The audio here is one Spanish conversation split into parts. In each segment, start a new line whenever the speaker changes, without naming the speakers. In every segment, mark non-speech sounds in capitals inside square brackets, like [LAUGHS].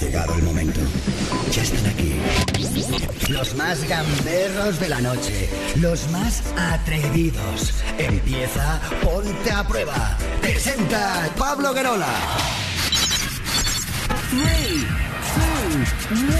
llegado el momento. Ya están aquí. Los más gamberros de la noche. Los más atrevidos. Empieza Ponte a Prueba. Presenta Pablo Guerola. 3, 2, 1.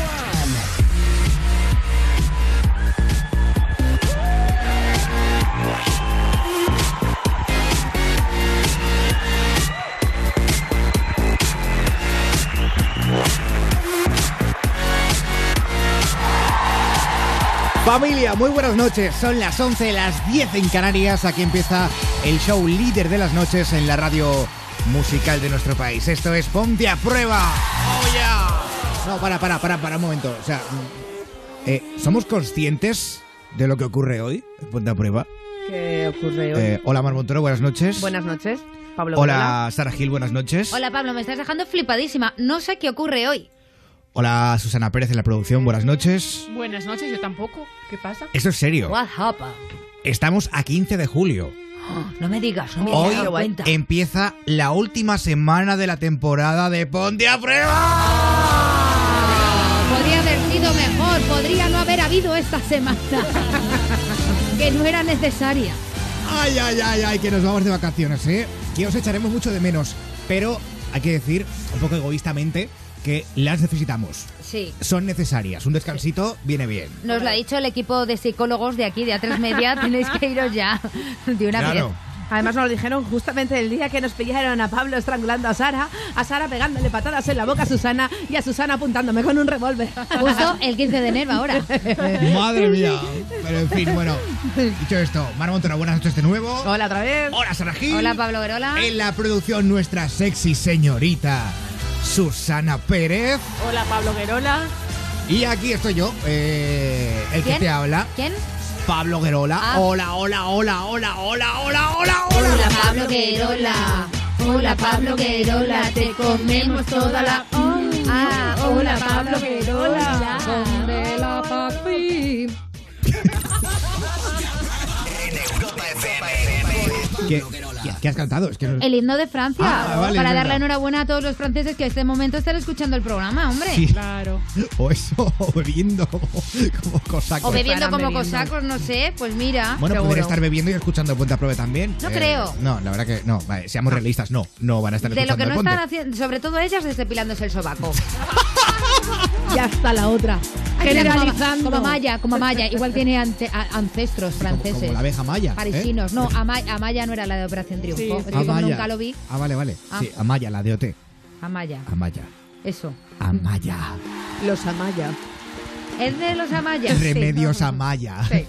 Familia, muy buenas noches. Son las 11, las 10 en Canarias. Aquí empieza el show líder de las noches en la radio musical de nuestro país. Esto es Ponte a Prueba. ¡Oh, yeah! No, para, para, para, para un momento. O sea, mm, eh, ¿somos conscientes de lo que ocurre hoy en Ponte a Prueba?
¿Qué ocurre hoy?
Eh, hola, Mar Montoro, buenas noches.
Buenas noches, Pablo.
Hola, Sara Gil, buenas noches.
Hola Pablo, me estás dejando flipadísima. No sé qué ocurre hoy.
Hola, Susana Pérez en la producción, buenas noches.
Buenas noches, yo tampoco. ¿Qué pasa?
Esto es serio.
What happened?
Estamos a 15 de julio.
Oh, no me digas, no me
Hoy
he dado cuenta.
empieza la última semana de la temporada de Ponte a Prueba.
Podría haber sido mejor, podría no haber habido esta semana. [LAUGHS] que no era necesaria.
Ay, ay, ay, ay, que nos vamos de vacaciones, ¿eh? Que os echaremos mucho de menos, pero hay que decir, un poco egoístamente, que las necesitamos.
Sí.
Son necesarias. Un descansito viene bien.
Nos lo ha dicho el equipo de psicólogos de aquí, de A3 Media. [LAUGHS] Tenéis que iros ya de una
Claro.
vez.
Además nos lo dijeron justamente el día que nos pillaron a Pablo estrangulando a Sara, a Sara pegándole patadas en la boca a Susana y a Susana apuntándome con un revólver.
Justo el 15 de enero ahora.
Madre mía. Pero en fin, bueno. Dicho esto, Mar Montero, buenas noches de nuevo.
Hola otra vez.
Hola, Sara Gil.
Hola Pablo Guerola.
En la producción, nuestra sexy señorita, Susana Pérez.
Hola, Pablo Guerola.
Y aquí estoy yo, eh, el que
¿Quién?
te habla,
[LAUGHS]
¿Quién?
Pablo Guerola.
Ah.
Hola, hola, hola, hola, hola, hola, hola, hola.
Pablo Guerola. Hola Pablo Guerola, te comemos toda la... Ah, hola Pablo Guerola.
¿Qué, qué- qué has cantado? Es que no-
El himno de Francia.
Ah, vale,
para
es
dar la
verdad.
enhorabuena a todos los franceses que a este momento están escuchando el programa, hombre.
Sí.
Claro.
O Oh, eso, [LAUGHS] o bebiendo como cosa.
O bebiendo
Estarán bebiendo.
como cosacos, no sé. Pues mira.
Bueno,
Seguro.
podría estar bebiendo y escuchando Puente a Prueba también. Eh,
No creo.
No, la verdad que no. Vale, seamos realistas. No, no van a estar
de lo
escuchando
que no
el Ponte.
están haciendo, sobre todo ellas, despilándose el sobaco.
[LAUGHS] Ya está la otra.
Como,
Generalizando.
como Amaya,
[LAUGHS]
como Amaya. Igual tiene ante- a- ancestros
Como,
franceses.
como la abeja maya. ¿eh?
Parisinos. No, Ama- Amaya no era la de Operación Triunfo.
Sí,
Es
sí.
que como
Amaya.
nunca lo vi.
Ah, vale, vale.
Ah.
Sí, Amaya, la de OT.
Amaya.
Amaya.
Eso.
Amaya.
Los Amaya.
¿Es de los Amaya?
Remedios Amaya.
Sí.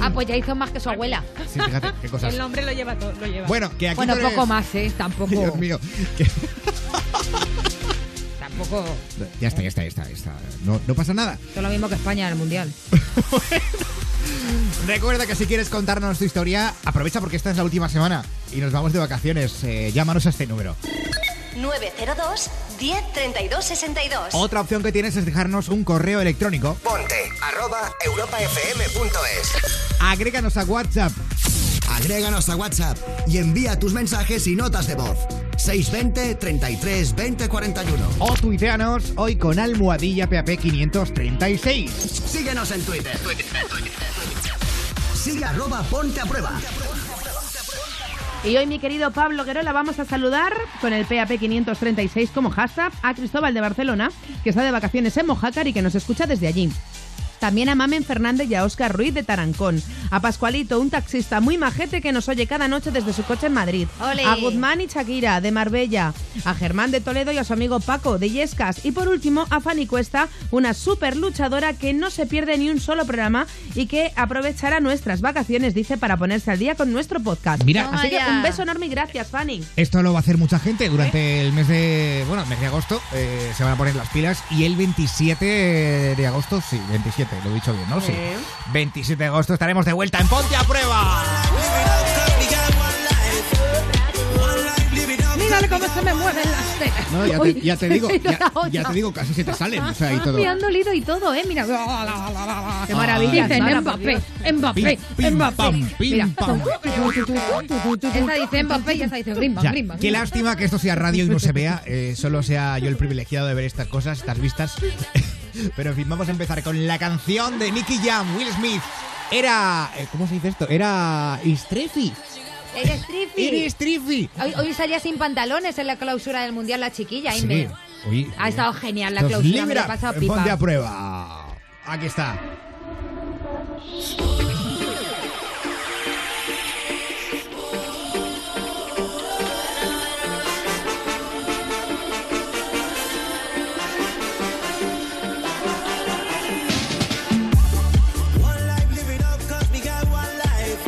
Ah, pues ya hizo más que su abuela.
Sí, fíjate, qué cosas.
El nombre lo lleva todo. Lo lleva.
Bueno, que aquí
Bueno,
no eres-
poco más, ¿eh? Tampoco.
Dios mío. que-
Tampoco.
Ya está, ya está, ya está. ya está. No, no pasa nada.
Esto es lo mismo que España en el
[LAUGHS]
Mundial.
Recuerda que si quieres contarnos tu historia, aprovecha porque esta es la última semana y nos vamos de vacaciones. Eh, llámanos a este número.
902 10 32 62.
Otra opción que tienes es dejarnos un correo electrónico.
Ponte arroba europafm.es.
Agréganos a WhatsApp.
Agréganos a WhatsApp y envía tus mensajes y notas de voz. 620 33 20 41.
O tuiteanos hoy con almohadilla PAP 536.
Síguenos en Twitter. Sigue arroba ponte a prueba.
Y hoy, mi querido Pablo Guerola, vamos a saludar con el PAP 536 como hashtag a Cristóbal de Barcelona, que está de vacaciones en Mojácar y que nos escucha desde allí. También a Mamen Fernández y a Óscar Ruiz de Tarancón. A Pascualito, un taxista muy majete que nos oye cada noche desde su coche en Madrid.
Ole.
A Guzmán y Shakira de Marbella. A Germán de Toledo y a su amigo Paco de Yescas. Y por último, a Fanny Cuesta, una super luchadora que no se pierde ni un solo programa y que aprovechará nuestras vacaciones, dice, para ponerse al día con nuestro podcast.
Mira,
Toma
Así que
ya.
un beso enorme y gracias, Fanny.
Esto lo va a hacer mucha gente durante el mes de. Bueno, el mes de agosto eh, se van a poner las pilas. Y el 27 de agosto, sí, 27, lo he dicho bien, ¿no? Sí. 27 de agosto estaremos de vuelta en Ponte a Prueba.
Live it up, 'cause we got one life. One life, live it up, 'cause
sale cómo se me mueven las tetas.
No, ya te,
Uy,
ya te
[LAUGHS]
digo,
se me
ya,
nota
ya te
otra.
digo, casi se te salen,
[LAUGHS]
o sea, y todo.
Me han dolido y todo, ¿eh? Mira.
Qué maravilla.
Dicen
Sara, por
Mbappé,
Dios.
Mbappé,
pim,
Mbappé.
pam, pim,
Mira.
pam.
Esta dice Mbappé y esta dice Griezmann,
Ya,
Griezmann.
Qué lástima que esto sea radio y no se vea, eh, solo sea yo el privilegiado de ver estas cosas, estas vistas. [LAUGHS] Pero en fin, vamos a empezar con la canción de Nicky Jam, Will Smith. Era. eh, ¿Cómo se dice esto? Era. Istrefi.
Eres trippy.
Era Istrefi.
Hoy, hoy salía sin pantalones en la clausura del mundial la chiquilla, Inve.
Oye,
Ha estado genial la
nos
clausura, me lo
libra. eh,
he pasado
Ponte
pipa.
a prueba. Aquí está.
One life, live it up, cause we got one life.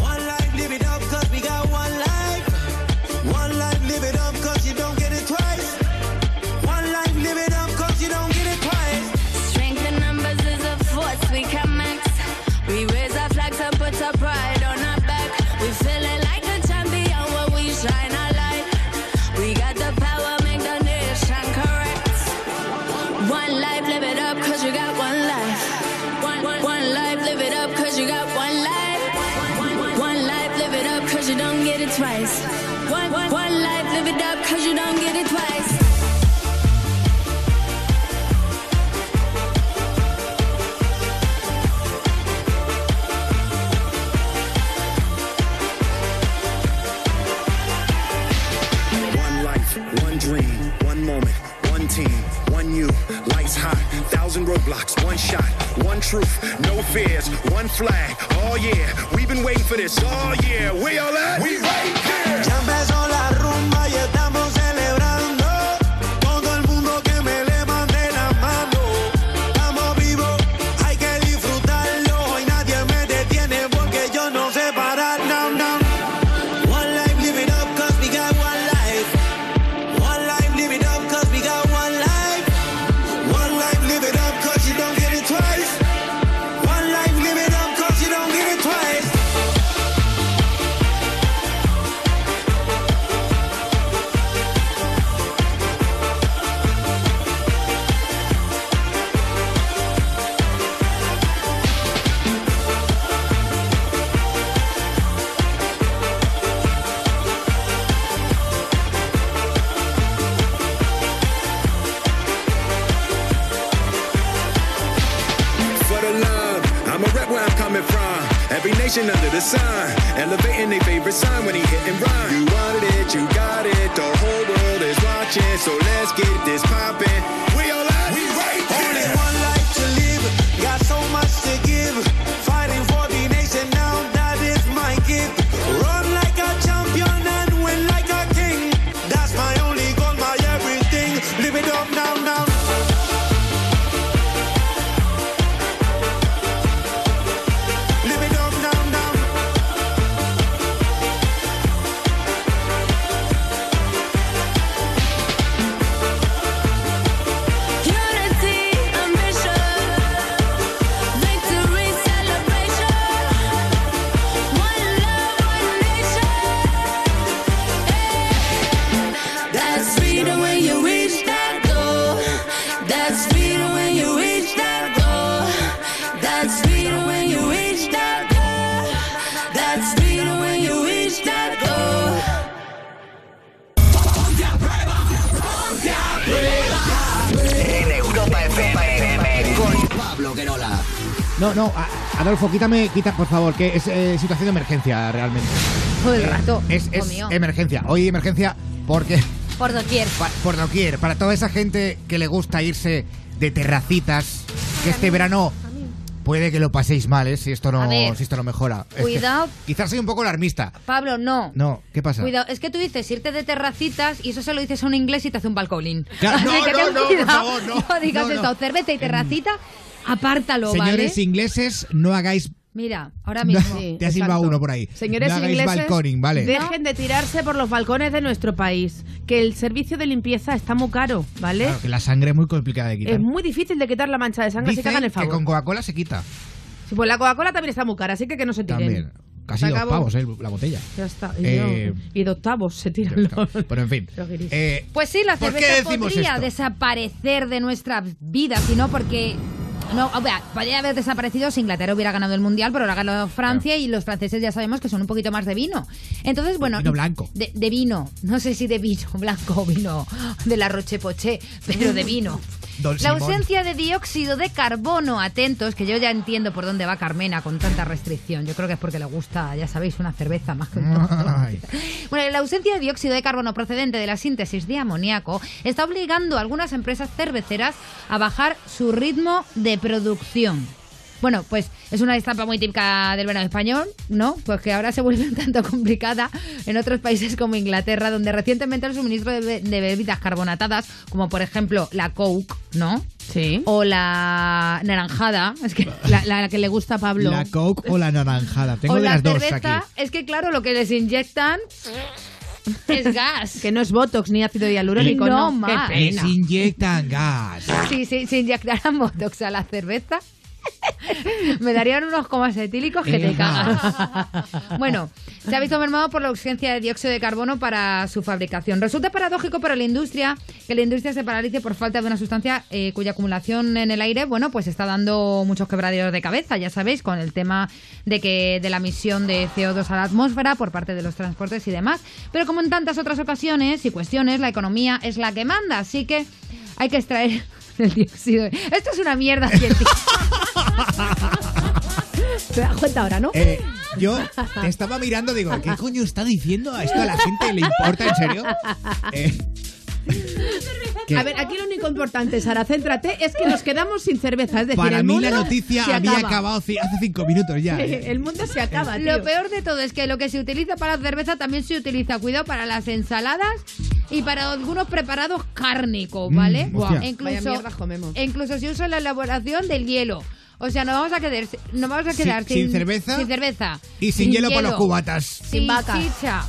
One life, live it up, cause we got one life. One life, live it up, cause you don't get it twice. One life, live it up, cause you don't get it twice.
Strength in numbers is a force we can max. We raise our flag to put our pride on our back. We feel it like a champion when we shine our light. We got the power, make the nation correct. One life, live it up, cause you got one life. One, one, one life, live it up, cause you got one life. One, one, one life, live it up, cause you don't get it twice. One, one, one life, live it up, cause you don't get it twice.
One life, one dream, one moment, one team, one you. Lights hot, thousand roadblocks, one shot, one truth, no fears, one flag. Oh yeah, we've been waiting for this all year. We all at? We right here.
Ya empezó la rumba y estamos celebrando. Todo el mundo que me levante la mano. Estamos vivos, hay que disfrutarlo. Y nadie me detiene porque yo no sé parar. No, no. One life, live it up, cause we got one life. One life, live it up, cause we got one life. One life, live it up, cause you don't get it twice. One life, live it up, cause you don't get it twice.
For the love, I'ma rep where I'm coming from. Every nation under the sun, elevating their favorite sign when he hit and run. You wanted it, you got it. The whole world is watching, so let's get this poppin'. We all at? We right
Only one life to live, got so much to give. Fighting for the nation now, that is my gift. Run like a champion and win like a king. That's my only goal, my everything. Live it up now, now. Live it up now, now.
Unity, ambition, victory, celebration. One love, one nation. That's freedom when you reach that goal. That's freedom when you reach that goal. That's freedom when you reach that goal. That's freedom when you reach that goal.
En Europa FM con Pablo Guerola.
No, no, a- Adolfo, quítame, quita, por favor, que es eh, situación de emergencia realmente. Eh,
Todo el rato.
Es,
hijo
es
mío.
emergencia. Hoy emergencia porque
Por doquier.
pa- por doquier, para toda esa gente que le gusta irse de terracitas, que este verano puede que lo paséis mal, ¿eh? si esto
A
no,
ver.
si esto no mejora. Es que
Cuidado.
Quizás soy un poco alarmista.
Pablo, no.
No, ¿qué pasa?
Cuidado, es que tú dices irte de terracitas y eso se lo dices a un inglés y te hace un balcolín. [LAUGHS]
Claro,
Así
no,
que
no,
ten
no, por
cuidado.
favor,
[LAUGHS]
no.
digas
No, no.
esto, cerveza y terracita, apártalo,
Señores
¿vale?
ingleses, no hagáis...
Mira, ahora mismo.
Sí,
Te ha silbado
exacto.
uno por ahí.
Señores
No hagáis
ingleses,
balconing, ¿vale?
dejen de tirarse por los balcones de nuestro país. Que el servicio de limpieza está muy caro, ¿vale?
Claro, que la sangre es muy complicada de quitar.
es muy difícil de quitar la mancha de sangre, así que
Dicen
hagan el favor.
que con Coca-Cola se quita.
Sí, pues la Coca-Cola también está muy cara, así que que no se tiren.
También. Casi
Se
dos
acabó.
pavos, eh, la botella.
[LAUGHS] Ya está. Y,
Eh,
yo- y de octavos se tiran los.
Bueno, en fin. Eh,
Pues sí, la
¿por qué
cerveza
decimos
podría
esto?
desaparecer de nuestras vidas, sino porque. No, o sea, podría haber desaparecido si Inglaterra hubiera ganado el mundial, pero lo ha ganado Francia y los franceses ya sabemos que son un poquito más de vino. Entonces, bueno.
vino blanco.
De, de vino. No sé si de vino [LAUGHS] blanco o vino de la Rochepoché, pero de vino.
Don
La
Simón.
ausencia de dióxido de carbono, atentos, que yo ya entiendo por dónde va Carmena con tanta restricción. Yo creo que es porque le gusta, ya sabéis, una cerveza más que
[LAUGHS]
un
Ay.
bueno, la ausencia de dióxido de carbono procedente de la síntesis de amoníaco está obligando a algunas empresas cerveceras a bajar su ritmo de producción. Bueno, pues es una estampa muy típica del verano español, ¿no? Pues que ahora se vuelve un tanto complicada en otros países como Inglaterra, donde recientemente el suministro de, be- de bebidas carbonatadas, como por ejemplo la Coke, ¿no?
Sí.
O la naranjada, es que la, la que le gusta a Pablo.
La Coke o la naranjada. Tengo
o
de
la
las dos
cerveza,
aquí.
es que claro, lo que les inyectan es gas.
[LAUGHS] Que no es botox ni ácido hialurónico,
No
no.
más.
Qué
Les
pena.
inyectan gas.
Si sí, se inyectaran [LAUGHS] botox a la cerveza, [LAUGHS] me darían unos comas etílicos que te
Es gas.
cagas. Bueno, se ha visto mermado por la ausencia de dióxido de carbono para su fabricación. Resulta paradójico para la industria que la industria se paralice por falta de una sustancia eh, cuya acumulación en el aire, bueno, pues está dando muchos quebraderos de cabeza, ya sabéis, con el tema de que de la emisión de CO2 a la atmósfera por parte de los transportes y demás. Pero como en tantas otras ocasiones y cuestiones, la economía es la que manda, así que hay que extraer [LAUGHS] el dióxido. de- Esto es una mierda
[LAUGHS]
científica. Te das cuenta ahora, ¿no?
Eh, yo te estaba mirando, digo, ¿qué coño está diciendo? ¿A esto a la gente le importa en
[LAUGHS]
serio? Eh, ¿qué?
A ver, aquí lo único importante, Sara, céntrate, es que nos quedamos sin cerveza. Es decir,
Para
el
mí
mundo
la noticia
se
había
acaba.
acabado ci- hace cinco minutos ya.
[LAUGHS]
¿eh?
El mundo
[LAUGHS]
se acaba, tío.
Lo peor de todo es que lo que se utiliza para la cerveza también se utiliza, cuidado, para las ensaladas y para algunos preparados cárnicos, ¿vale?
Mm, hostia.
E
Vaya
incluso,
mierda comemos.
e incluso se usa en la elaboración del hielo. O sea, nos vamos a quedar, nos vamos a
Sin-
quedar
sin cerveza
sin cerveza,
Y sin, hielo, por los cubatas.
sin
vaca.
chicha,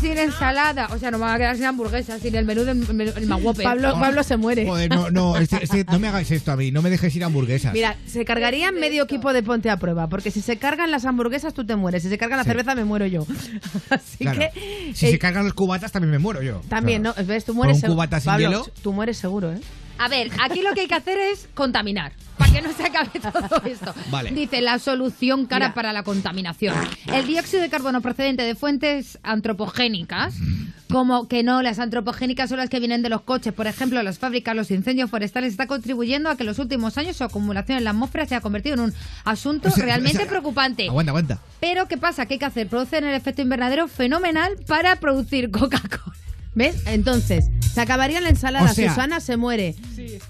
sin ensalada. O sea, nos vamos a quedar sin hamburguesa, sin el menú del menú- el McWhopper.
Pablo, Pablo se muere.
Joder, no, no, este- este- no me hagáis esto a mí, no me dejéis ir a hamburguesas.
Mira, se cargarían medio equipo de Ponte a Prueba, porque si se cargan las hamburguesas tú te mueres, si se cargan la
Sí.
cerveza me muero yo. [LAUGHS] Así
Claro.
que...
si
eh,
se cargan los cubatas también me muero yo.
también,
Claro.
¿no? ¿Ves? Tú mueres
Con un
seguro.
cubata sin
Pablo,
hielo.
tú mueres seguro, ¿eh?
A ver, aquí lo que hay que hacer es contaminar. Para que no se acabe [LAUGHS] todo esto.
Vale.
Dice la solución cara
Mira.
para la contaminación. El dióxido de carbono procedente de fuentes antropogénicas, como que no, las antropogénicas son las que vienen de los coches, por ejemplo, las fábricas, los incendios forestales, está contribuyendo a que en los últimos años su acumulación en la atmósfera se ha convertido en un asunto
O sea,
realmente
o sea,
preocupante.
Aguanta, aguanta.
Pero, ¿qué pasa? ¿Qué hay que hacer? Producen el efecto invernadero fenomenal para producir Coca-Cola.
¿Ves? Entonces, se acabaría la ensalada,
O sea-
Susana se muere.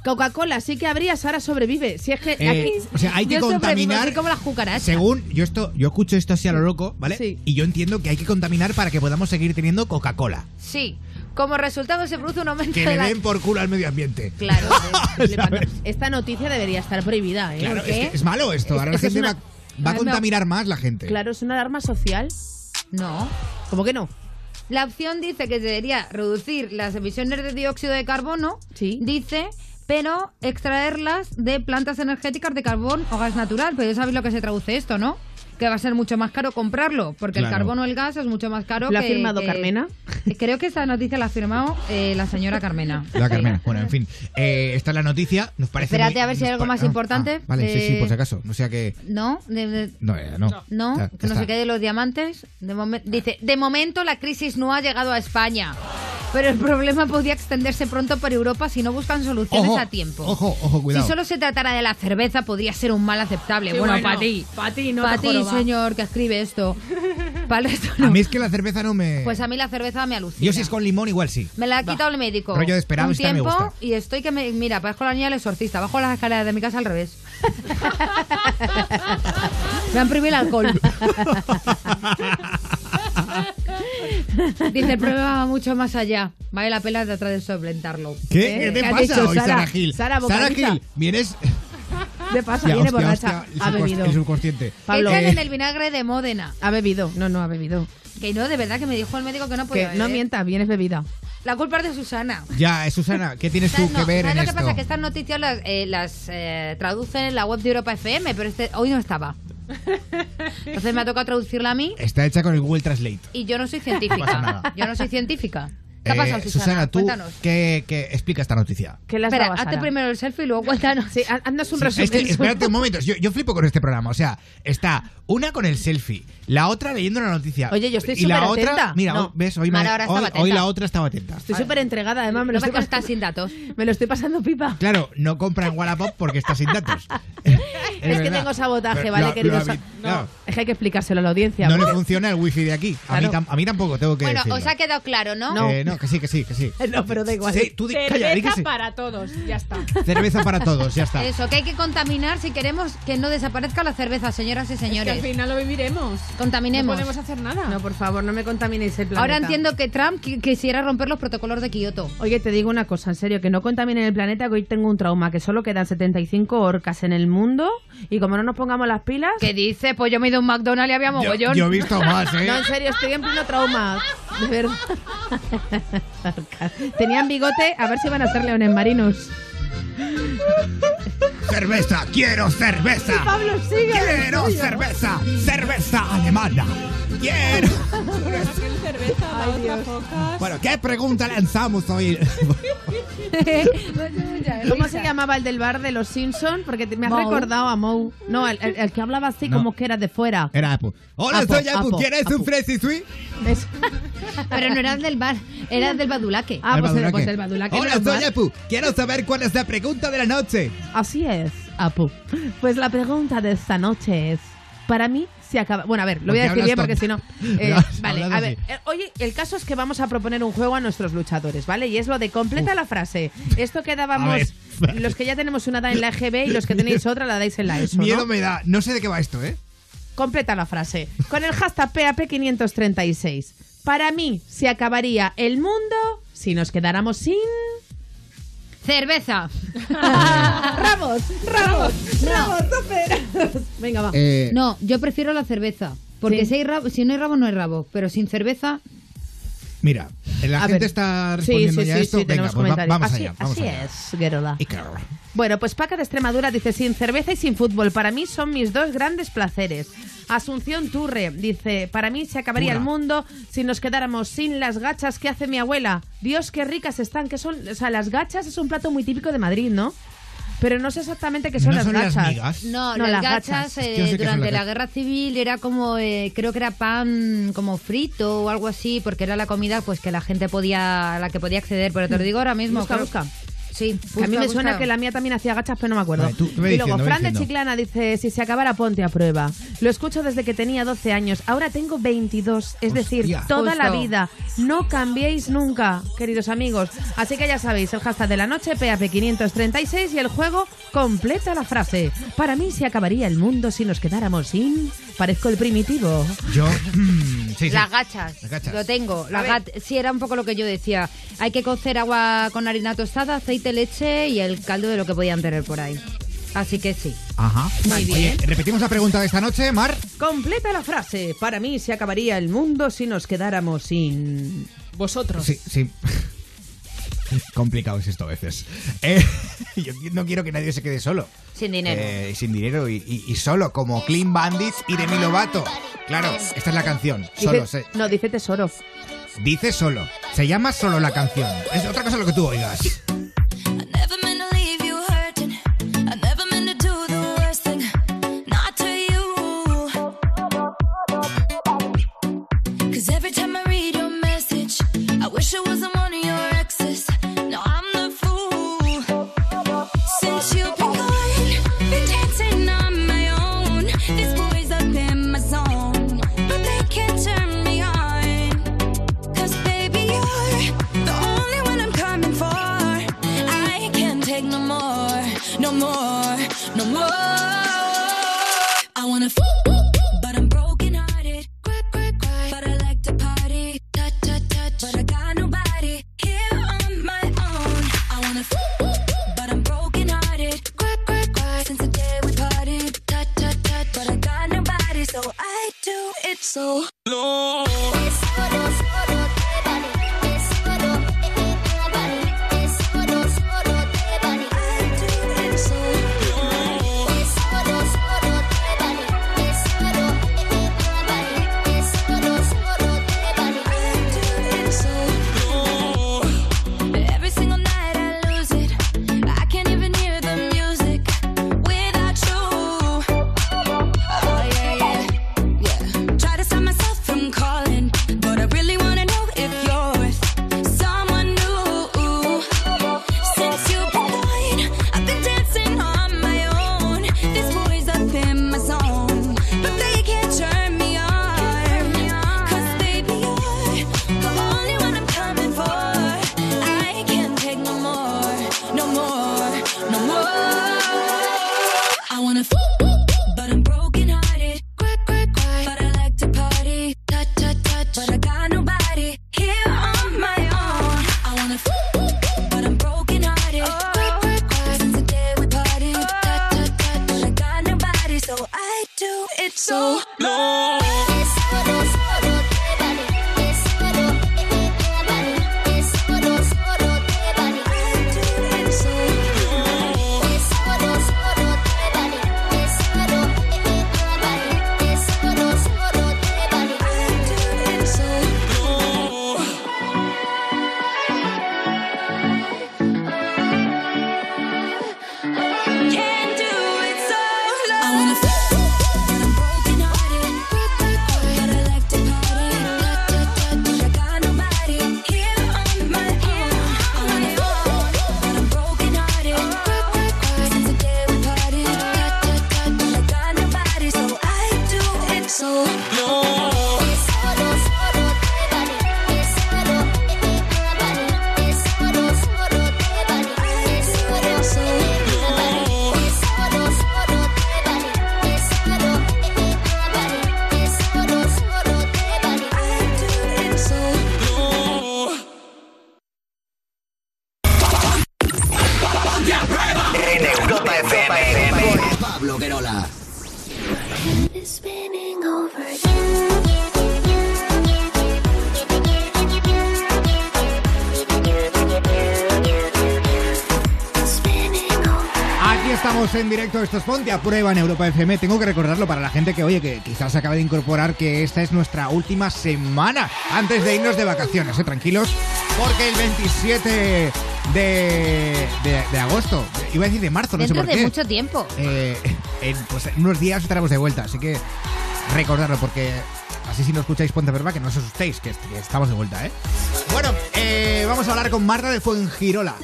Coca-Cola sí que habría, Sara sobrevive. Si es que
Eh,
aquí...
o sea, hay que
Yo sobrevivo,
contaminar.
soy como las cucarachas.
Según yo esto, yo escucho esto así a lo loco, ¿vale?
Sí.
Y yo entiendo que hay que contaminar para que podamos seguir teniendo Coca-Cola.
Sí. Como resultado se produce un aumento
Que
de
le
la...
den por culo al medio ambiente. [LAUGHS]
Claro.
eh, Le manda- Esta noticia debería estar prohibida, ¿eh?
Claro,
Porque-
es, que es malo esto.
Es-
Ahora
es que
la
es
gente
una-
va,
Ah,
va a
Además,
contaminar más la gente.
Claro, es una alarma social.
No.
¿Cómo que no?
La opción dice que se debería reducir las emisiones de dióxido de carbono.
Sí.
Dice, pero extraerlas de plantas energéticas de carbón o gas natural. Pero ya sabéis lo que se traduce esto, ¿no? Que va a ser mucho más caro comprarlo, porque el
Claro.
carbono o el gas es mucho más caro
¿Lo ha
que-
firmado
que-
Carmena?
[LAUGHS] Creo que esta noticia la ha firmado eh, la señora Carmena. [LAUGHS]
La Carmena. Bueno, en fin. Eh, esta es la noticia. Nos parece.
Espérate
muy-
a ver si
nos
hay algo
pa-
más
ah,
importante.
ah, vale, sí, sí,
Eh,
por si acaso. No sea que.
¿No? De- de-
No, eh, no.
No,
Ya-
que
ya
no se
está.
quede los diamantes. De momen- dice, de momento la crisis no ha llegado a España, pero el problema podría extenderse pronto por Europa si no buscan soluciones
Ojo,
a tiempo.
ojo, ojo, cuidado.
Si este solo se tratara de la cerveza, podría ser un mal aceptable.
Sí,
bueno,
bueno,
para ti.
pa' ti, no
Pa'
te
ti,
joroba.
señor, que
[LAUGHS]
escribe esto. Para esto
A
no.
mí es que la cerveza no me.
Pues a mí la cerveza me alucina.
yo si es con limón, igual sí.
Me la ha quitado el médico.
Rollo de esperado,
un
esta me
tiempo
gusta.
y estoy que me. Mira, parezco la niña del exorcista. Bajo las escaleras de mi casa
[LAUGHS]
al revés. me han prohibido
[LAUGHS]
el alcohol. Dice, el problema va mucho más allá. Vale la pena tratar de solventarlo.
¿Qué?
¿Eh?
¿Qué te
¿Qué has
pasa
dicho,
hoy,
Sara?
Sara Gil?
Sara, vocalista.
Gil, vienes.
De paso,
Ya,
viene
hostia,
borracha.
hostia, el
ha
subcons-
bebido.
El subconsciente.
Pablo.
Que
Eh,
echan [LAUGHS] en el vinagre de Módena.
Ha bebido. No, no, ha bebido.
Que no, de verdad que me dijo el médico que no podía
Que no
beber.
mientas, vienes bebida.
La culpa es de Susana.
Ya, eh, Susana, ¿qué tienes tú
¿Sabes?
que
No,
ver
¿sabes
en
lo
esto?
que pasa? Que estas noticias las, eh, las, eh, traducen en la web de Europa FM, pero este hoy no estaba. Entonces me ha tocado traducirla a mí
Está hecha con el Google Translate.
y yo no soy
No pasa nada.
científica. Yo no soy científica. ¿Qué ha
Eh,
pasado, Susana?
tú,
Cuéntanos.
¿qué, qué- explica esta noticia?
Que la
Espera, hazte primero el selfie y luego cuéntanos.
Sí, ha- haznos un
Sí, es que,
resumen.
espérate un momento, yo, yo flipo con este programa. O sea, está una con el selfie, la otra leyendo la noticia.
Oye, yo estoy
Y la
súper
otra,
atenta.
mira,
No.
hoy- ves, hoy, me-
Mara ahora estaba
hoy-
atenta.
hoy la otra estaba atenta.
Estoy súper entregada, además, me lo,
No me
estoy
que
pas-
estás sin datos.
me lo estoy pasando pipa.
Claro, no compra en Wallapop porque está sin datos.
Es, que
verdad.
tengo sabotaje,
Pero
¿vale,
lo-
querido?
lo habi-
no.
no.
Es que hay que explicárselo a la audiencia.
No le
porque-
funciona el wifi de aquí. A, mí,
Claro.
tam- a mí tampoco, tengo que
Bueno,
decirlo.
os ha quedado [LAUGHS] claro, ¿no?
Eh, no, que sí, que sí, que
[LAUGHS]
sí.
No, pero da igual.
Sí, tú di- calla, di que
Cerveza
sí.
para todos, ya está.
Cerveza para todos, ya está.
Eso, que hay que contaminar si queremos que no desaparezca la cerveza, señoras y
Que
señores.
al final lo viviremos. No
Contaminemos.
podemos hacer nada.
No, por favor, no me contaminéis el planeta.
Ahora entiendo que Trump qui- quisiera romper los protocolos de Kioto.
Oye, te digo una cosa, en serio, que no contaminen el planeta, que hoy tengo un trauma, que solo quedan 75 orcas en el mundo y como no nos pongamos las pilas...
¿Qué dice? Pues yo me he ido a un McDonald's y había
yo,
mogollón.
yo he visto más, ¿eh?
No, en serio, estoy en pleno trauma, de
[LAUGHS]
verdad. Orcas. Tenían bigote, a ver si van a ser leones marinos.
Cerveza, quiero cerveza.
Pablo, sigue,
Quiero
sigue.
cerveza, cerveza alemana. Quiero.
Cerveza, la otra foca.
Bueno, ¿qué pregunta lanzamos hoy? [LAUGHS]
[LAUGHS] ¿Cómo se llamaba el del bar de los Simpson? Porque te- me has
Moe.
recordado a Moe. No, el, el- el que hablaba así
No.
como que era de fuera.
Era Apu. Hola,
Apu,
soy Apu.
Apu,
¿Quieres
Apu.
un Freshy Sweet?
Eso.
Pero no eras del bar, eras del Badulaque.
Ah,
El
pues,
Badulaque.
pues el badulaque.
Hola,
normal.
soy Apu. Quiero saber cuál es la pregunta de la noche.
Así es, Apu. [LAUGHS] Pues la pregunta de esta noche es, para mí se acaba... Bueno, a ver, lo voy a
¿Por qué
decir bien porque
hablas
si no...
tonto? [LAUGHS]
eh,
No, has
vale,
hablado
a ver.
así.
eh, Oye, el caso es que vamos a proponer un juego a nuestros luchadores, ¿vale? Y es lo de completa la frase. Esto que dábamos...
A ver.
Los que ya tenemos una edad en la EGB y los que
[LAUGHS]
tenéis otra la dais en la ESO, ¿no?
Miedo me da. No sé de qué va esto, ¿eh?
Completa la frase. Con el hashtag PAP536. Para mí se acabaría el mundo si nos quedáramos sin...
[LAUGHS] Cerveza.
¡Ramos! ¡Ramos! ¡Ramos! ¡Súper! Venga, va.
Eh,
No, yo prefiero la cerveza. Porque
Sí.
si, hay rabo- si no hay rabo, no hay rabo. Pero sin cerveza,
Mira,
A
la gente
ver.
está respondiendo
sí, sí,
ya
sí,
a esto.
sí,
Venga,
tenemos
pues va-
comentarios.
vamos
así,
allá. Vamos
así
allá.
es, Guerola.
Y claro.
Bueno, pues Paca de Extremadura dice, sin cerveza y sin fútbol, para mí son mis dos grandes placeres. Asunción Turre dice, para mí se acabaría
Turra.
el mundo si nos quedáramos sin las gachas que hace mi abuela. Dios, qué ricas están, que son... O sea, las gachas es un plato muy típico de Madrid, ¿no? Pero no sé exactamente qué son
¿No
las
son
gachas.
las migas?
No,
No,
las,
las
gachas,
gachas.
Es que
eh,
yo sé que son
durante
las
la
gachas.
guerra civil era como, eh, creo que era pan como frito o algo así, porque era la comida pues que la gente podía, a la que podía acceder. Pero te lo digo ahora mismo.
Busca,
creo-
busca.
Sí,
Que a mí
busca,
me suena
busca.
que la mía también hacía gachas, pero no me acuerdo.
Vale, tú- tú ve
y
diciendo,
luego,
ve
Fran de
diciendo.
Chiclana dice, si se acabara, ponte a prueba. Lo escucho desde que tenía 12 años, ahora tengo 22, es decir,
Hostia.
toda la
Justo.
vida. No cambiéis nunca, queridos amigos. Así que ya sabéis, el hashtag de la noche, PAP536 y el juego completa la frase. Para mí se acabaría el mundo si nos quedáramos sin... Parezco el primitivo.
Yo. mm, sí, sí.
Las gachas,
Las gachas.
lo tengo. Las
ver.
gat- sí, era un poco lo que yo decía. Hay que cocer agua con harina tostada, aceite, leche y el caldo de lo que podían tener por ahí. Así que sí.
Ajá.
Muy bien.
Oye, repetimos la pregunta de esta noche, Mar.
Completa la frase. Para mí se acabaría el mundo si nos quedáramos sin...
Vosotros.
Sí, sí. [LAUGHS] Complicado es esto a veces. Eh, [LAUGHS] yo no quiero que nadie se quede solo.
Sin dinero.
Eh, sin dinero y, y- y solo, como Clean Bandits y Demi Lovato. Claro, esta es la canción. Solo,
Dice-
se,
No, dice tesoro.
dice solo. Se llama solo la canción. Es otra cosa lo que tú oigas.
I never meant to leave you hurting. I never meant to do the worst thing, not to you. 'Cause every time I read your message, I wish I wasn't one of your exes. Now I'm the fool. Since you've been gone, been dancing on my own. These boys up in my zone, but they can't turn me on. 'Cause baby, you're the only one I'm coming for. I can't take no more, no more, no more. I wanna f- but I'm broken hearted. Cry, cry, cry. But I like to party. Touch, touch, touch. But I got nobody here on my own. I wanna f- but I'm broken hearted. Cry, cry, cry. Since the day we parted. Touch, touch, touch. But I got nobody, so I do it so low. I do it so low.
Tesoro, tesoro, te vale.
Oh,
so low. Can't do it solo. I wanna so
En Europa FM. Con Pablo Querola.
Aquí estamos en directo, esto es Ponte a Prueba en Europa FM. Tengo que recordarlo para la gente que, oye, que quizás se acabe de incorporar que esta es nuestra última semana antes de irnos de vacaciones, ¿eh? tranquilos, porque el 27 de, de- de agosto, iba a decir de marzo, no sé
Dentro
por
de
qué.
mucho tiempo.
Eh, en, pues, en unos días estaremos de vuelta, así que recordarlo porque así si no escucháis Ponte Verba que no os asustéis, que, est- que estamos de vuelta, ¿eh? Bueno, eh, vamos a hablar con Marta de Fuengirola.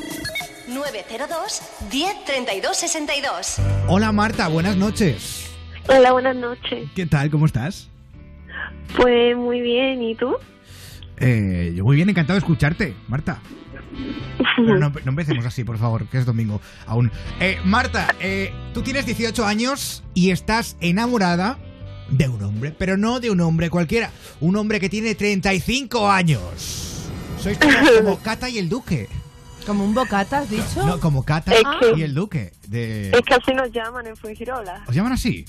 902 1032 62.
Hola Marta, buenas noches.
Hola, buenas noches.
¿Qué tal? ¿Cómo estás?
Pues muy bien, ¿y tú?
Eh, yo muy bien, encantado de escucharte,
[LAUGHS]
Marta. Pero no, no empecemos así, por favor, que es domingo aún. Eh, Marta, eh, tú tienes 18 años y estás enamorada de un hombre, pero no de un hombre cualquiera, un hombre que tiene 35 años. Sois como-
[LAUGHS]
como Cata y el Duque.
¿Como un bocata, has dicho?
No, como Cata
Es que-
y el Duque. De...
Es que así nos llaman en Fuengirola.
¿Os llaman así?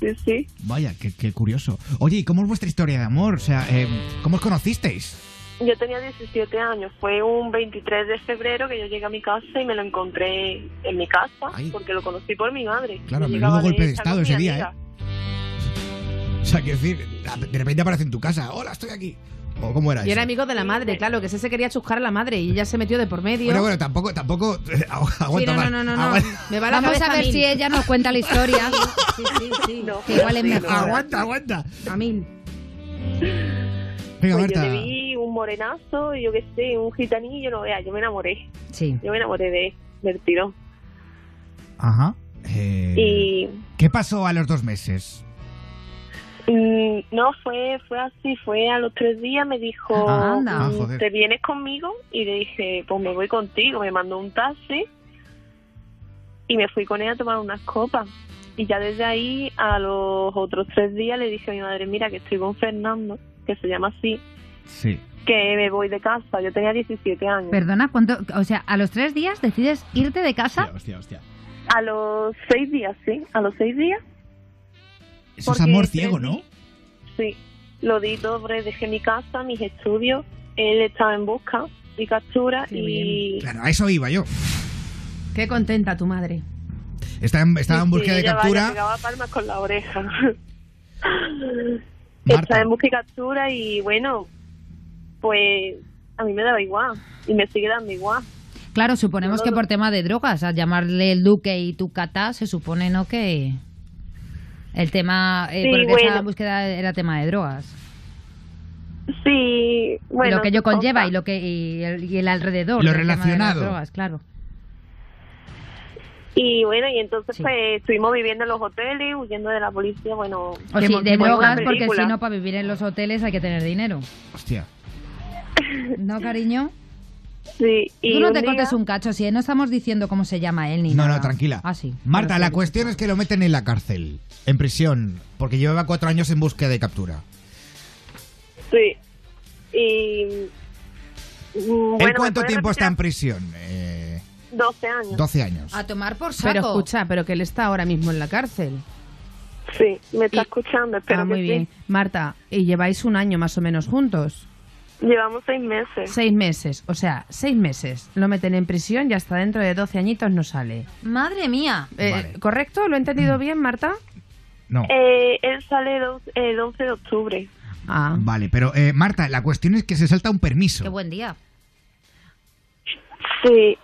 Sí, sí.
Vaya, qué, qué curioso. Oye, ¿y cómo es vuestra historia de amor? O sea, eh, ¿cómo os conocisteis?
Yo tenía 17 años. Fue un 23 de febrero que yo llegué a mi casa y me lo encontré en mi casa porque lo conocí por mi madre.
Claro,
Yo
menudo
llegaba
golpe de
esa
estado
con
ese
mi
día, ¿eh?
amiga.
[LAUGHS] O sea, quiero decir, de repente aparece en tu casa. Hola, estoy aquí. ¿O cómo era
Y era
eso?
amigo de la madre, claro, que ese se quería chuscar a la madre y ella se metió de por medio.
Bueno, bueno, tampoco, tampoco [LAUGHS] eh,
Sí,
aguanta
no, no,
más.
no, no, no.
Aguanta-
Me va la
Vamos
cabeza
a ver
mil.
si ella nos cuenta
[LAUGHS]
la historia. que igual es mejor.
Aguanta, aguanta.
A mil.
Venga,
Pues yo
Marta.
le vi un morenazo, y yo qué sé, un gitanillo, no vea, yo me enamoré.
Sí.
Yo me enamoré de del tirón.
Ajá. Eh,
Y
¿Qué pasó a los dos meses?
Mm, No, fue fue así, fue a los tres días me dijo,
Ah, anda.
mm,
Ah, joder.
¿te vienes conmigo? Y le dije, pues me voy contigo, me mandó un taxi y me fui con él a tomar unas copas. Y ya desde ahí, a los otros tres días le dije a mi madre, mira que estoy con Fernando, que se llama así,
Sí.
que me voy de casa, yo tenía 17 años.
Perdona, ¿cuánto? O sea, a los tres días decides irte de casa.
Hostia, hostia.
A los seis días, sí, a los seis días.
Eso es
Porque
amor
tres
este
ciego, ¿no?
Sí, lo di todo, porque dejé mi casa, mis estudios, él estaba en busca y captura y...
Claro, a eso iba yo.
Qué contenta tu madre.
Estaba en, estaba en
Sí,
búsqueda de
ella va,
captura.
le pegaba palmas con
[LAUGHS]
la oreja.
Marta.
Estaba en busca y captura y bueno, pues a mí me daba igual y me sigue dando igual.
Claro, suponemos que por tema de drogas, al llamarle el duque y tu cata, se supone, ¿no? Que el tema, eh,
Sí,
porque esa
bueno.
búsqueda era tema de drogas.
Sí, bueno.
lo que ello conlleva y lo que y el, y el alrededor.
Lo
del tema de las
relacionado.
drogas, claro.
Y bueno, y entonces pues estuvimos viviendo en los hoteles, huyendo de la policía, bueno...
O sí, de
como en una
drogas, porque
película.
si no, para vivir en los hoteles hay que tener dinero.
Hostia.
¿No, cariño?
[LAUGHS] Sí, y
Tú no
un
te
día-
contes un cacho, si no estamos diciendo cómo se llama él ni
No,
nada.
no, tranquila.
Ah, sí.
Marta,
Claro,
la
sí.
cuestión es que lo meten en la cárcel, en prisión, porque llevaba cuatro años en búsqueda de captura.
Sí. Y... mm,
¿En
bueno,
cuánto
me puede
tiempo está
retirar
en prisión? Eh,
12 años.
12 años.
A tomar por saco.
Pero escucha, pero que él está ahora mismo en la cárcel.
Sí, me está escuchando, espero
Ah, muy
que
bien. Marta, y lleváis un año más o menos juntos.
sí. Llevamos seis meses.
Seis meses, o sea, seis meses. Lo meten en prisión y hasta dentro de 12 añitos no sale.
Madre mía.
Eh, ¿Correcto? ¿Lo he entendido bien, Marta?
Mm. No.
Eh, él sale dos- el 11 de octubre.
Vale, pero eh, Marta, la cuestión es que se salta un permiso.
buen día.
Sí.
Eh,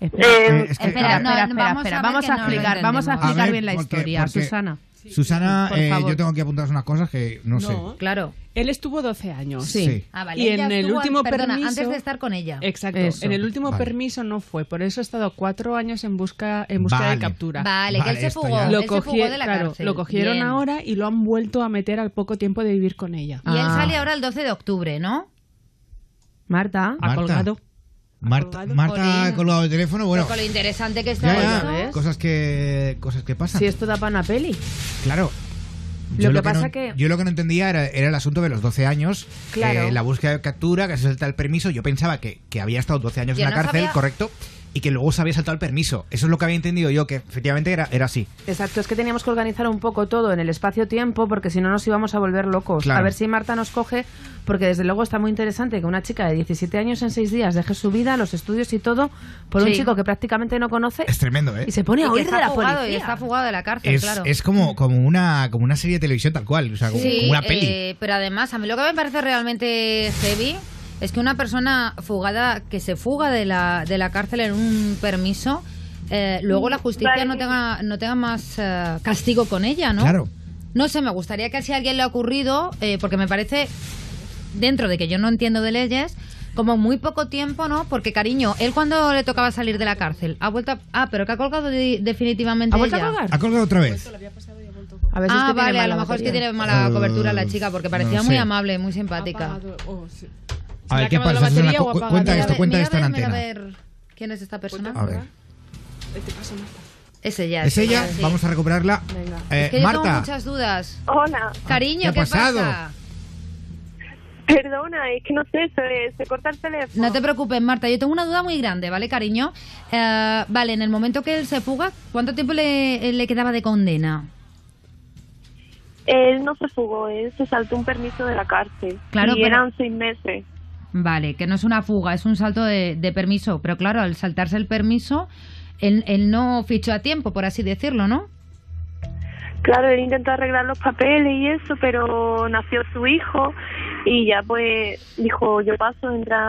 es que-
espera,
a ver.
espera, espera, espera. Vamos a explicar, vamos a explicar bien la historia, Susana.
Susana,
Por
eh,
favor.
yo tengo que apuntaros unas cosas que no, sé.
Claro.
Él estuvo 12 años.
Sí. Sí.
Ah, vale.
Y
Ella
en el
estuvo-
último
perdona,
permiso...
antes de estar con ella.
Exacto.
Eso.
En el último
Vale.
permiso no fue. Por eso he estado cuatro años en busca en búsqueda
Vale.
de captura.
Vale, que Vale, él se esto fugó, ya. él se fugó de la
claro,
cárcel.
Lo cogieron
Bien.
ahora y lo han vuelto a meter al poco tiempo de vivir con ella.
Y
Ah.
él sale ahora el 12 de octubre, ¿no?
Marta.
Ha
Marta.
colgado.
Marta, Marta ha colgado el teléfono, bueno.
Con lo interesante que está
Ya, ya,
esto.
cosas que cosas que pasan.
Si esto da para una peli.
Claro.
Lo que pasa
no,
que-
yo lo que no entendía era, era el asunto de los 12 años,
Claro.
eh, la búsqueda de captura, que se salta el permiso. Yo pensaba que, que había estado 12 años
Yo
en la
no
cárcel,
sabía-
correcto, y que luego se había saltado el permiso. Eso es lo que había entendido yo, que efectivamente era, era así.
Exacto, es que teníamos que organizar un poco todo en el espacio-tiempo porque si no nos íbamos a volver locos.
Claro.
A ver si Marta nos coge, porque desde luego está muy interesante que una chica de 17 años en 6 días deje su vida, los estudios y todo, por un
Sí.
chico que prácticamente no conoce.
Es tremendo, ¿eh?
Y se pone a
que
oír de
está
la
fugado,
policía.
Y está fugado de la cárcel,
Es,
claro.
es como, como, una, como una serie de televisión tal cual, o sea, como,
Sí,
como una peli.
eh, pero además, a mí lo que me parece realmente heavy es que una persona fugada, que se fuga de la, de la cárcel en un permiso, eh, luego la justicia
Vale.
no, tenga, no tenga más eh, castigo con ella, ¿no?
Claro.
No sé, me gustaría que si a alguien le ha ocurrido, eh, porque me parece, dentro de que yo no entiendo de leyes, como muy poco tiempo, ¿no? Porque, cariño, él cuando le tocaba salir de la cárcel, ha vuelto a- Ah, pero que ha colgado de- definitivamente
¿Ha vuelto a
ella.
colgar?
Ha colgado otra vez.
A ver si es
Ah,
que tiene
vale, a
mala
lo mejor es que
batería.
tiene mala
Eh,
cobertura la chica porque parecía
no
muy
sé.
amable, muy simpática.
eh.
A ver, ¿qué
acabado la
pasa? Susana?
batería o
Cu-
apagado?
cuenta
Mira,
esto,
Mira,
cuenta
mira
esto en
a ver,
antena.
mira a ver quién es esta persona.
A ver.
Este
Es ella.
Es ella,
sí.
vamos a recuperarla. Eh,
Es que yo tengo
Marta,
muchas dudas.
Hola.
Cariño,
¿Qué
¿qué,
ha pasado?
pasa?
Perdona, es que no sé, se, se corta el teléfono.
No te preocupes, Marta. Yo tengo una duda muy grande, ¿vale, cariño? Eh, vale, en el momento que él se fuga, ¿cuánto tiempo le, eh, le quedaba de condena?
Él no se fugó, él se saltó un permiso de la cárcel.
Claro,
y
pero-
eran seis meses.
Vale, que no es una fuga, es un salto de, de permiso. Pero claro, al saltarse el permiso, él, él no fichó a tiempo, por así decirlo, ¿no?
Claro, él intentó arreglar los papeles y eso, pero nació su hijo y ya pues dijo, yo paso a entrar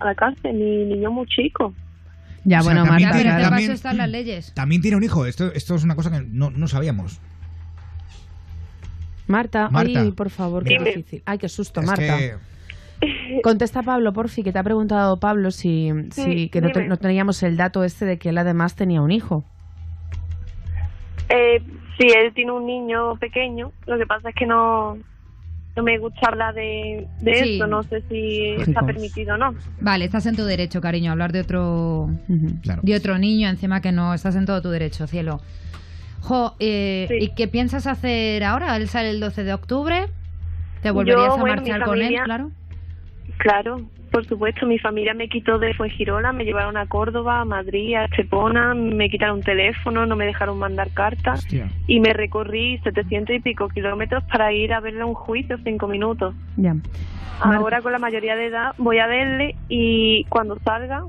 a la cárcel, mi niño muy chico.
Ya,
O sea,
bueno,
también
Marta.
tiene-
claro.
Para
También-
eso están las leyes.
también tiene un hijo. Esto, esto es una cosa que no, no sabíamos.
Marta,
Marta.
ay, por favor, qué
Dime.
difícil. Ay, qué susto,
Es
Marta.
que-
[LAUGHS]
Contesta Pablo, porfi, que te ha preguntado Pablo si,
Sí,
si- que no, te-
dime.
no teníamos el dato este de que él además tenía un hijo.
Eh, sí, él tiene un niño pequeño, lo que pasa es que no, no me gusta hablar de, de
Sí.
eso, no sé si
Lógico.
está permitido o no.
Vale, estás en tu derecho, cariño, a hablar de otro
Claro.
de otro niño encima que no estás en todo tu derecho, cielo. Jo, eh,
Sí.
¿y qué piensas hacer ahora? Él sale el 12 de octubre. ¿Te volverías
Yo,
a
bueno,
marchar
mi
con él,
familia-
claro?
Claro, por supuesto, mi familia me quitó de Fuengirola, me llevaron a Córdoba, a Madrid, a Estepona, me quitaron teléfono, no me dejaron mandar cartas
Hostia.
y me recorrí 700 y pico kilómetros para ir a verle un juicio cinco minutos.
Ya.
Ahora con la mayoría de edad voy a verle y cuando salga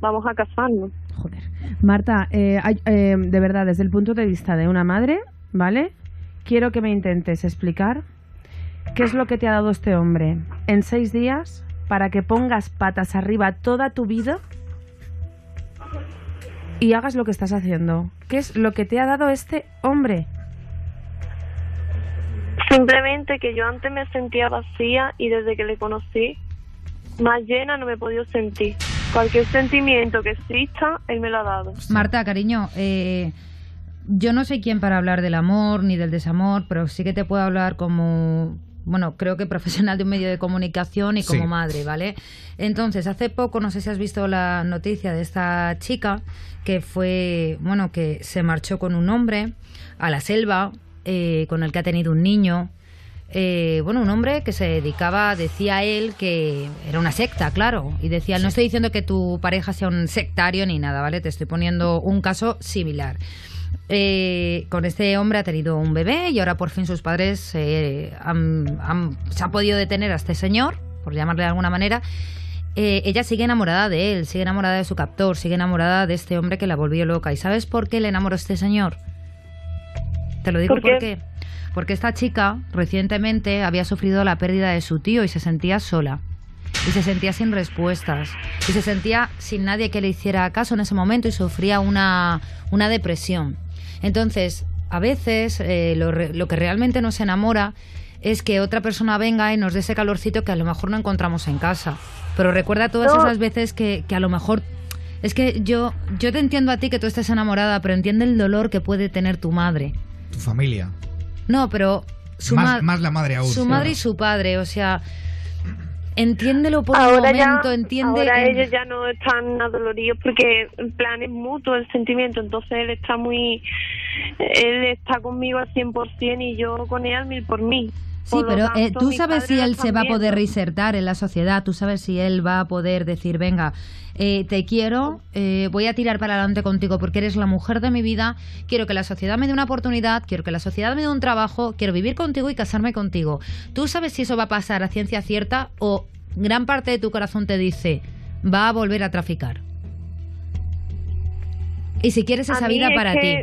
vamos a casarnos.
Joder. Marta, eh, hay- eh, de verdad, desde el punto de vista de una madre, ¿vale? Quiero que me intentes explicar qué es lo que te ha dado este hombre en seis días para que pongas patas arriba toda tu vida y hagas lo que estás haciendo. ¿Qué es lo que te ha dado este hombre?
Simplemente que yo antes me sentía vacía y desde que le conocí, más llena no me he podido sentir. Cualquier sentimiento que exista, él me lo ha dado.
Marta, cariño, eh, yo no soy quién para hablar del amor ni del desamor, pero sí que te puedo hablar como, bueno, creo que profesional de un medio de comunicación y como
Sí.
madre, ¿vale? Entonces, hace poco, no sé si has visto la noticia de esta chica que fue, bueno, que se marchó con un hombre a la selva, eh, con el que ha tenido un niño. Eh, bueno, un hombre que se dedicaba, decía él, que era una secta, claro. Y decía, no estoy diciendo que tu pareja sea un sectario ni nada, ¿vale? Te estoy poniendo un caso similar. eh, con este hombre ha tenido un bebé y ahora por fin sus padres eh, han- han- se ha podido detener a este señor, por llamarle de alguna manera. Eh, ella sigue enamorada de él, sigue enamorada de su captor, sigue enamorada de este hombre que la volvió loca. ¿Y sabes por qué le enamoró este señor? Te lo digo
¿Por
por
qué?
qué. Porque esta chica recientemente había sufrido la pérdida de su tío y se sentía sola. Y se sentía sin respuestas. Y se sentía sin nadie que le hiciera caso en ese momento y sufría una, una depresión. Entonces, a veces eh, lo, re- lo que realmente nos enamora es que otra persona venga y nos dé ese calorcito que a lo mejor no encontramos en casa. Pero recuerda todas
No.
esas veces que, que a lo mejor... Es que yo, yo te entiendo a ti que tú estés enamorada, pero entiende el dolor que puede tener tu madre.
Tu familia.
No, pero su ma-
Más- más la madre aún,
Su
sí.
madre y su padre, o sea, entiéndelo por un
ahora ya-
momento, entiende.
ahora
en-
ellos ya no están adoloridos porque en plan es mutuo el sentimiento, entonces él está muy, él está conmigo al 100% y yo con él al mil por mí.
Sí, pero eh, tú sabes si él se va a poder reinsertar en la sociedad, tú sabes si él va a poder decir, venga, eh, te quiero, eh, voy a tirar para adelante contigo porque eres la mujer de mi vida, quiero que la sociedad me dé una oportunidad, quiero que la sociedad me dé un trabajo, quiero vivir contigo y casarme contigo. Tú sabes si eso va a pasar a ciencia cierta o gran parte de tu corazón te dice, va a volver a traficar. Y si quieres esa vida para ti,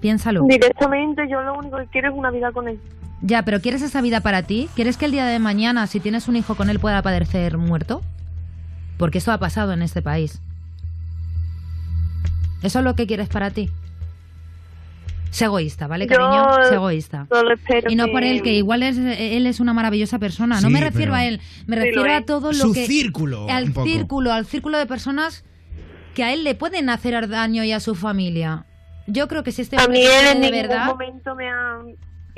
piénsalo.
Directamente yo lo único que quiero es una vida con él.
Ya, pero ¿quieres esa vida para ti? ¿Quieres que el día de mañana, si tienes un hijo con él, pueda padecer muerto? Porque esto ha pasado en este país. ¿Eso es lo que quieres para ti? Sé egoísta, ¿vale,
Yo
cariño? Sé egoísta.
solo espero
y no
que-
por él, que igual es, él es una maravillosa persona. no
Sí,
me refiero
pero-
a él, me
Sí, lo
refiero a
es.
todo lo
Su
que...
círculo,
Al
un poco.
círculo, al círculo de personas que a él le pueden hacer daño y a su familia. Yo creo que si este
A
hombre
mí él
quiere
en
de
ningún
verdad...
momento me ha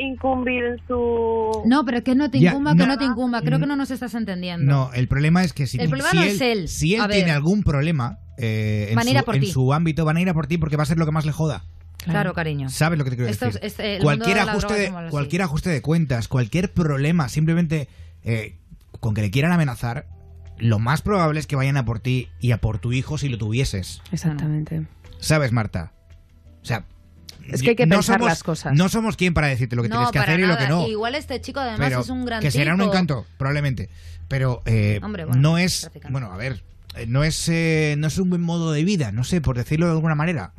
incumbido en su...
No, pero que no te
Ya,
incumba,
no. mm,
que no te incumba. Creo que no nos estás entendiendo.
No, el problema es que si,
El problema
si
no
él,
es él.
Si él
A ver.
tiene algún problema eh, en,
Van a ir a
su,
por
en
ti.
su ámbito, van a ir a por ti porque va a ser lo que más le joda.
Claro, cariño.
¿Sabes lo que te quiero
Esto
decir?
es- es- el mundo
cualquier,
de la
ajuste
droga es
de,
como lo
cualquier ajuste de cuentas, cualquier problema, simplemente eh, con que le quieran amenazar, lo más probable es que vayan a por ti y a por tu hijo si lo tuvieses.
Exactamente.
¿Sabes, Marta? O sea...
Es que hay que pensar
somos-
las cosas.
No somos quien para decirte lo que tienes que
para
hacer y lo
nada.
que no.
Igual este chico además
Pero
es un gran
que será un
tipo.
encanto probablemente pero eh,
Hombre, bueno,
no es
traficante.
bueno a ver eh, no es eh, no es un buen modo de vida no sé por decirlo de alguna manera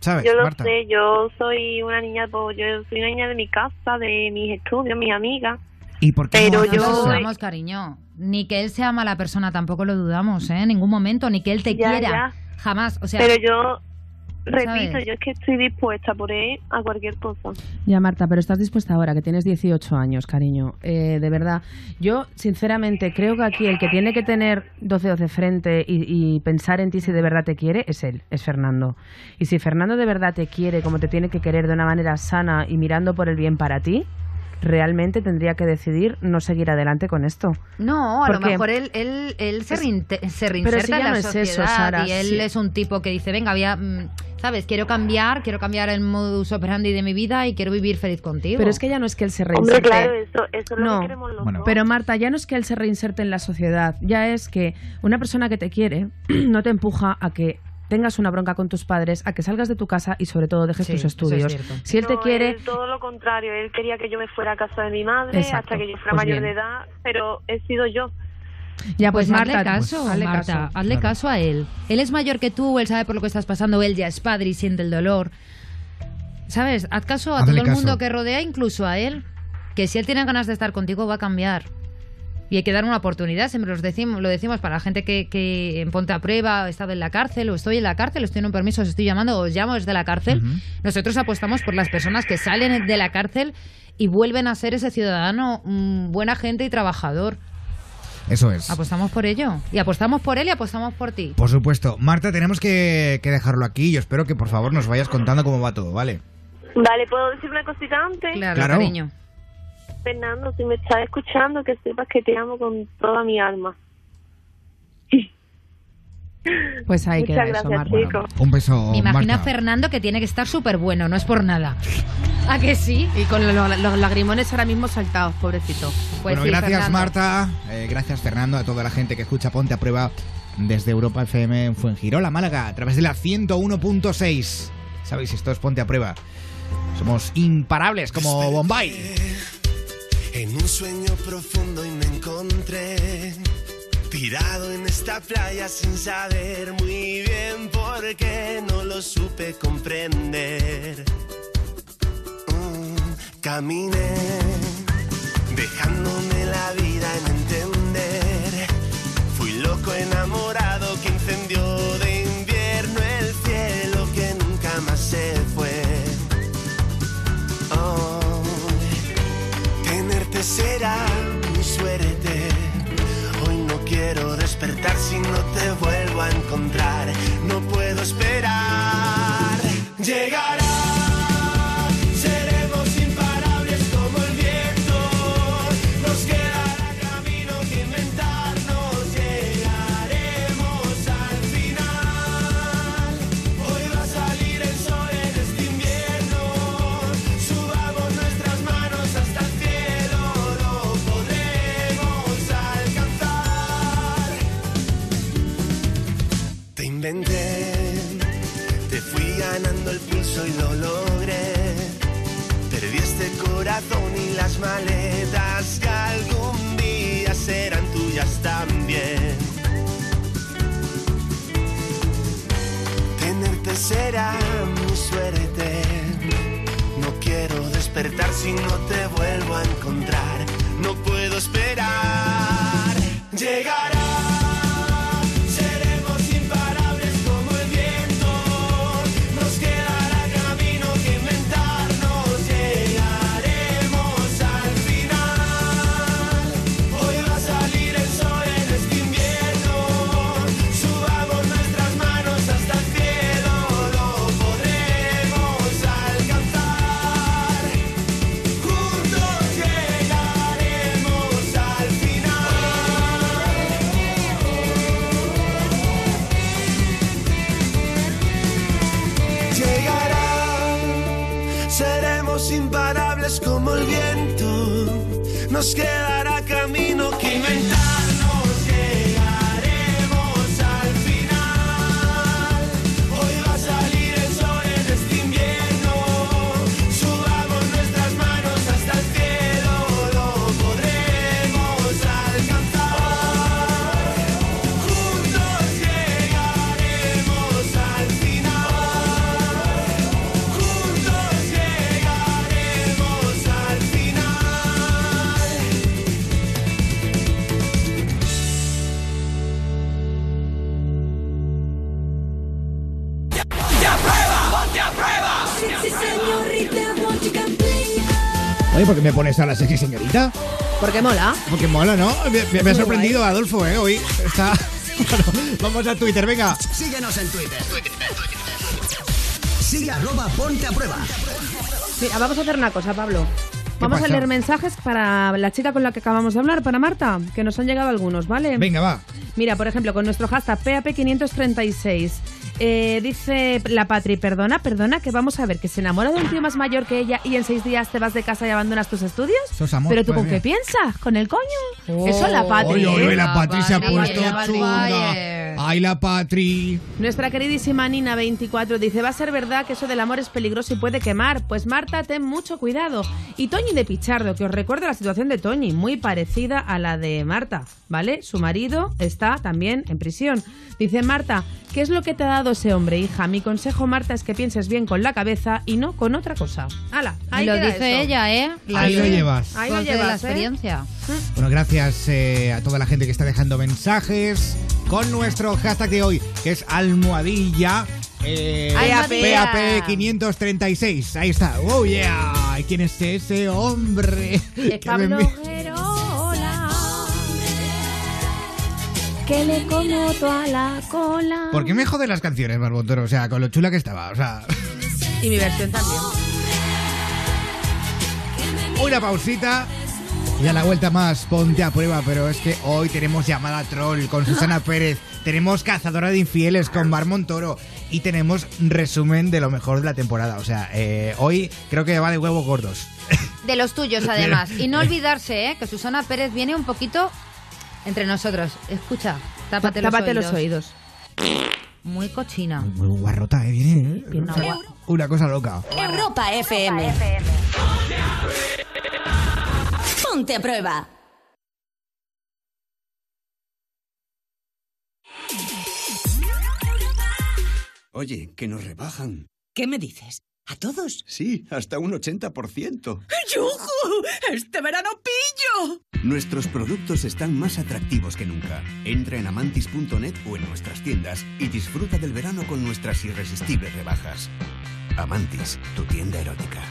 sabes
Yo lo
Marta
sé, yo soy una niña, pues, yo soy una niña de mi casa, de mis estudios, mis amigas.
y por qué
No
no haces
lo
eso?
dudamos, cariño. Ni que él sea mala persona, tampoco lo dudamos, ¿eh? En ningún momento. Ni que él te
Ya,
quiera. Jamás. O sea,
pero yo, repito,
¿sabes?
yo es que estoy dispuesta por él a cualquier cosa.
Ya, Marta, pero estás dispuesta ahora, que tienes 18 años, cariño. Eh, de verdad, yo sinceramente creo que aquí el que tiene que tener 12 de frente y, y pensar en ti si de verdad te quiere es él, es Fernando. Y si Fernando de verdad te quiere como te tiene que querer de una manera sana y mirando por el bien para ti, realmente tendría que decidir no seguir adelante con esto.
No, a lo
Porque-
mejor él, él, él se,
Es-
reinte- se
pero
reinserta
si ya
en la
no es
sociedad
eso, Sara,
y él
sí.
es un tipo que dice, venga, voy a, mm, ¿sabes? Quiero cambiar, quiero cambiar el modus operandi de mi vida y quiero vivir feliz contigo.
Pero es que ya no es que él se reinserte.
Hombre, claro, eso, eso es lo
No.
que queremos los dos.
Pero Marta, ya no es que él se reinserte en la sociedad, ya es que una persona que te quiere [CLEARS THROAT] no te empuja a que tengas una bronca con tus padres, a que salgas de tu casa y sobre todo dejes
Sí,
tus
eso es
estudios.
cierto.
si él te
No,
quiere,
él todo lo contrario, él quería que yo me fuera a casa de mi madre
Exacto,
hasta que yo fuera
pues
mayor
bien.
de edad, pero he sido yo.
ya pues,
Pues
Marta,
hazle caso,
pues, hazle
Marta,
caso.
hazle caso a él. Él es mayor que tú, él sabe por lo que estás pasando, él ya es padre y siente el dolor. ¿Sabes? Haz caso a
Hazle
todo el
caso.
mundo que rodea, incluso a él. Que si él tiene ganas de estar contigo, va a cambiar. Y hay que dar una oportunidad, siempre los decimos, lo decimos para la gente que, que en Ponte a Prueba ha estado en la cárcel, o estoy en la cárcel, o estoy en un permiso, os estoy llamando, os llamo desde la cárcel. Nosotros apostamos por las personas que salen de la cárcel y vuelven a ser ese ciudadano mm, buena gente y trabajador.
eso es
Apostamos por ello. Y apostamos por él y apostamos por ti.
por supuesto Marta tenemos que, que dejarlo aquí yo espero que por favor nos vayas contando cómo va todo vale
Vale, ¿puedo decir una cosita antes?
Claro,
Claro.
cariño.
Fernando, si me estás escuchando, que sepas que te amo con toda mi alma.
Pues ahí
eh, Muchas
queda eso,
gracias,
Marta.
chicos.
un beso
Me imagino a
Marta
Fernando que tiene que estar súper bueno, no es por nada. ¿A que sí?
Y con lo- lo- los, lagrimones ahora mismo saltados, pobrecito.
Pues
bueno,
sí,
gracias
Fernando.
Marta, eh, gracias Fernando, a toda la gente que escucha Ponte a Prueba desde Europa FM en Fuengirola, Málaga, a través de la 101.6. Sabéis, esto es ponte a prueba. Somos imparables como Bombay.
En un sueño profundo y me encontré tirado en esta playa sin saber muy bien por qué no lo supe comprender. Mm, caminé dejándome la vida en entender. Fui loco enamorado que incendió de invierno el cielo que nunca más se fue. Oh, tenerte será mi suerte. Hoy no quiero despertar si no te vuelvo a encontrar. No puedo esperar. Llegará. Seremos imparables como el viento. Nos quedará camino que inventarnos. Llegaremos al final. Hoy va a salir el sol en este invierno. Subamos nuestras manos hasta el cielo, lo podremos alcanzar. Te inventé, te fui ganando el pulso y lo logré. Perdí este corazón y las maletas que algún día serán tuyas también. Tenerte será mi suerte. No quiero despertar si no te vuelvo a encontrar. No puedo esperar. Llegará. Seremos imparables como el viento. Nos quedará camino que inventarnos. Llegaremos al final. Hoy va a salir el sol en este invierno. Subamos nuestras manos hasta el cielo. Lo podremos alcanzar. Juntos llegaremos al final. Llegará, seremos imparables como el viento nos quedará camino que inventarnos. Llegaremos al final. Hoy va a salir el sol en este invierno. Subamos nuestras manos hasta el cielo. Lo podremos alcanzar. Juntos llegaremos al final. Juntos llegaremos al final.
Oye, ¿por qué me pones a la sexy señorita?
Porque mola.
Porque mola, ¿no? Me, me- me
Muy
ha sorprendido Adolfo, ¿eh? Hoy está... [LAUGHS] Bueno, vamos a Twitter, venga.
Síguenos en Twitter. Sigue arroba ponte a prueba.
Mira, ah, vamos a hacer una cosa, Pablo. Vamos a
pasa?
leer mensajes para la chica con la que acabamos de hablar, para Marta, que nos han llegado algunos, ¿vale?
Venga, va.
Mira, por ejemplo, con nuestro hashtag PAP536. eh, dice la Patri, perdona, perdona, que vamos a ver, que se enamora de un tío más mayor que ella y en seis días te vas de casa y abandonas tus estudios.
Eso es amor,
Pero tú
madre
con
mía. Oh.
qué piensas, con el coño. Eso es la Patri.
Oye,
¿eh?
oye, la Patri se ha
Patri,
puesto
la Patri. Oye.
chunga. Ay, la Patri.
Nuestra queridísima Nina24 dice, va a ser verdad que eso del amor es peligroso y puede quemar. Pues Marta, ten mucho cuidado. Y Toñi de Pichardo, que os recuerdo la situación de Toñi, muy parecida a la de Marta, ¿vale? Su marido está también en prisión. Dice Marta, ¿qué es lo que te ha dado ese hombre, hija? Mi consejo, Marta, es que pienses bien con la cabeza y no con otra cosa. ¡Hala! Ahí
lo
queda
dice
eso.
ella, ¿eh?
Ahí lo llevas.
Ahí lo
Porque de la
llevas, ¿eh?
experiencia.
Bueno, gracias eh, a toda la gente que está dejando mensajes con nuestro hashtag de hoy, que es almohadilla. eh,
Ay, apea.
PAP 536. Ahí está. ¡Oh, yeah! ¿Quién es ese
[LAUGHS]
hombre?
Es
[LAUGHS] que me
Pablo
envi-
Gerola. Que le como toda la cola.
¿Por qué me joden las canciones, Barbotoro? O sea, con lo chula que estaba. O sea,
Y mi versión también.
una pausita. Y a la vuelta más, ponte a prueba, pero es que hoy tenemos llamada troll con
[GASPS]
Susana Pérez, tenemos cazadora de infieles con Mar Montoro y tenemos resumen de lo mejor de la temporada. O sea, eh, hoy creo que va de huevos gordos.
De los tuyos, además. Y
[LAUGHS]
no olvidarse, ¿eh? Que Susana Pérez viene un poquito entre nosotros. Escucha, tápate,
Tápate
los,
los
oídos. Muy cochina.
Muy guarrota, ¿eh? Viene, ¿eh?
Pierna, gua-
una cosa loca.
Europa FM. Ponte a prueba.
Oye, que nos rebajan.
¿Qué me dices? ¿A todos?
Sí, hasta un 80%.
¡Yujú! ¡Este verano pillo!
Nuestros productos están más atractivos que nunca. Entra en amantis.net o en nuestras tiendas y disfruta del verano con nuestras irresistibles rebajas. Amantis, tu tienda erótica.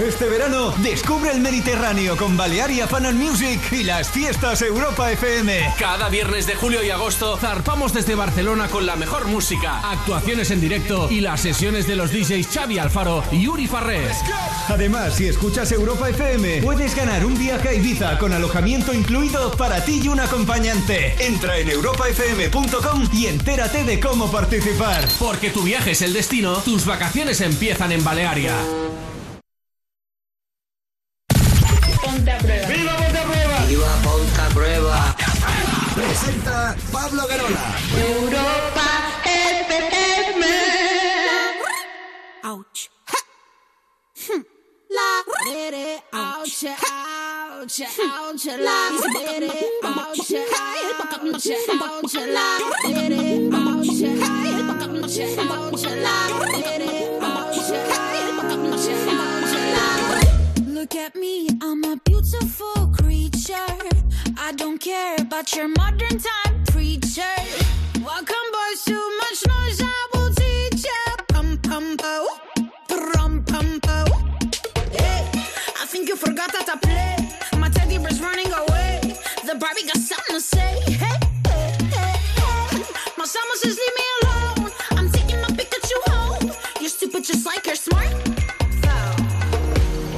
Este verano descubre el Mediterráneo con Balearia Fan and Music y las fiestas Europa FM.
Cada viernes de julio y agosto zarpamos desde Barcelona con la mejor música, actuaciones en directo y las sesiones de los DJs Xavi Alfaro y Uri Farré.
Además, si escuchas Europa FM, puedes ganar un viaje a Ibiza con alojamiento incluido para ti y un acompañante. Entra en europafm.com y entérate de cómo participar.
Porque tu viaje es el destino, tus vacaciones empiezan en Balearia.
Ponte a prueba. ¡Viva Ponte a prueba! ¡Viva Ponte a prueba! Presenta Pablo Guerola. Europa FM.
Ouch. La mere ouch, ouch, ouch, la mere ouch, ouch, ouch, la mere ouch, ouch, ouch, la mere ouch, ouch, ouch, la.
Look at me, I'm a beautiful creature. I don't care about your modern time preacher. Welcome, boys, too much noise. I will teach ya. Pum pum pow, pum pum pow. Hey, I think you forgot that I play. My teddy bear's running away. The Barbie got something to say. Hey, hey, hey, hey. My summer says leave me alone. I'm taking my Pikachu home. You're stupid just like you're smart.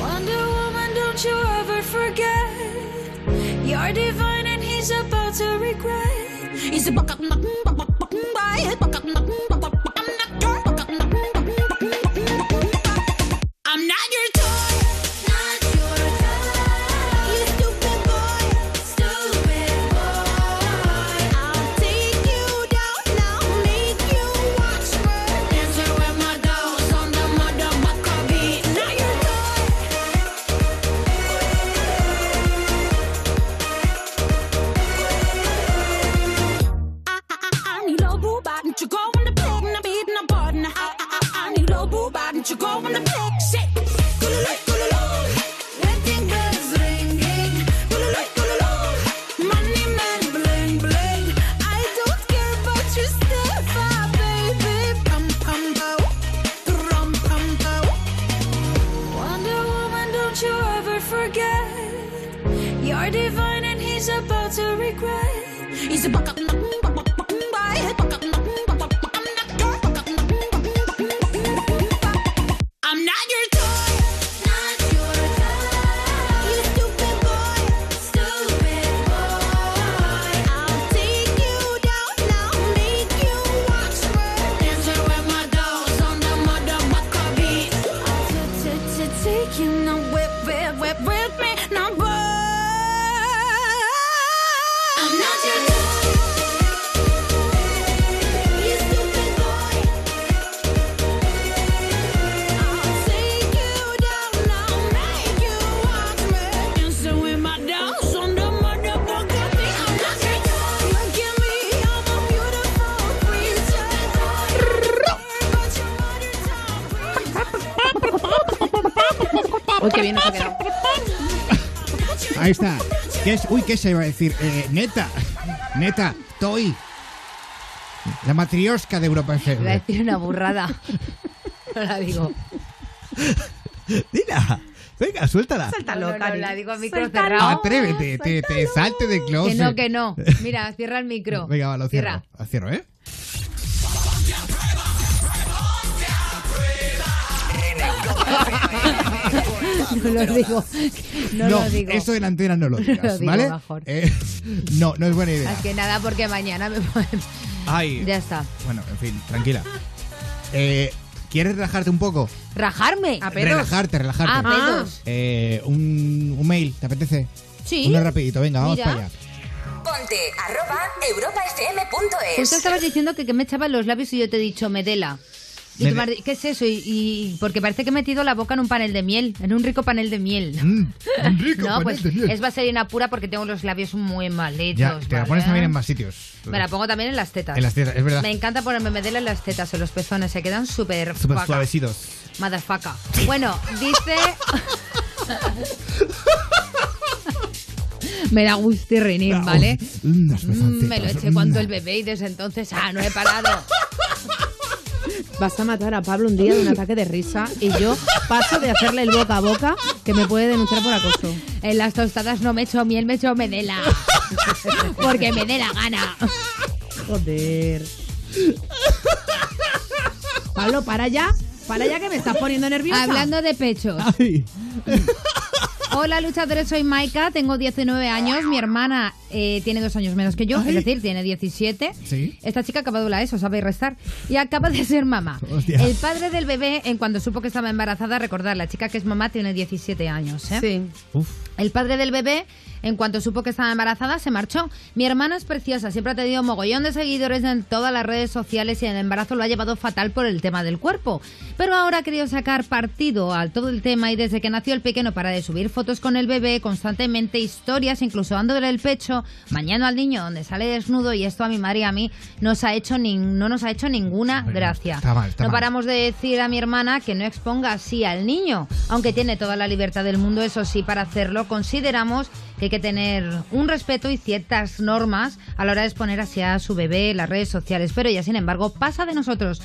Wonder Woman, don't you ever forget You're divine and he's about to regret He's a buck up not buck buck buck by buck up not buck buck buck I'm not your buck up not buck buck buck buck. I'm not your toy not your toy You stupid boy stupid boy I'll take you down now make you watch me dancing with my dolls on the mother Maccabee not your toy
I need a boo bot to go on the plug and I'm eating a button. I, I, I, I need a boo bot to go on the plug. Shit. Kululu, kululu. Wedding bells ringing. Kululu, kululu. Money man bling bling. I don't care about your stuff, ah, baby. Pum pum pow. Rum pum pow.
Wonder Woman, don't you ever forget You're divine and he's about to regret He's a buck up and
I'm not your toy. Not your toy. You stupid boy. Stupid boy. I'll take you down now. Make you watch me. Dancing with my dolls on the mother Maccabee.
Take you now whip, whip, whip, whip me now
I'm not your toy. You stupid boy. I'll take you down now. Make you watch me. Dancing with my dolls on the mother Maccabee. I'm not your toy. Look at me. I'm a beautiful creature.
Uy, qué bien nos ha quedado.
Ahí está. ¿Qué es? Uy, ¿qué se iba a decir? Eh, neta, neta, Toy. La matriosca de Europa
Iba a
FM.
decir una burrada. [LAUGHS] No la digo.
Dila. Venga, suéltala.
No, no, no, la digo a micro
Suéltalo.
cerrado.
Atrévete, te, te salte de
Que
closet.
no, que
[LAUGHS]
no. Mira, cierra el micro.
Venga, va, lo
Cierra.
cierro. Lo cierro, ¿eh?
No lo digo. [LAUGHS] No, lo digo.
eso en antena no lo
[LAUGHS] No
digas,
lo digo,
¿vale?
mejor.
Eh, no, no es buena idea.
Así que nada, porque mañana me ponen-
Ay,
Ya está.
bueno, en fin, tranquila. Eh, ¿Quieres relajarte un poco?
¿Rajarme? ¿A
Relajarte, relajarte.
Ah, pedos.
Eh, un, un mail, ¿te apetece?
Sí.
Uno rapidito, venga, vamos
Mira.
para allá.
Ah. Ponte arroba europafm.es.
Justo estabas diciendo que, que me echaba los labios y yo te he dicho, medela. Y
Me
tu
de-
madre, ¿Qué es eso? Y, y- porque parece que he metido la boca en un panel de miel, en un rico panel de miel.
Mm,
[LAUGHS]
rico
no,
panel
pues
de miel.
es vaselina pura porque tengo los labios muy mal hechos.
Ya, te la
¿vale?
pones también en más sitios.
Me la pongo también en las tetas.
En las tetas, es verdad.
Me encanta ponerme medela en las tetas o los pezones, se quedan súper
Súper
faca.
suavecitos.
Motherfucker. Bueno,
[LAUGHS]
dice. Me da gusto reír, ¿vale? Mm, Me lo eché cuando el bebé y desde entonces, ah, no he parado.
Vas a matar a Pablo un día
[LAUGHS]
de un ataque de risa y yo paso de hacerle el boca a boca que me puede denunciar por acoso.
En las tostadas no me echo miel, me echo
[LAUGHS]
medela. Porque me dé la gana.
Joder. Pablo, para ya. Para ya que me estás poniendo nerviosa.
Hablando de pechos. Hola luchadores, soy Maika, tengo 19 años, mi hermana eh, tiene dos años menos que yo, es decir, tiene 17.
Sí.
Esta chica acaba de la ESO, sabe restar, y acaba de ser mamá.
Hostia.
El padre del bebé, en cuando supo que estaba embarazada, recordar, la chica que es mamá tiene 17 años. ¿eh? El padre del bebé, en cuanto supo que estaba embarazada, se marchó. Mi hermana es preciosa, siempre ha tenido mogollón de seguidores en todas las redes sociales y el embarazo lo ha llevado fatal por el tema del cuerpo. Pero ahora ha querido sacar partido a todo el tema y desde que nació el pequeño para de subir fotos con el bebé constantemente, historias, incluso dándole el pecho, mañana al niño donde sale desnudo y esto a mi madre y a mí nos ha hecho nin- no nos ha hecho ninguna gracia.
está mal, está
no
mal.
paramos de decir a mi hermana que no exponga así al niño, aunque tiene toda la libertad del mundo, eso sí, para hacerlo consideramos que hay que tener un respeto y ciertas normas a la hora de exponer así a su bebé en las redes sociales, pero ella sin embargo pasa de nosotros.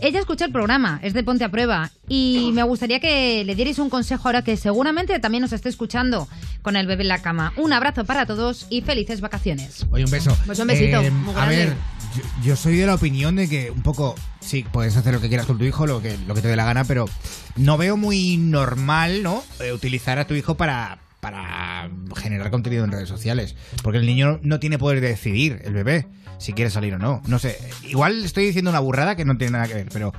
Ella escucha el programa, es de Ponte a Prueba, y me gustaría que le dierais un consejo ahora que seguramente también nos esté escuchando con el bebé en la cama. Un abrazo para todos y felices vacaciones.
Oye, un beso. Eh,
Pues un besito, muy
a
grande.
ver, yo, yo soy de la opinión de que un poco, sí, puedes hacer lo que quieras con tu hijo, lo que, lo que te dé la gana, pero no veo muy normal, ¿no? Eh, utilizar a tu hijo para para generar contenido en redes sociales, porque el niño no tiene poder de decidir, el bebé, si quiere salir o no. No sé, igual estoy diciendo una burrada que no tiene nada que ver, pero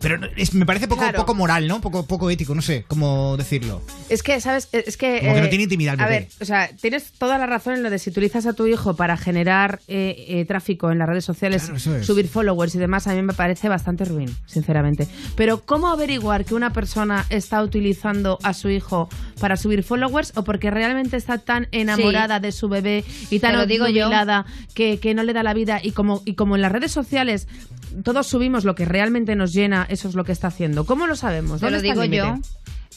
pero no- es- me parece poco poco moral, ¿no? Poco poco ético, no sé cómo decirlo.
Es que, ¿sabes? Es que. eh,
Como que no tiene intimidad el
A
bebé.
ver, o sea, tienes toda la razón en lo de si utilizas a tu hijo para generar eh, eh, tráfico en las redes sociales,
Claro, eso es.
subir followers y demás, a mí me parece bastante ruin, sinceramente. Pero, ¿cómo averiguar que una persona está utilizando a su hijo para subir followers o porque realmente está tan enamorada de su bebé y
Te
tan
lo digo yo.
obnubilada que, que no le da la vida? Y como, y como en las redes sociales. Todos subimos lo que realmente nos llena, eso es lo que está haciendo. ¿Cómo lo sabemos?
Te
¿Dónde
lo
está el
digo yo.
límite?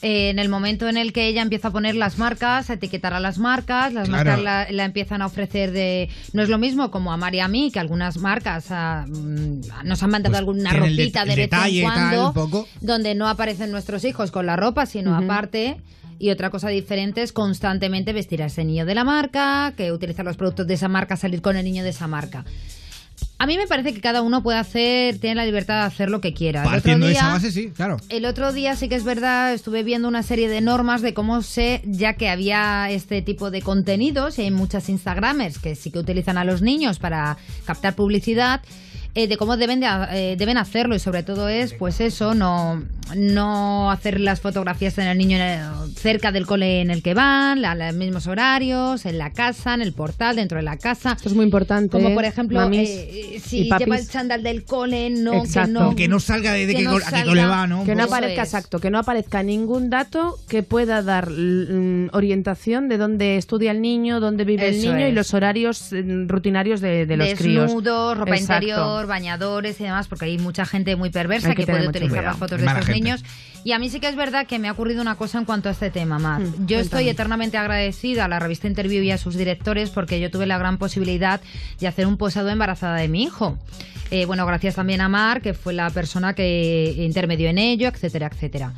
eh, en el momento en el que ella empieza a poner las marcas, a etiquetar a las marcas, las
Claro.
marcas la, la empiezan a ofrecer de... No es lo mismo como a Mari y a mí, que algunas marcas ah, mm, nos han mandado alguna
tiene Pues el de-
ropita de,
el
vez
detalle,
en
tal,
cuando,
un poco.
donde no aparecen nuestros hijos con la ropa, sino
Ujú.
aparte... Y otra cosa diferente es constantemente vestir a ese niño de la marca, que utilizar los productos de esa marca, salir con el niño de esa marca. A mí me parece que cada uno puede hacer, tiene la libertad de hacer lo que quiera. El otro
Partiendo de esa
día-
base, sí, claro.
el otro día sí que es verdad, estuve viendo una serie de normas de cómo sé, ya que había este tipo de contenidos, y hay muchas Instagramers que sí que utilizan a los niños para captar publicidad, eh, de cómo deben, de ha- eh, deben hacerlo y sobre todo es, pues eso, no, no hacer las fotografías en el niño en el- cerca del cole en el que van, a los mismos horarios, en la casa, en el portal, dentro de la casa. Esto
es muy importante.
Como por ejemplo,
mamis
eh, eh,
y
si lleva
papis.
el chándal del cole, no,
Exacto.
que no...
Que no salga de, de
que
que,
no
gol- a qué
salga-
gol le va, ¿no? Un
Que no
poco.
aparezca, exacto, que no aparezca ningún dato que pueda dar mm, orientación de dónde estudia el niño, dónde vive el
Eso
niño y
es.
los horarios mm, rutinarios de, de los críos.
desnudos, ropa
Exacto.
interior, bañadores y demás, porque hay mucha gente muy perversa
Hay
que,
que
puede
tener mucho
utilizar
cuidado.
las fotos
Hay
de
mala
estos
gente.
niños. Y a mí sí que es verdad que me ha ocurrido una cosa en cuanto a este tema, Mar.
Mm,
yo
cuéntame.
estoy eternamente agradecida a la revista Interview y a sus directores porque yo tuve la gran posibilidad de hacer un posado embarazada de mi hijo. Eh, bueno, gracias también a Mar, que fue la persona que intermedió en ello, etcétera, etcétera.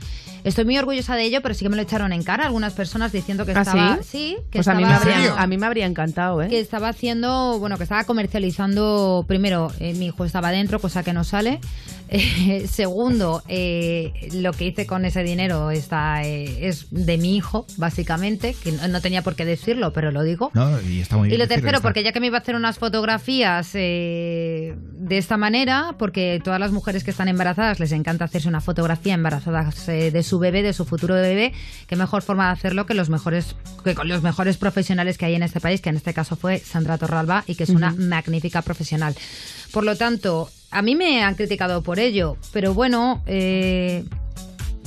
Estoy muy orgullosa de ello, pero sí que me lo echaron en cara algunas personas diciendo que
¿Ah,
estaba...
sí?
que
pues a mí, me
estaba-
habría, a mí me habría encantado, ¿eh?
que estaba haciendo, bueno, que estaba comercializando, primero, eh, mi hijo estaba dentro, cosa que no sale. [LAUGHS] Eh, segundo, eh, lo que hice con ese dinero está, eh, es de mi hijo, básicamente, que no, no tenía por qué decirlo, pero lo digo.
No, y está muy
Y
bien.
lo
decirlo,
tercero,
está.
porque ya que me iba a hacer unas fotografías eh, de esta manera, porque todas las mujeres que están embarazadas les encanta hacerse una fotografía embarazadas eh, de su su bebé, de su futuro bebé, qué mejor forma de hacerlo que los mejores que con los mejores profesionales que hay en este país, que en este caso fue Sandra Torralba y que es una
Ujú.
magnífica profesional. Por lo tanto, a mí me han criticado por ello, pero bueno, eh,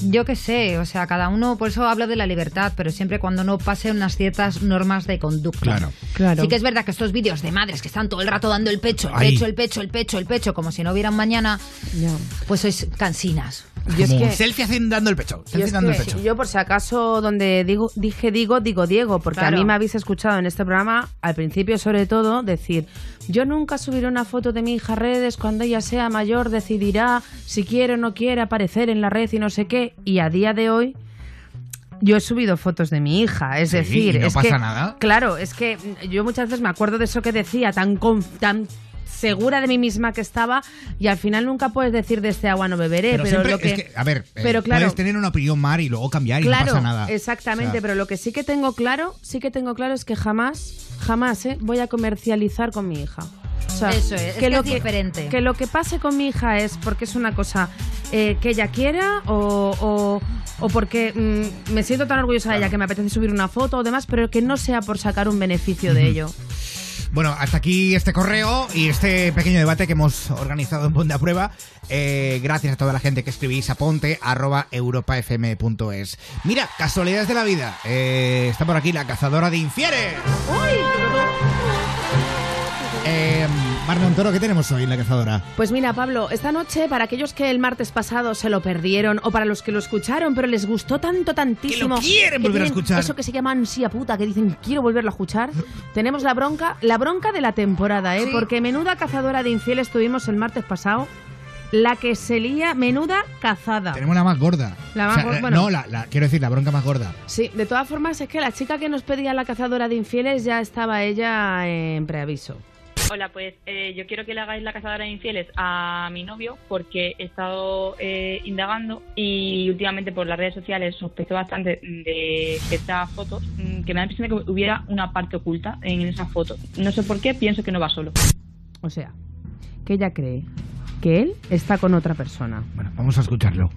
yo qué sé, o sea, cada uno, por eso hablo de la libertad, pero siempre cuando no pase unas ciertas normas de conducta.
Claro.
Sí que es verdad que estos vídeos de madres que están todo el rato dando el pecho, el
Ahí.
pecho, el pecho, el pecho, el pecho, como si no hubieran mañana, pues sois cansinas.
Yo es
Como
que-
Selfie haciendo dando el pecho.
Yo,
Selfie
es
dando el
que-
pecho.
yo, por si acaso donde digo, dije digo, digo Diego, porque
Claro.
a mí me habéis escuchado en este programa, al principio sobre todo, decir, yo nunca subiré una foto de mi hija a redes, cuando ella sea mayor decidirá si quiere o no quiere aparecer en la red y no sé qué, y a día de hoy... Yo he subido fotos de mi hija, es
Sí,
decir,
y no
es
pasa
que-
nada.
Claro, es que yo muchas veces me acuerdo de eso que decía, tan, con- tan segura de mí misma que estaba, y al final nunca puedes decir de este agua no beberé, pero,
siempre
lo que,
es que, a ver, eh,
pero claro-
puedes tener una opinión mar y luego cambiar y
claro,
no pasa nada.
Exactamente,
O sea,
pero lo que sí que tengo claro, sí que tengo claro es que jamás, jamás eh, voy a comercializar con mi hija. O sea,
Eso es, es que es diferente.
Que lo que pase con mi hija es porque es una cosa eh, que ella quiera o, o- o porque mm, me siento tan orgullosa de ella que me apetece subir una foto o demás, pero que no sea por sacar un beneficio de
Ujú.
ello.
Bueno, hasta aquí este correo y este pequeño debate que hemos organizado en Ponte a Prueba. Eh, gracias a toda la gente que escribís a ponte arroba europafm.es. Mira, casualidades de la vida. Eh, está por aquí la cazadora de infieres. Eh, Mar Montoro, ¿qué tenemos hoy en la cazadora?
Pues mira, Pablo, esta noche, para aquellos que el martes pasado se lo perdieron o para los que lo escucharon, pero les gustó tanto, tantísimo.
Que lo quieren volver a
tienen
escuchar.
Eso que se llama ansia puta, que dicen quiero volverlo a
[LAUGHS]
escuchar. tenemos la bronca, la bronca de la temporada, ¿eh? Porque menuda cazadora de infieles tuvimos el martes pasado. La que se lía, menuda cazada.
Tenemos la más gorda.
La más gor-
eh,
bueno.
No, la, la- quiero decir, la bronca más gorda.
Sí, de todas formas, es que la chica que nos pedía la cazadora de infieles ya estaba ella en preaviso.
Hola, pues eh, yo quiero que le hagáis la cazadora de infieles a mi novio porque he estado eh, indagando y últimamente por las redes sociales sospecho bastante de estas fotos mm, que me da la impresión de que hubiera una parte oculta en esas fotos. No sé por qué, pienso que no va solo.
O sea, que ella cree que él está con otra persona.
Bueno, vamos a escucharlo.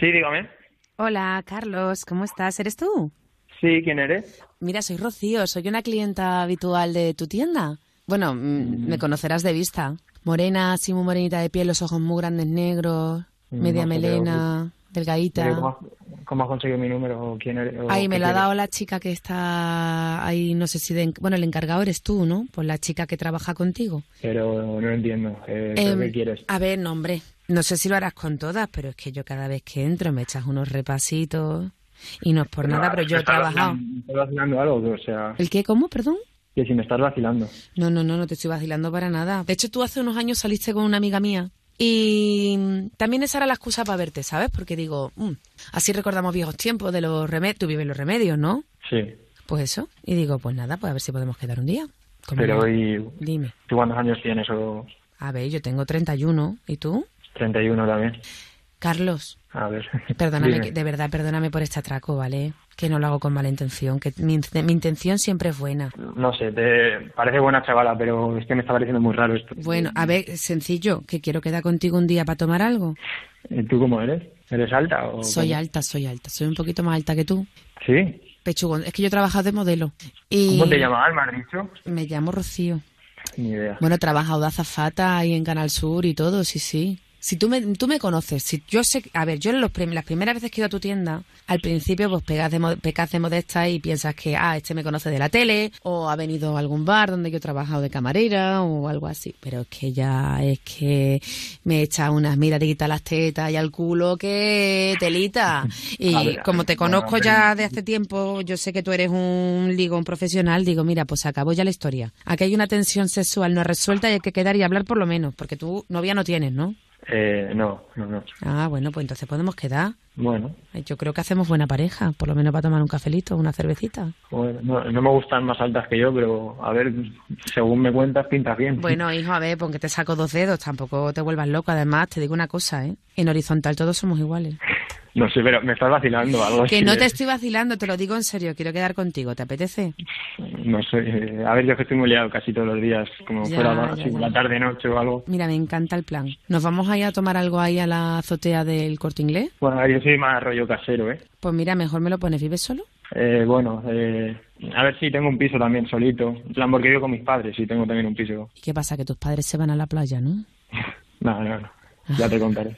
Sí, dígame.
Hola, Carlos, ¿cómo estás? ¿Eres tú?
Sí, ¿quién eres?
Mira, soy Rocío, soy una clienta habitual de tu tienda. Bueno, mm, me conocerás de vista. Morena, así muy morenita de piel, los ojos muy grandes negros,
Mm,
media
no sé,
melena,
Oye, Eh, ¿Cómo
delgadita.
has, cómo has conseguido mi número? ¿O ¿Quién eres? ¿O
Ahí me
qué
lo ha
quieres?
dado la chica que está ahí, no sé si de, bueno, el encargado eres tú, ¿no? Pues la chica que trabaja contigo.
Pero no entiendo. Eh, ¿pero
Em,
¿Qué quieres?
A ver, no, hombre. No sé si lo harás con todas, pero es que yo cada vez que entro me echas unos repasitos. Y no es por nada, pero yo he
¿Estás
trabajado.
vacilando- ¿Estás vacilando algo? O sea,
¿El qué? ¿Cómo? Perdón.
que si me estás vacilando.
No, no, no, no te estoy vacilando para nada. De hecho, tú hace unos años saliste con una amiga mía. Y mm, también esa era la excusa para verte, ¿sabes? Porque digo, mm, así recordamos viejos tiempos de los remedios. Tú vives los remedios, ¿no?
Sí.
Pues eso. Y digo, pues nada, pues a ver si podemos quedar un día. ¿Cómo
Pero
no?
hoy,
Dime.
¿tú cuántos años tienes? ¿O
A ver, yo tengo 31. ¿Y tú?
31 también?
Carlos.
A ver.
Perdóname,
dime.
que- de verdad, perdóname por este atraco, ¿vale? Que no lo hago con mala intención, que mi, in- mi intención siempre es buena.
No sé, te parece buena chavala, pero es que me está pareciendo muy raro esto.
Bueno, a ver, sencillo, que quiero quedar contigo un día para tomar algo.
¿Y ¿Tú cómo eres? ¿Eres alta o...?
Soy
cómo?
alta, soy alta, soy un poquito más alta que tú.
¿Sí?
Pechugón, es que yo he trabajado de modelo. Y
¿Cómo te llamas, me has dicho?
Me llamo Rocío.
Ni idea.
Bueno, he trabajado de azafata y en Canal Sur y todo, sí, sí. Si tú me, tú me conoces, si yo sé, a ver, yo los prim- las primeras veces que he ido a tu tienda, al principio pues pegas de, mo- pecas de modesta y piensas que, ah, este me conoce de la tele, o ha venido a algún bar donde yo he trabajado de camarera, o algo así. Pero es que ya es que me echa unas miraditas a las tetas y al culo que telita. A Y ver, como te bueno, conozco pero- ya de hace tiempo, yo sé que tú eres un ligón profesional, digo, mira, pues se acabó ya la historia. Aquí hay una tensión sexual no resuelta y hay que quedar y hablar por lo menos, porque tú novia no tienes, ¿no?
Eh, no, no, no.
Ah, bueno, pues entonces podemos quedar.
Bueno,
Ay, Yo creo que hacemos buena pareja, por lo menos para tomar un cafelito, una cervecita.
Joder, no, no me gustan más altas que yo, pero a ver, según me cuentas, pintas bien.
Bueno, hijo, a ver, porque te saco dos dedos, tampoco te vuelvas loco. Además, te digo una cosa, ¿eh? En horizontal todos somos iguales.
[LAUGHS] No sé, pero me estás vacilando algo.
Que
así ¿eh?
no
de-
te estoy vacilando, te lo digo en serio, quiero quedar contigo, ¿te apetece?
No sé, eh, a ver, yo que estoy muy liado casi todos los días, como
Ya,
fuera
ya,
así,
ya.
por la tarde, noche o algo.
Mira, me encanta el plan. ¿Nos vamos a ir a tomar algo ahí a la azotea del corte inglés?
Bueno, a ver, yo soy más rollo casero, ¿eh?
Pues mira, mejor me lo pones, ¿vives solo?
Eh, bueno, eh, a ver si tengo un piso también solito. En plan, porque vivo con mis padres y tengo también un piso.
¿Y qué pasa? Que tus padres se van a la playa, ¿no?
No, no, no. Ya te
[LAUGHS]
contaré.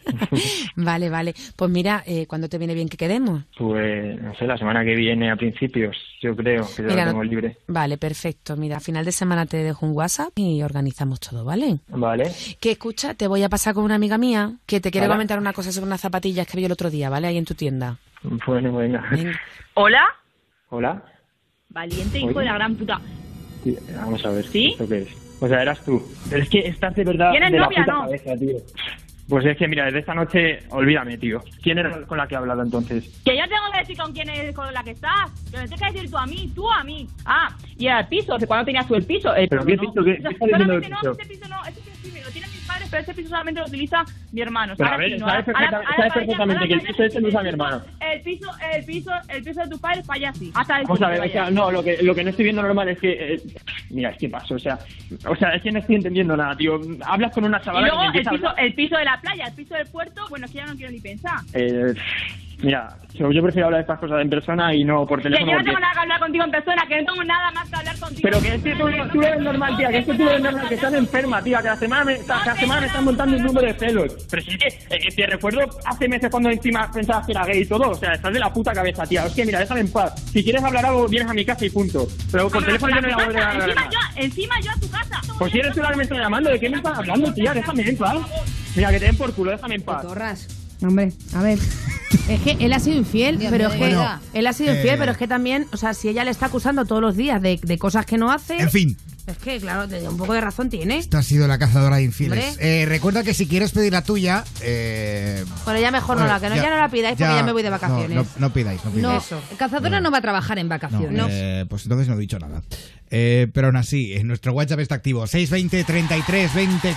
Vale, vale. Pues mira, eh, ¿cuándo te viene bien que quedemos?
Pues, no sé, la semana que viene a principios, yo creo, que ya
Mira,
lo
no-
tengo libre.
Vale, perfecto. Mira, a final de semana te dejo un WhatsApp y organizamos todo, ¿vale?
Vale.
Que escucha, te voy a pasar con una amiga mía que te quiere
Hola.
comentar una cosa sobre unas zapatillas que vi el otro día, ¿vale? Ahí en tu tienda.
Bueno, venga. [LAUGHS]
Hola,
Hola.
valiente hijo de la gran puta.
Sí, Vamos a ver. ¿Esto qué es? O sea, eras tú. Pero es que estás de verdad.
¿Tienes
de la
novia o
puta
no?
cabeza, tío. Pues es que, mira, desde esta noche, olvídame, tío. ¿Quién era con la que he hablado entonces?
Que yo tengo que decir con quién es con la que estás. Que me tienes que decir tú a mí, tú a mí. Ah, y al piso, ¿de ¿cuándo tenías tú el piso? El
¿Pero qué
no.
piso? ¿Qué- qué
O sea,
estás diciendo del
solamente no,
piso?
este piso no, este piso sí me lo tienen mis padres, pero este piso solamente lo utiliza mi hermano.
Pero a
Ahora
ver,
sí, no,
sabes,
ahora-
perfecta-
ahora-
sabes
ahora-
perfectamente que el piso este lo usa mi hermano.
El piso, el piso, el piso de tus padres para allá sí. Hasta el
Vamos a
piso
ver, o
para
sea,
allá.
no, lo que, lo que no estoy viendo normal es que... eh, mira, es que paso, o sea... O sea, es que no estoy entendiendo nada, tío. Hablas con una
Y
chavala
luego
que te
el
empieza a
piso,
hablar-
el piso de la playa, el piso del puerto, bueno, es que ya no quiero ni pensar.
Eh, mira, yo yo prefiero hablar de estas cosas en persona y no por
Que yo
teléfono.
no tengo
porque-
nada que hablar contigo en persona, que no tengo nada más que hablar contigo.
Pero que es que tú, tú eres normal, tía, que es que tú eres normal, que estás enferma, tía, que la semana me, cada semana me estás montando un número de celos. Pero si es que, eh, que te recuerdo hace meses cuando encima pensabas que era gay y todo, o sea, estás de la puta cabeza, tía. Es que mira, déjame en paz. Si quieres hablar algo, vienes a mi casa y punto. Pero por teléfono yo no voy a volver a hablar
encima
más.
yo, encima yo a tu casa.
Pues si eres tú la que me estás llamando, ¿de qué me estás hablando, tía? Déjame en paz. Mira, que te den por culo, déjame en paz.
Hombre, a ver.
Es que él ha sido infiel,
Dios
pero
mío.
es que
Bueno,
él ha sido infiel,
eh,
pero es que también, o sea, si ella le está acusando todos los días de, de cosas que no hace,
En fin.
es que claro, te- un poco de razón tiene.
Esto ha sido la cazadora de infieles.
Hombre.
Eh, recuerda que si quieres pedir la tuya. Eh,
Bueno, ya mejor no
bueno,
la- que no- ya no la pidáis porque ya me voy de
no,
vacaciones.
No, no pidáis, no
No,
pidáis.
Cazadora no va a trabajar en vacaciones.
No, eh, pues entonces no he dicho nada. Eh, pero aún así, eh, nuestro WhatsApp está activo. 620 33 20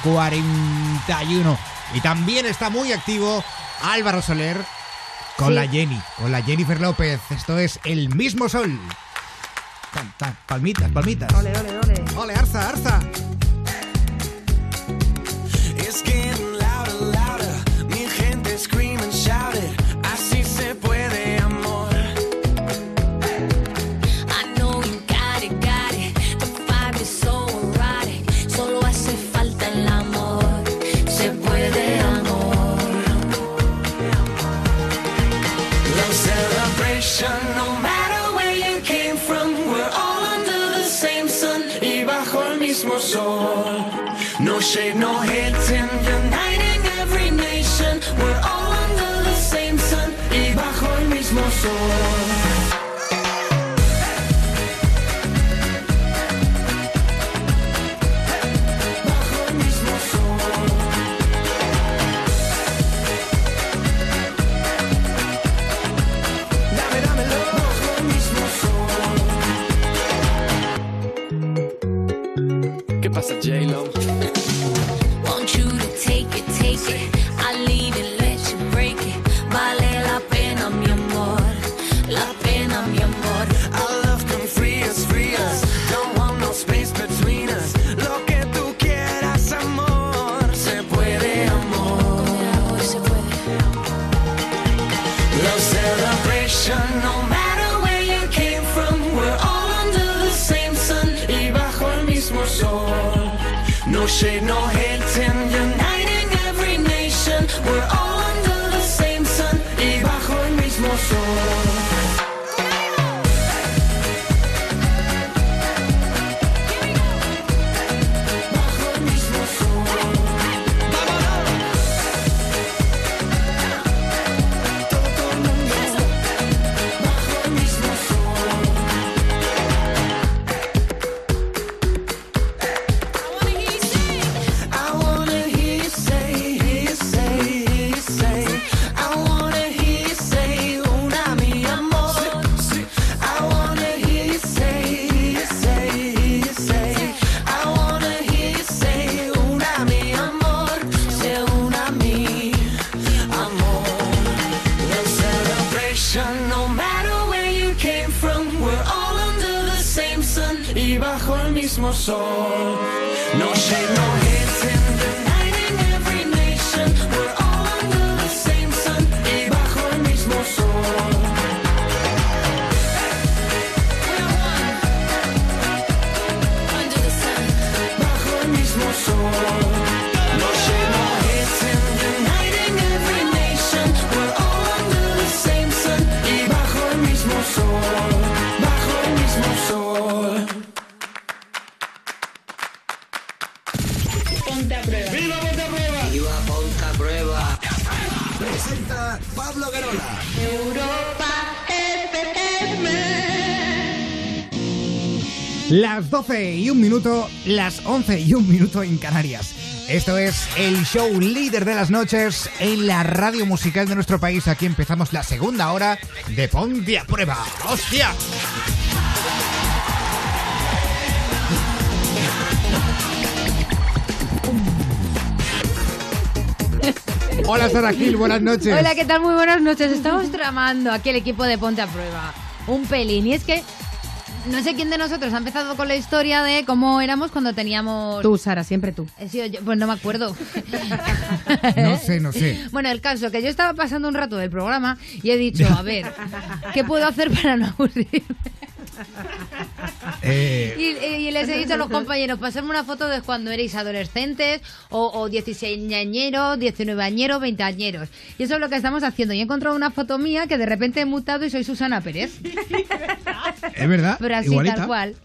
41. Y también está muy activo Álvaro Soler con
Sí.
la Jenny, con la Jennifer López. Esto es El mismo sol. Tan, tan, palmitas, palmitas.
Ole, ole, ole.
Ole, arza, arza.
It's getting louder, louder. Mi gente screaming, shouting. Así se puede, amor.
I know you got it, got it. The vibe is so erotic. Solo hace falta el amor. Se puede amor.
Love celebration, no matter where you came from. We're all under the same sun. Y bajo el mismo sol. No shade, no hating. Uniting every nation. We're all under the same sun. Y bajo el mismo sol.
¿Qué pasa, J-Lo?
Want you to take it, take it. I lean and let you break it. Vale la pena, mi amor. La pena, mi amor.
Our love come free us, free us. Don't want no space between us. Lo que tú quieras, amor, se puede, amor. Love celebration, no matter where you came from. We're all under the same sun y bajo el mismo sol. No shade, no hating, uniting every nation. We're all under the same sun y bajo el mismo sol. I wanna hear mismo sol. No shade, no hate in the night in every nation. We're all under the same sun y bajo el mismo sol. Under the sun, bajo el mismo sol. No shade, no hate in the night in every nation. We're all under the same sun y bajo el mismo sol. Bajo el mismo sol.
Ponte a prueba. ¡Viva Ponte a prueba! ¡Viva Ponte a prueba! Presenta Pablo Guerola. Europa
Las 12 y un minuto, las 11 y un minuto en Canarias. Esto es el show líder de las noches en la radio musical de nuestro país. Aquí empezamos la segunda hora de Ponte a Prueba. ¡Hostia! Hola, Sara Gil, buenas noches.
Hola, ¿qué tal? Muy buenas noches. Estamos tramando aquí el equipo de Ponte a Prueba. Un pelín. Y es que no sé quién de nosotros ha empezado con la historia de cómo éramos cuando teníamos...
Tú, Sara, siempre tú.
He sido yo- pues no me acuerdo. [LAUGHS]
No sé, no sé.
Bueno, el caso, que yo estaba pasando un rato del programa y he dicho, a ver, ¿qué puedo hacer para no aburrir?
Eh,
Y, y- y les he dicho a los compañeros, pasadme una foto de cuando erais adolescentes, o, o 16 añeros, 19 añeros, 20 añeros. Y eso es lo que estamos haciendo. Y he encontrado una foto mía que de repente he mutado y soy Susana Pérez.
es verdad.
Pero así,
Igualita.
tal cual.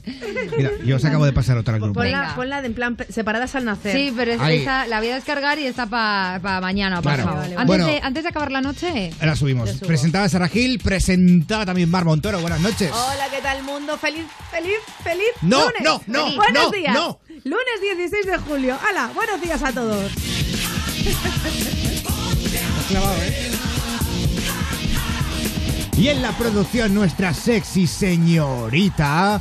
Mira, yo os acabo de pasar otra al grupo.
Ponla, ponla de en plan pe- separadas al nacer.
Sí, pero es-
Ahí.
esa la voy a descargar y está para mañana,
Claro.
pasado.
Vale, vale.
Antes,
Bueno.
de, antes de acabar la noche...
La subimos.
Lo subo.
Presentaba Sara Gil, presentaba también Mar Montoro. Buenas noches.
Hola, ¿qué tal mundo? Feliz, feliz, feliz.
No,
lunes.
no, no,
Feliz.
no,
Buenos
no.
días. Lunes 16 de julio. ¡Hala! Buenos días a todos.
Y en la producción nuestra sexy señorita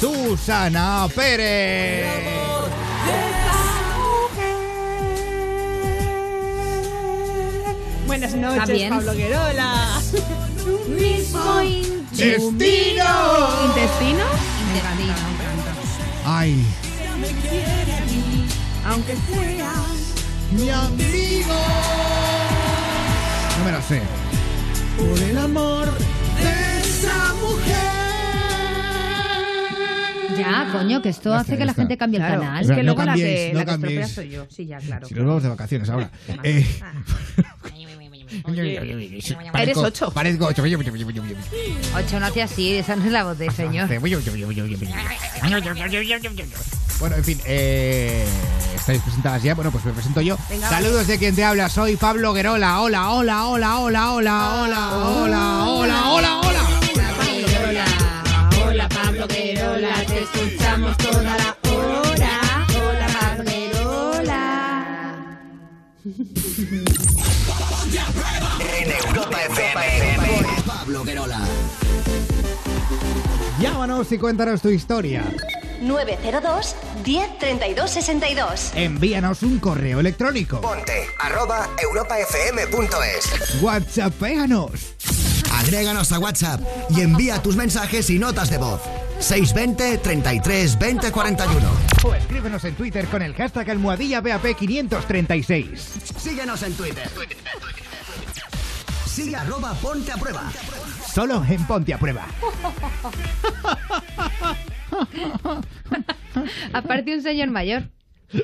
Susana
Eh.
Pérez.
Buenas
noches,
noches,
Pablo
Pablo Guerola.
Mismo ¿Intestino?
Ay,
Aunque sea
mi amigo. no me la sé.
Por el amor de esa mujer.
Ya, coño, que esto hace que la gente cambie el canal.
Es que No luego la cambiéis, que- no la que cambiéis. estropea soy
yo. Sí, ya, claro.
Si nos vamos de vacaciones ahora. Eh, [LAUGHS]
Eres
parezco-
ocho.
Parezco ocho.
Ocho, no hace así, esa no es la voz del señor. [LAUGHS]
Bueno, en fin, eh, estáis presentadas ya. Bueno, pues me presento yo.
Venga,
Saludos de quien te habla. Soy Pablo Guerola. Hola, hola, hola, hola, hola, hola,
Ah.
hola, hola, hola, hola.
Hola Pablo Querola, te escuchamos toda la hora. Hola Pablo Querola.
En Europa FM. Con Pablo Guerola.
Llámanos y cuéntanos tu historia.
902 10 32 62.
Envíanos un correo electrónico.
Ponte arroba europafm.es.
¿eh? WhatsAppeanos.
Agréganos a WhatsApp y envía tus mensajes y notas de voz. 620 33 20 41.
O escríbenos en Twitter con el hashtag almohadilla BAP536.
Síguenos en Twitter. Sigue arroba ponte a prueba.
Solo en Ponte a Prueba.
Aparte un señor mayor.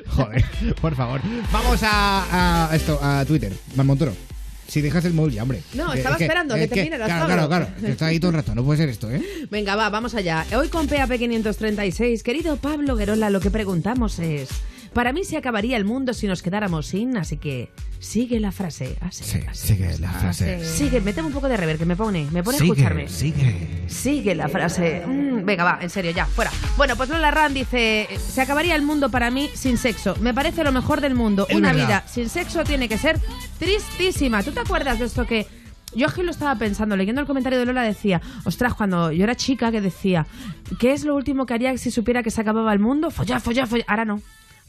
Joder, por favor. Vamos a, a esto, a Twitter. Mar Montoro. Si dejas el móvil ya, hombre.
No,
Eh,
estaba
es que-
esperando que
es
terminaras,
Claro,
Pablo.
claro, claro. Es que Está ahí todo el rato. No puede ser esto, ¿eh?
Venga, va, vamos allá. Hoy con PAP 536, querido Pablo Guerola, lo que preguntamos es: Para mí se acabaría el mundo si nos quedáramos sin, así que sigue la frase. Así, así, Ah,
Sigue la frase.
Sigue, méteme un poco de rever, que me pone, me pone a escucharme.
Sigue, sigue.
Sigue la frase. Mm, venga, va, en serio, ya, fuera. Bueno, pues Lola Ran dice: Se acabaría el mundo para mí sin sexo. Me parece lo mejor del mundo.
Es
Una
verdad.
vida sin sexo tiene que ser tristísima. ¿Tú te acuerdas de esto que.? Yo es que lo estaba pensando, leyendo el comentario de Lola decía, ostras, cuando yo era chica que decía, ¿qué es lo último que haría si supiera que se acababa el mundo? Follar, follar, follar. Ahora no.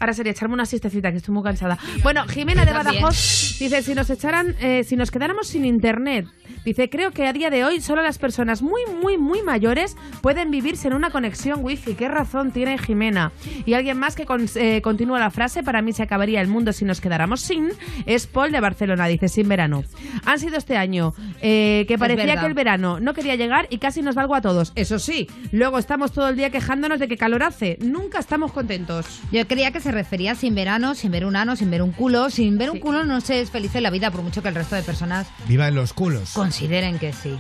ahora sería echarme una siestecita, que estoy muy cansada. Bueno, Jimena de
Yo también.
Badajoz dice, si nos echaran, eh, si nos quedáramos sin internet, dice, creo que a día de hoy solo las personas muy, muy, muy mayores pueden vivir sin una conexión wifi. ¿Qué razón tiene Jimena? Y alguien más que con- eh, continúa la frase, para mí se acabaría el mundo si nos quedáramos sin, es Paul de Barcelona, dice, sin verano. Han sido este año, eh, que
Es
parecía
verdad.
que el verano no quería llegar y casi nos da algo a todos. Eso sí, luego estamos todo el día quejándonos de que calor hace. Nunca estamos contentos.
Yo creía que se refería sin verano, sin ver un ano, sin ver un culo. Sin ver un culo no se es feliz en la vida, por mucho que el resto de personas
Vivan los culos.
consideren que sí.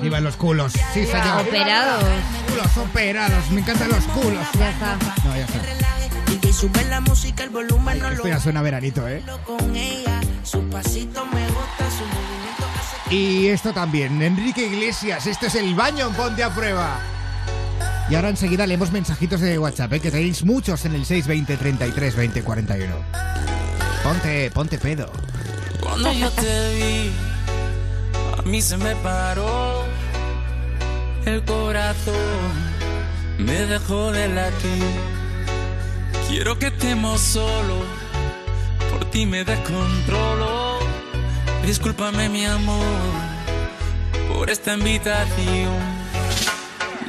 Vivan los culos. Sí, señor.
Operados.
Culos operados. Me encantan los culos.
Ya está.
No, ya está.
Y sube la música, el volumen no lo
Esto ya suena a veranito, ¿eh?
con ella. Su pasito me gusta, su movimiento hace
Y esto también, Enrique Iglesias, este es el baño en Ponte a Prueba. Y ahora enseguida leemos mensajitos de WhatsApp, ¿eh? que tenéis muchos en el 620 33 20 41. Ponte, ponte pedo.
Cuando yo te vi, a mí se me paró el corazón, me dejó de latir. Quiero que estemos solos, por ti me descontrolo. Discúlpame mi amor por esta invitación.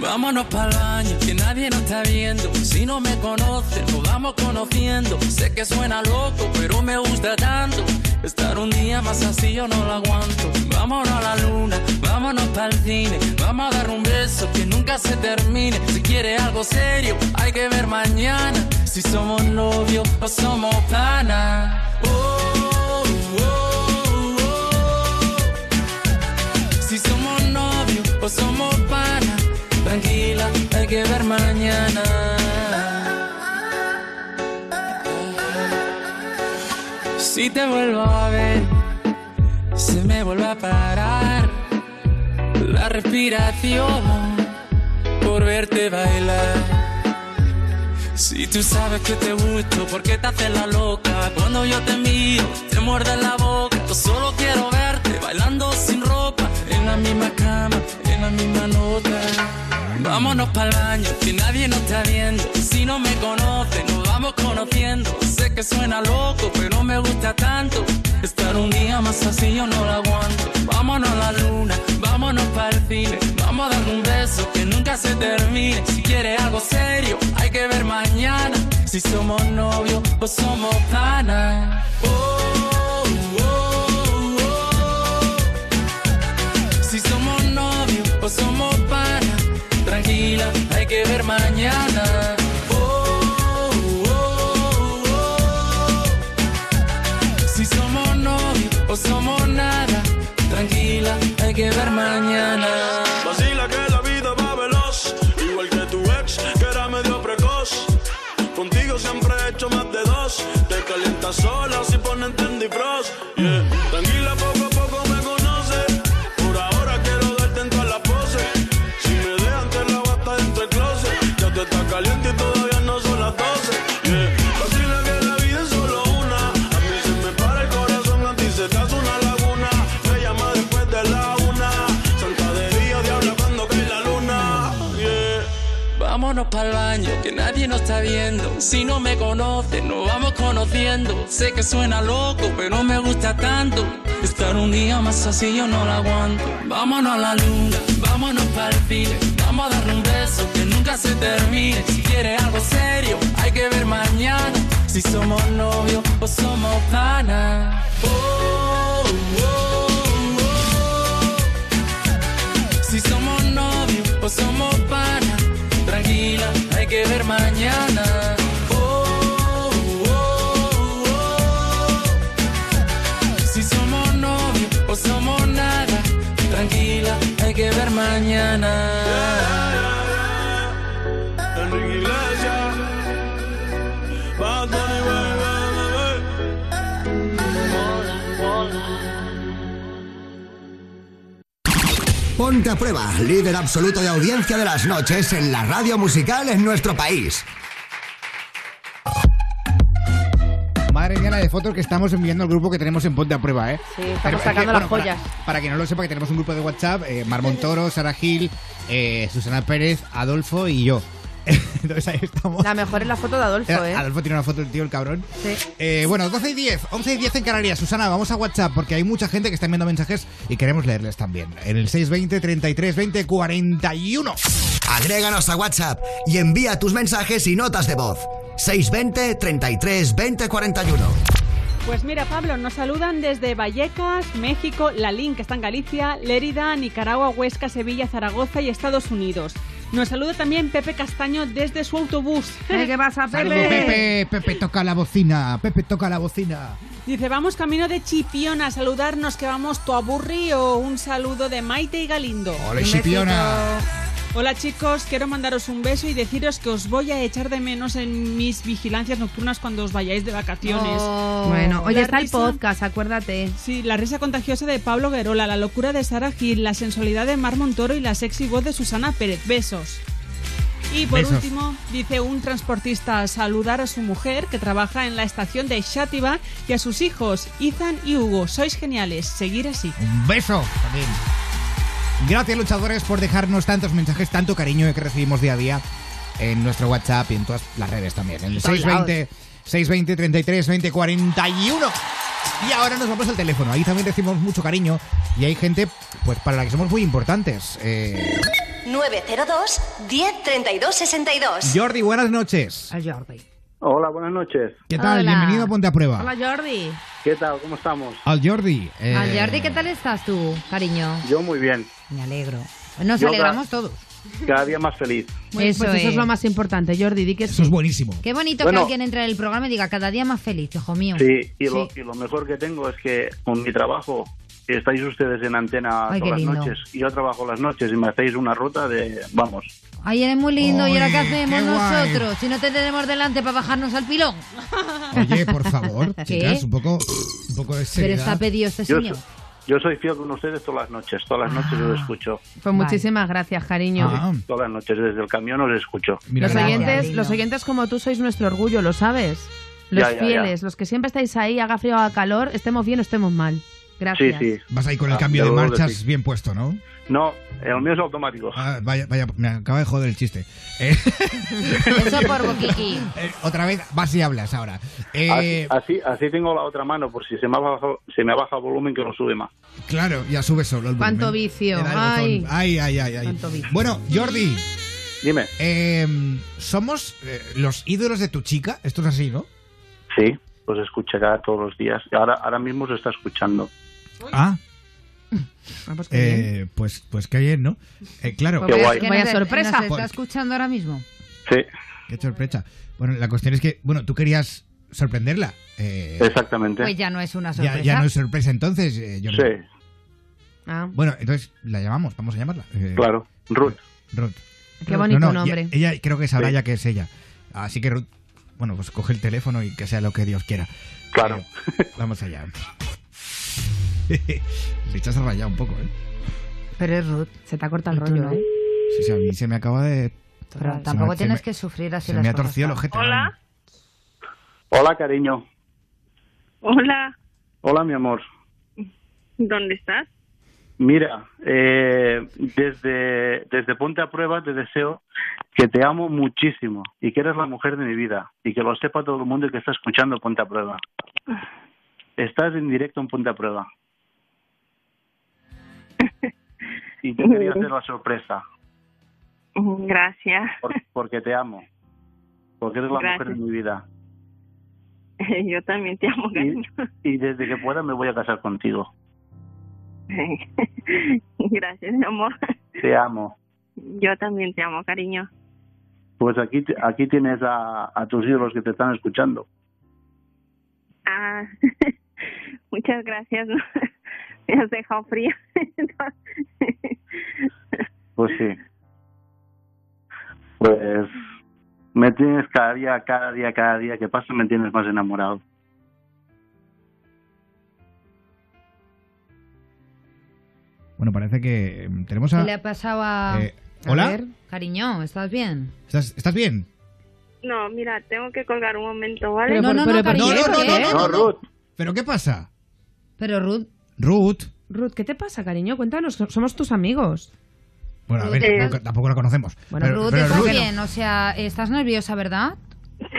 Vámonos para el baño, que nadie nos está viendo. Si no me conoces, nos vamos conociendo. Sé que suena loco, pero me gusta tanto. Estar un día más así yo no lo aguanto. Vámonos a la luna, vámonos para el cine. Vamos a dar un beso que nunca se termine. Si quieres algo serio, hay que ver mañana. Si somos novios o somos panas. Oh, oh, oh. Si somos novios o somos panas. Tranquila, hay que ver mañana. Si te vuelvo a ver, se me vuelve a parar la respiración por verte bailar. Si tú sabes que te gusto, ¿por qué te haces la loca? Cuando yo te miro, te muerde la boca. Yo solo quiero verte bailando sin ropa, en la misma cama, en la misma nota. Vámonos para el baño, que nadie nos está viendo. Si no me conoces, nos vamos conociendo. Sé que suena loco, pero me gusta tanto. Estar un día más así yo no lo aguanto. Vámonos a la luna, vámonos para el cine. Vamos a dar un beso que nunca se termine. Si quieres algo serio, hay que ver mañana. Si somos novios o somos panas. Oh, oh, oh. Si somos novios o somos panas. Tranquila, hay que ver mañana. Oh, oh, oh. Si somos novios o somos nada. Tranquila, hay que ver mañana.
Vacila que la vida va veloz, igual que tu ex, que era medio precoz. Contigo siempre he hecho más de dos, te calientas sola si ponen Candy Frost. Yeah. Tranquila, poco a poco me conoces, por ahora quiero darte en todas las poses. Si me dejan te la basta dentro del closet, ya tú estás caliente y todavía no son las 12. Yeah. Vacila que la vida es solo una, a mí se me para el corazón, a ti se te hace una laguna. Me llama después de la una, santa de día, diabla cuando cae la luna. Yeah.
Vámonos para el baño, que nadie nos está viendo. Si no me conoces, nos vamos conociendo. Sé que suena loco, pero me gusta tanto. Estar un día más así yo no lo aguanto. Vámonos a la luna, vámonos para el cine. Vamos a darle un beso que nunca se termine. Si quieres algo serio, hay que ver mañana. Si somos novios o somos panas. Oh, oh, oh. Si somos novios o somos panas. Tranquila, hay que ver mañana. Oh, oh, oh. Si somos novios o somos nada. Tranquila, hay que ver mañana.
Enrique Iglesias, Bad Bunny, wey, wey, wey, wey.
Ponte a prueba, líder absoluto de audiencia de las noches en la radio musical en nuestro país.
Madre mía, la de fotos que estamos enviando al grupo que tenemos en Ponte a Prueba, ¿eh?
Sí, estamos
Pero es que,
sacando las
bueno, para-
joyas.
Para, que no lo sepa, que tenemos un grupo de WhatsApp, eh, Mar Montoro, Sara Gil, eh, Susana Pérez, Adolfo y yo. [LAUGHS] Entonces ahí estamos.
La mejor es la foto de Adolfo, ¿eh?
Adolfo tiene una foto del tío, el cabrón.
Sí.
Eh, bueno, 12 y 10, 11 y 10 en Canarias. Susana, vamos a WhatsApp porque hay mucha gente que está enviando mensajes y queremos leerles también. En el 620 33 20 41.
Agréganos a WhatsApp y envía tus mensajes y notas de voz. 620 33 20 41.
Pues mira, Pablo, nos saludan desde Vallecas, México, Lalín, que está en Galicia, Lérida, Nicaragua, Huesca, Sevilla, Zaragoza y Estados Unidos. Nos saluda también Pepe Castaño desde su autobús.
Eh, ¿Qué pasa,
Saludos, Pepe, Pepe toca la bocina, Pepe toca la bocina.
Dice, vamos camino de Chipiona a saludarnos, que vamos tu aburrío. Un saludo de Maite y Galindo.
Ole, Un Chipiona.
Hola chicos, quiero mandaros un beso y deciros que os voy a echar de menos en mis vigilancias nocturnas cuando os vayáis de vacaciones.
Oh. Bueno, oye,
La
está el
risa-
podcast, acuérdate.
Sí, la risa contagiosa de Pablo Guerola, la locura de Sara Gil, la sensualidad de Mar Montoro y la sexy voz de Susana Pérez. Besos. Y por
Besos.
último, dice un transportista saludar a su mujer que trabaja en la estación de Xátiva y a sus hijos, Ethan y Hugo. Sois geniales, seguir así.
Un beso también. Gracias, luchadores, por dejarnos tantos mensajes, tanto cariño que recibimos día a día en nuestro WhatsApp y en todas las redes también. En el
Todos
620, 620 33 20 41. Y ahora nos vamos al teléfono. Ahí también recibimos mucho cariño y hay gente pues para la que somos muy importantes. Eh,
902 1032 62.
Jordi, buenas noches.
Jordi.
Hola, buenas noches.
¿Qué tal?
Hola.
Bienvenido a Ponte a Prueba.
Hola, Jordi.
¿Qué tal? ¿Cómo estamos?
Al Jordi. eh,
Al Jordi, ¿qué tal estás tú, cariño?
Yo muy bien.
Me alegro. Nos
Yo
alegramos todos.
ca- Cada día más feliz.
Pues
Eso
eso es.
es.
lo más importante, Jordi. Di que
Eso es buenísimo.
Qué bonito
Bueno.
que alguien entre en el programa y diga cada día más feliz, hijo mío.
Sí, y lo, y lo mejor que tengo es que con mi trabajo estáis ustedes en antena
Ay, qué
todas las
lindo.
noches. Y yo trabajo las noches y me hacéis una ruta de, vamos,
Ay, eres muy lindo. ¿Y ahora qué hacemos
qué guay.
nosotros? Si no te tenemos delante para bajarnos al pilón. Ah.
Oye, [LAUGHS] por
[LAUGHS]
favor,
¿Qué?
chicas, un poco, un poco de
Pero
seriedad.
está pedido este
Yo
señor. Ah.
so- Yo soy fiel con ustedes todas las noches, todas las noches os escucho.
Pues muchísimas gracias, cariño.
Ah.
Todas las noches desde el camión os escucho.
Los oyentes, los oyentes como tú sois nuestro orgullo, lo sabes. Los
Ya, ya, ya.
fieles, los que siempre estáis ahí, haga frío o haga calor, estemos bien o estemos mal.
Sí,
Gracias.
sí.
Vas ahí con el
Ah,
cambio de
yo creo que
marchas
sí.
bien puesto, ¿no?
No, el mío es automático.
Ah, vaya, vaya, me acaba de joder el chiste. Eh,
Eso por Boquiqui.
otra vez vas y hablas ahora.
Así,
Eh,
así, así tengo la otra mano por si se me baja, se me baja el volumen que lo sube más.
claro, ya sube solo el
Cuánto
volumen.
vicio,
Le da el
ay.
botón. ay, ay, ay, ay.
Cuánto vicio.
Bueno, Jordi. Em,
Dime.
somos eh, los ídolos de tu chica. Esto es así, ¿no?
Sí, os escuchará todos los días. Ahora, ahora mismo se está escuchando.
Ah,
Vamos con bien.
eh, pues, pues qué bien, ¿no? Eh, claro.
Qué
Pues
guay.
Que nos-
Vaya sorpresa.
Nos
Pues-
está escuchando ahora mismo.
Sí,
Qué sorpresa. Bueno, la cuestión es que, bueno, tú querías sorprenderla. eh,
exactamente.
Pues ya no es una
ya,
sorpresa. Ah.
ya no es sorpresa entonces, eh, Jordi.
Sí,
Bueno, entonces la llamamos, vamos a llamarla. Eh,
claro. Ruth.
Ruth.
Qué
Ruth.
bonito
ya-
nombre.
Ella, creo que sabrá
Sí.
ya que es ella. Así que Ruth, bueno, pues coge el teléfono y que sea lo que Dios quiera.
Claro.
Eh, vamos allá. [LAUGHS] Richard se ha rayado un poco, ¿eh?
Pero es Ruth, se te ha cortado el rollo, ¿eh?
Sí, sí, a mí se me acaba de... se
Pero
me-
tampoco
se
tienes
me-
que sufrir así
Se
las
me ha
cosas.
torcido el ojete.
Hola. Hola, cariño.
Hola,
Hola, mi amor.
¿dónde estás? [LAUGHS]
Mira, eh, desde, desde Ponte a Prueba te deseo que te amo muchísimo y que eres la mujer de mi vida y que lo sepa todo el mundo y que está escuchando Ponte a Prueba. Estás en directo en Ponte a Prueba. Y te quería hacer la sorpresa
Gracias.
por- porque te amo, porque eres la mujer de mi vida
Yo también te amo,
cariño. y desde que pueda me voy a casar contigo.
[LAUGHS]
Gracias, mi amor.
Te amo.
Yo también te amo, cariño.
Pues aquí, te- aquí tienes a, a tus hijos que te están escuchando.
[LAUGHS]
Ah, muchas gracias. Me has dejado
[LAUGHS]
fría.
Pues sí. Pues me tienes cada día, cada día, cada día que pasa, me tienes más enamorado.
Bueno, parece que eh, tenemos
¿Qué
a...
le ha pasado a...
Eh,
a
¿hola?
ver, cariño, ¿estás bien?
¿Estás, estás bien?
No, mira, tengo que colgar un momento, ¿vale?
no, no, no, cariño,
no, no,
¿por
no,
qué?
no, no, no.
Ruth.
¿Pero qué pasa?
Pero Ruth,
Ruth,
Ruth, ¿qué te pasa, cariño? Cuéntanos, so- somos tus amigos.
Bueno, a ver, tampoco, tampoco la conocemos.
eh. Bueno,
pero,
Ruth,
pero
está
Ruth,
bien, o sea, estás nerviosa, ¿verdad?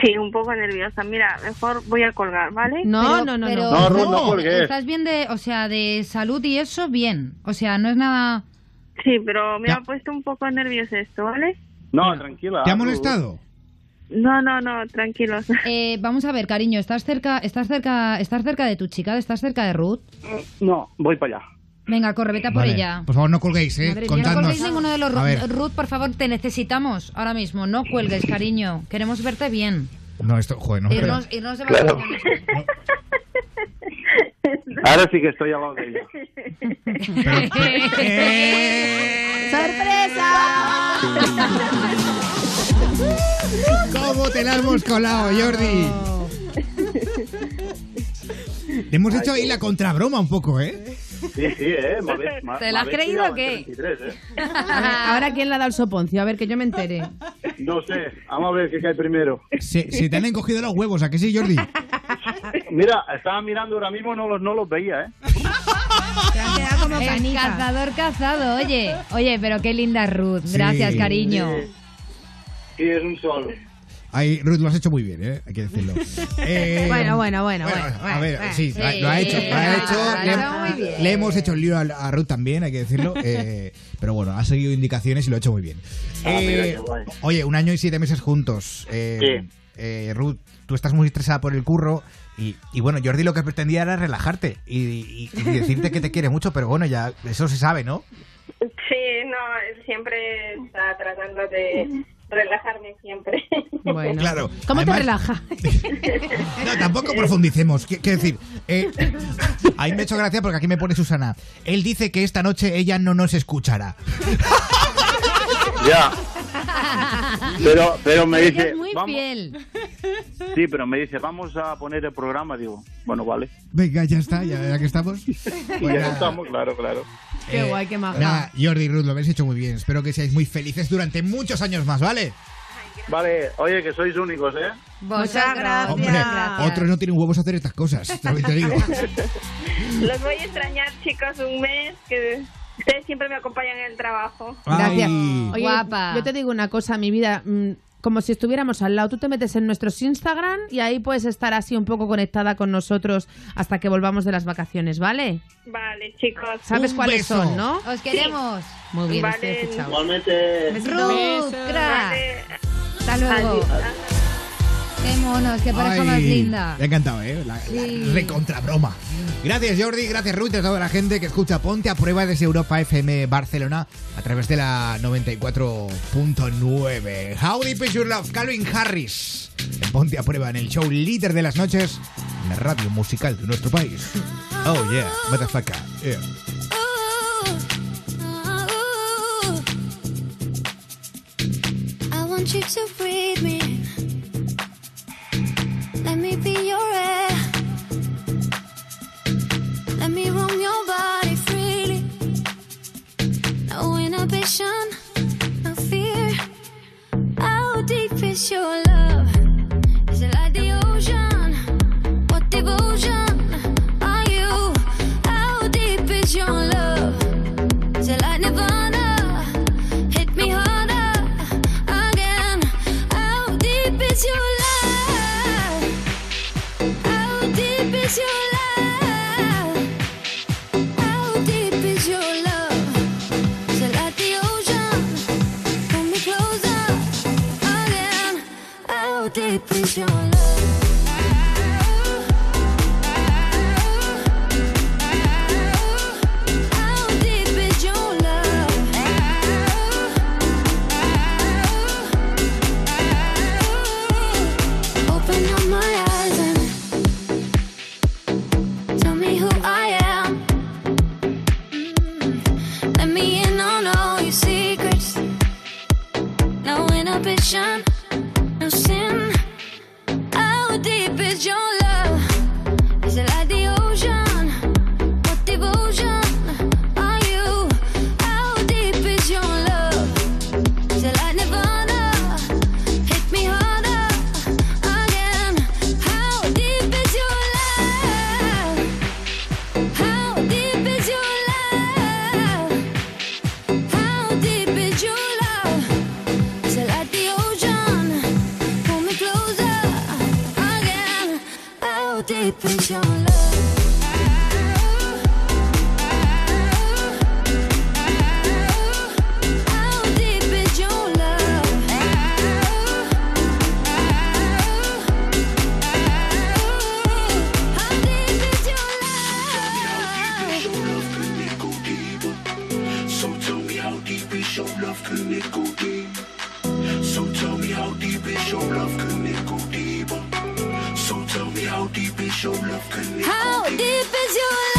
Sí, un poco nerviosa. Mira, mejor voy a colgar, ¿vale?
Pero- pero-
No, Ruth, no colgues.
Estás bien de, o sea, de salud y eso, bien. O sea, no es nada...
Sí, pero me ha puesto un poco nerviosa esto, ¿vale?
No, tranquila.
¿Te ha
Ruth.
molestado?
No, no, no,
[LAUGHS]
tranquilos.
Eh, vamos a ver, cariño, ¿estás cerca, estás cerca, estás cerca de tu chica? ¿Estás cerca de Ruth?
No, voy para allá.
Venga, corre, vete a Ah, por
Vale,
ella.
Por favor, no colguéis, ¿eh?
Madre mía, No
Contadnos.
colguéis ninguno de los
A ver,
Ru- Ruth, por favor, te necesitamos ahora mismo. No cuelgues, cariño. Queremos verte bien.
no, esto, joder, no. me
Irnos,
creo.
irnos de
Claro.
vacaciones.
[LAUGHS] Ahora sí que estoy al lado de ella.
[LAUGHS] ¿Cómo te la hemos colado, Jordi? Le hemos hecho ahí la contrabroma un poco, ¿eh?
Sí, sí, eh. me habéis- me-
¿Te
me
la has
habéis
creído
pillado
o qué?
en 33, eh.
Ahora, ¿quién le ha dado el soponcio? A ver, que yo me [LAUGHS] enteré.
No sé, vamos a ver qué cae primero.
Se, se te han encogido los huevos, ¿a que sí, Jordi?
Mira, estaba mirando ahora mismo, no los, no los veía, ¿eh?
[LAUGHS] El cazador cazado, oye. Oye, pero qué linda Ruth.
Sí.
Gracias, cariño. [LAUGHS]
Sí, es un sol.
Ahí, Ruth, lo has hecho muy bien, ¿eh? Hay que
[LAUGHS]
decirlo. Eh,
bueno, bueno, bueno, bueno.
A ver,
bueno.
sí, lo ha- lo ha hecho. Lo ha hecho le, le hemos hecho el lío a, a Ruth también, hay que decirlo. eh, pero bueno, ha seguido indicaciones y lo ha hecho muy bien.
Ah, mira,
Eh,
qué guay.
oye, un año y siete meses juntos. Eh,
Sí.
eh, Ruth, tú estás muy estresada por el curro. Y, y bueno, Jordi lo que pretendía era relajarte y, y- y decirte que te quiere mucho, pero bueno, ya eso se sabe, ¿no?
Sí, no, él siempre está tratando
[LAUGHS]
de relajarme siempre.
Bueno. Claro.
¿Cómo
Además-
te relaja?
No, tampoco profundicemos. Qui- Quiero decir, eh, ahí me ha hecho gracia porque aquí me pone Susana. Él dice que esta noche ella no nos escuchará.
Ya. Pero, pero me
Ella
dice.
es muy
vamos-
fiel.
Sí, pero me dice, vamos a poner el programa. Digo, bueno, vale.
Venga, ya está, ya, ya que estamos. eh,
Y Pues ya estamos, claro, claro.
Qué guay, qué maja.
Nada, Jordi y Ruth, lo habéis hecho muy bien. Espero que seáis muy felices durante muchos años más, ¿vale?
Vale, oye, que sois únicos, ¿eh?
Muchas gracias.
Hombre, otros no tienen huevos a hacer estas cosas, también te digo.
Los voy a extrañar, chicos, un mes que ustedes siempre me acompañan en el trabajo.
Gracias.
Ay.
Oye,
Guapa.
Yo te digo una cosa, mi vida. mm, Como si estuviéramos al lado, tú te metes en nuestros Instagram y ahí puedes estar así un poco conectada con nosotros hasta que volvamos de las vacaciones, ¿vale?
Vale, chicos.
¿Sabes cuáles son, no?
Os queremos.
Muy bien,
Vale.
estoy escuchando.
Igualmente.
Ruth, crack. Hasta luego.
Adiós.
Qué monos, qué pareja más
Ay,
linda.
Me ha encantado, ¿eh? La, la
Sí.
recontrabroma. Gracias, Jordi. Gracias, Ruth, y a toda la gente que escucha Ponte a Prueba desde Europa FM Barcelona a través de la 94.9. How Deep Is Your Love, Calvin Harris. en Ponte a Prueba en el show líder de las noches en la radio musical de nuestro país. Oh, yeah, motherfucker. Yeah.
I want you to breathe me. Let me be your air. Let me roam your body freely. No inhibition, no fear. How deep is your love? Is it like the ocean? What devotion are you? How deep is your love? Is it like Nirvana? Hit me harder again. How deep is your love? How deep is your love? How deep is your love? Is it like the ocean? Pull me closer again. Mm-hmm.
Can it go deep? So tell me how deep is your love? Can it go deeper? So tell me how deep is your love? Can it
How
go
deep is your love?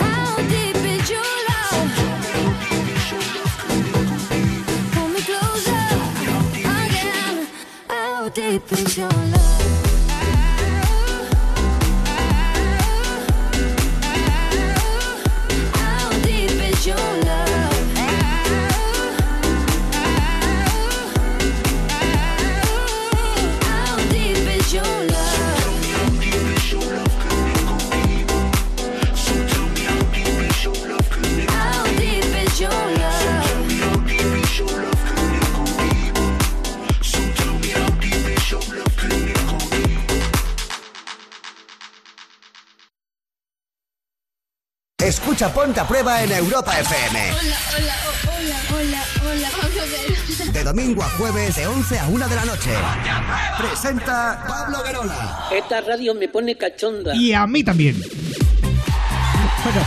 How deep is your love? Pull me closer again. How deep is your love? How deep is your love? How deep is your
Escucha Ponte a Prueba en Europa FM.
Hola, hola, hola, hola, hola, vamos a ver.
De domingo a jueves de 11 a 1 de la noche. Presenta Pablo Guerola.
Esta radio me pone cachonda.
Y a mí también. Bueno,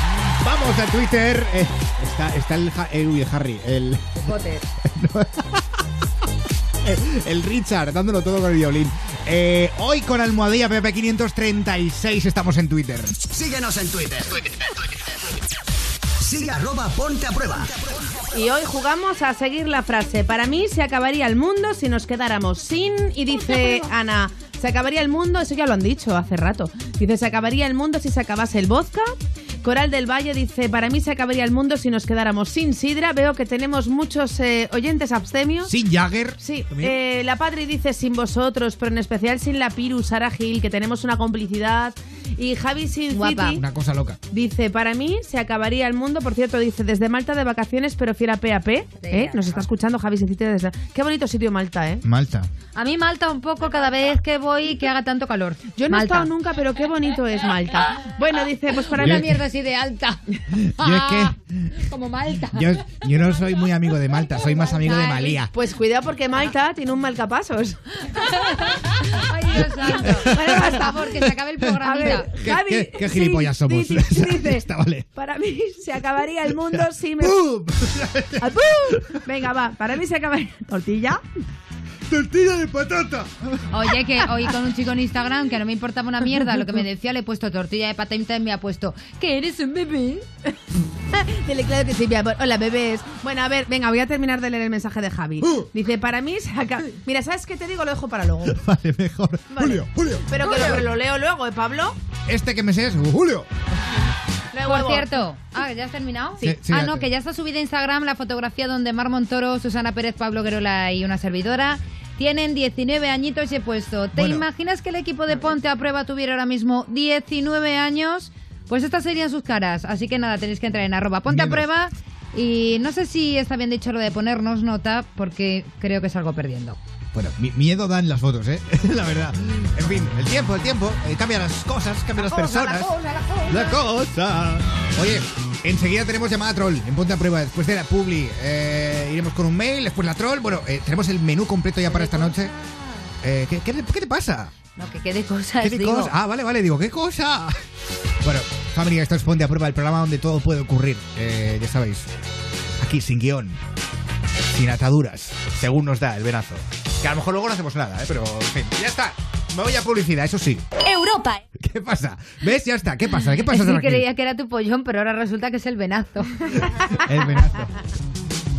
vamos a Twitter. Eh, está, está el, Ja- eh, uy, el Harry, el,
Potter.
[LAUGHS] el Richard, dándolo todo con el violín. Eh, hoy con Almohadilla PP536 estamos en Twitter.
Síguenos en Twitter. Sigue arroba Ponte a Prueba.
Y hoy jugamos a seguir la frase. Para mí se acabaría el mundo si nos quedáramos sin. Y dice Ana, se acabaría el mundo, eso ya lo han dicho hace rato. Dice, se acabaría el mundo si se acabase el vodka. Coral del Valle dice, para mí se acabaría el mundo si nos quedáramos sin sidra. Veo que tenemos muchos eh, oyentes abstemios.
Sin Jagger.
Sí,
También.
eh, la Patri dice sin vosotros, pero en especial sin la Piru, Sara Gil, que tenemos una complicidad. Y Javi Sin City
Una cosa loca.
Dice, para mí se acabaría el mundo. Por cierto, dice, desde Malta de vacaciones, pero fiera PAP. ¿eh? Nos está escuchando Javi Sincite desde... Qué bonito sitio Malta, ¿eh?
Malta.
A mí Malta un poco cada vez que voy y que haga tanto calor.
Yo no he
Malta.
estado nunca, pero qué bonito es Malta. Bueno, dice, pues para
Yo-
mí...
mierda así de [LAUGHS] alta.
Yo es
Ah,
que
Como Malta.
yo, yo no soy muy amigo de Malta, soy más amigo de
Ay,
Malía.
Pues cuidado porque Malta tiene un malcapasos.
[LAUGHS] Ay, Dios santo. Bueno, basta, porque se acabe el
A
programita.
ver,
¿Qué,
Javi,
qué- qué
sí,
gilipollas somos?
sí,
Ya
sí, dice,
[LAUGHS] está, vale.
Para mí [LAUGHS] se acabaría el mundo si me...
¡Pum!
[LAUGHS] Ah, ¡pum! Venga, va, para mí se acabaría... ¿Tortilla?
¡Tortilla de patata!
Oye, que hoy con un chico en Instagram que no me importaba una mierda lo que me decía, le he puesto tortilla de patata y me ha puesto que eres un bebé.
[LAUGHS] Dile claro que sí, mi amor. Hola, bebés. Bueno, a ver, venga, voy a terminar de leer el mensaje de Javi.
Uh.
Dice, para mí se acaba... Mira, ¿sabes qué te digo? Lo dejo para
[LAUGHS]
luego.
Vale, mejor. Julio, Julio.
Pero que lo, que lo leo luego, ¿eh, Pablo?
Este que me sé es Julio.
Por cierto, ah, ¿ya has terminado?
Sí. Sí, sí,
ah,
ya
no,
te-
que ya está subida a Instagram la fotografía donde Mar Montoro, Susana Pérez, Pablo Guerola y una servidora tienen 19 añitos y he puesto. ¿Te
Bueno.
imaginas que el equipo de Ponte a Prueba tuviera ahora mismo 19 años? Pues estas serían sus caras. Así que nada, tenéis que entrar en arroba Ponte a
Menos.
Prueba. Y no sé si está bien dicho lo de ponernos nota, porque creo que salgo perdiendo.
Bueno, mi- miedo dan las fotos, ¿eh? [LAUGHS] la verdad. En fin, el tiempo, el tiempo. eh, cambia las cosas, cambia las personas. La cosa. Oye, enseguida tenemos llamada troll en Ponte a Prueba. Después de la publi eh, iremos con un mail, después la troll. Bueno, eh, tenemos el menú completo ya para esta noche. Eh, ¿qué, qué, qué te pasa?
No, que quede cosas.
¿Qué
digo.
cosa? Ah, vale, vale, digo, ¿qué cosa? Bueno, familia, esto es Ponte a Prueba, el programa donde todo puede ocurrir. Eh, ya sabéis, aquí sin guión, sin ataduras, según nos da el venazo. Que a lo mejor luego no hacemos nada, ¿eh? pero en fin, ya está. Me voy a publicidad, eso sí. [LAUGHS]
Europa.
¿Qué pasa? ¿Ves? Ya está. ¿Qué pasa? ¿Qué pasa,
[LAUGHS] Sí,
Raquel?
creía que era tu pollón, pero ahora resulta que es el
[LAUGHS]
venazo.
El venazo.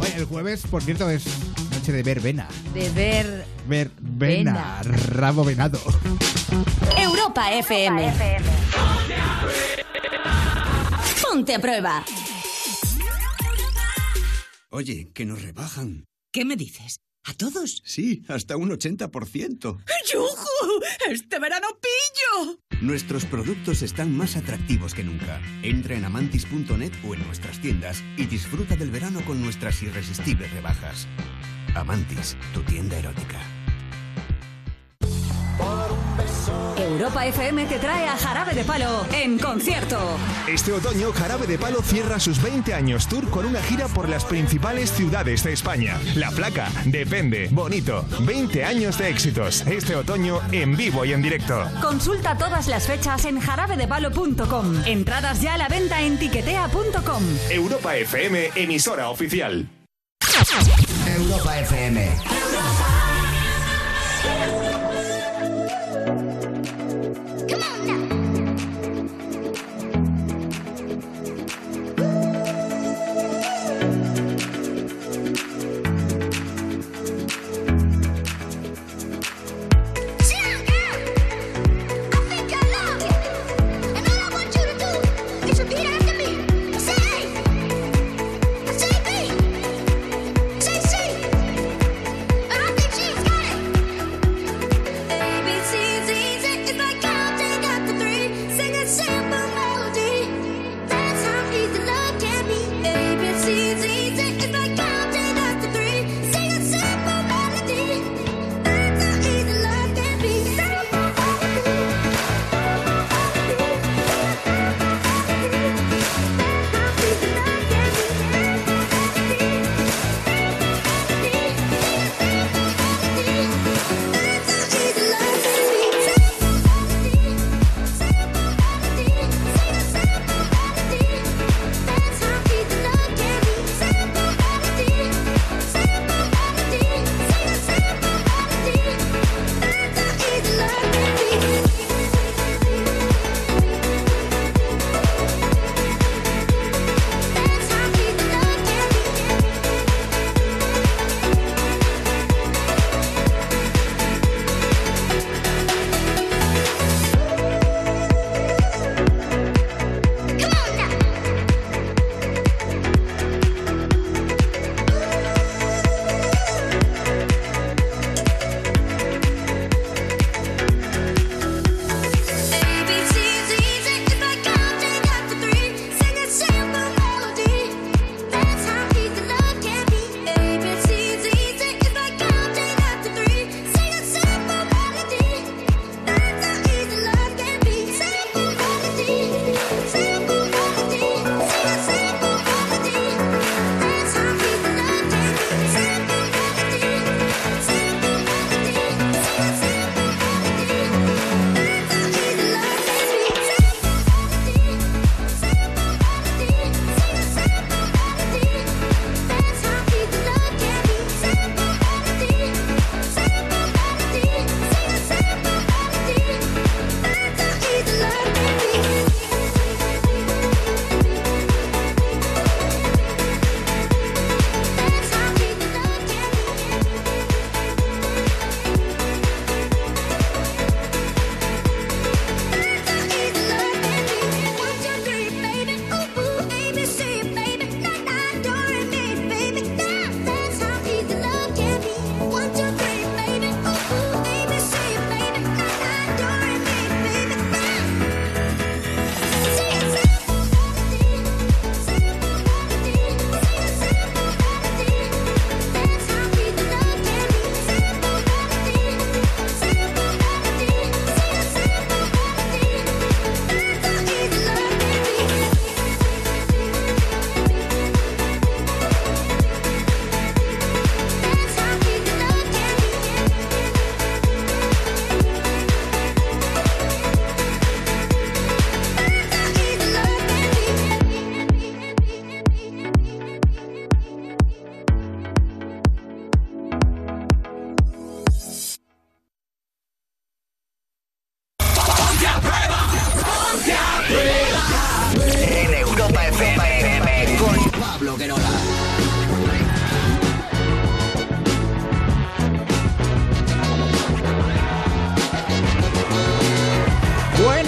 Oye, el jueves, por cierto, es noche de verbena.
De ver
Verbena. Rabo venado.
Europa FM. Ponte a prueba.
Oye, que nos rebajan.
¿Qué me dices?
¿A todos? Sí, hasta un 80%.
¡Yujú! ¡Este verano pillo!
Nuestros productos están más atractivos que nunca. Entra en amantis.net o en nuestras tiendas y disfruta del verano con nuestras irresistibles rebajas. Amantis, tu tienda erótica.
Europa Europa FM te trae a Jarabe de Palo en concierto.
Este otoño, Jarabe de Palo cierra sus 20 años tour con una gira por las principales ciudades de España. La placa, depende, bonito. 20 años de éxitos. Este otoño, en vivo y en directo.
Consulta todas las fechas en jarabedepalo.com. Entradas ya a la venta en tiquetea.com.
Europa FM, emisora oficial.
Europa FM.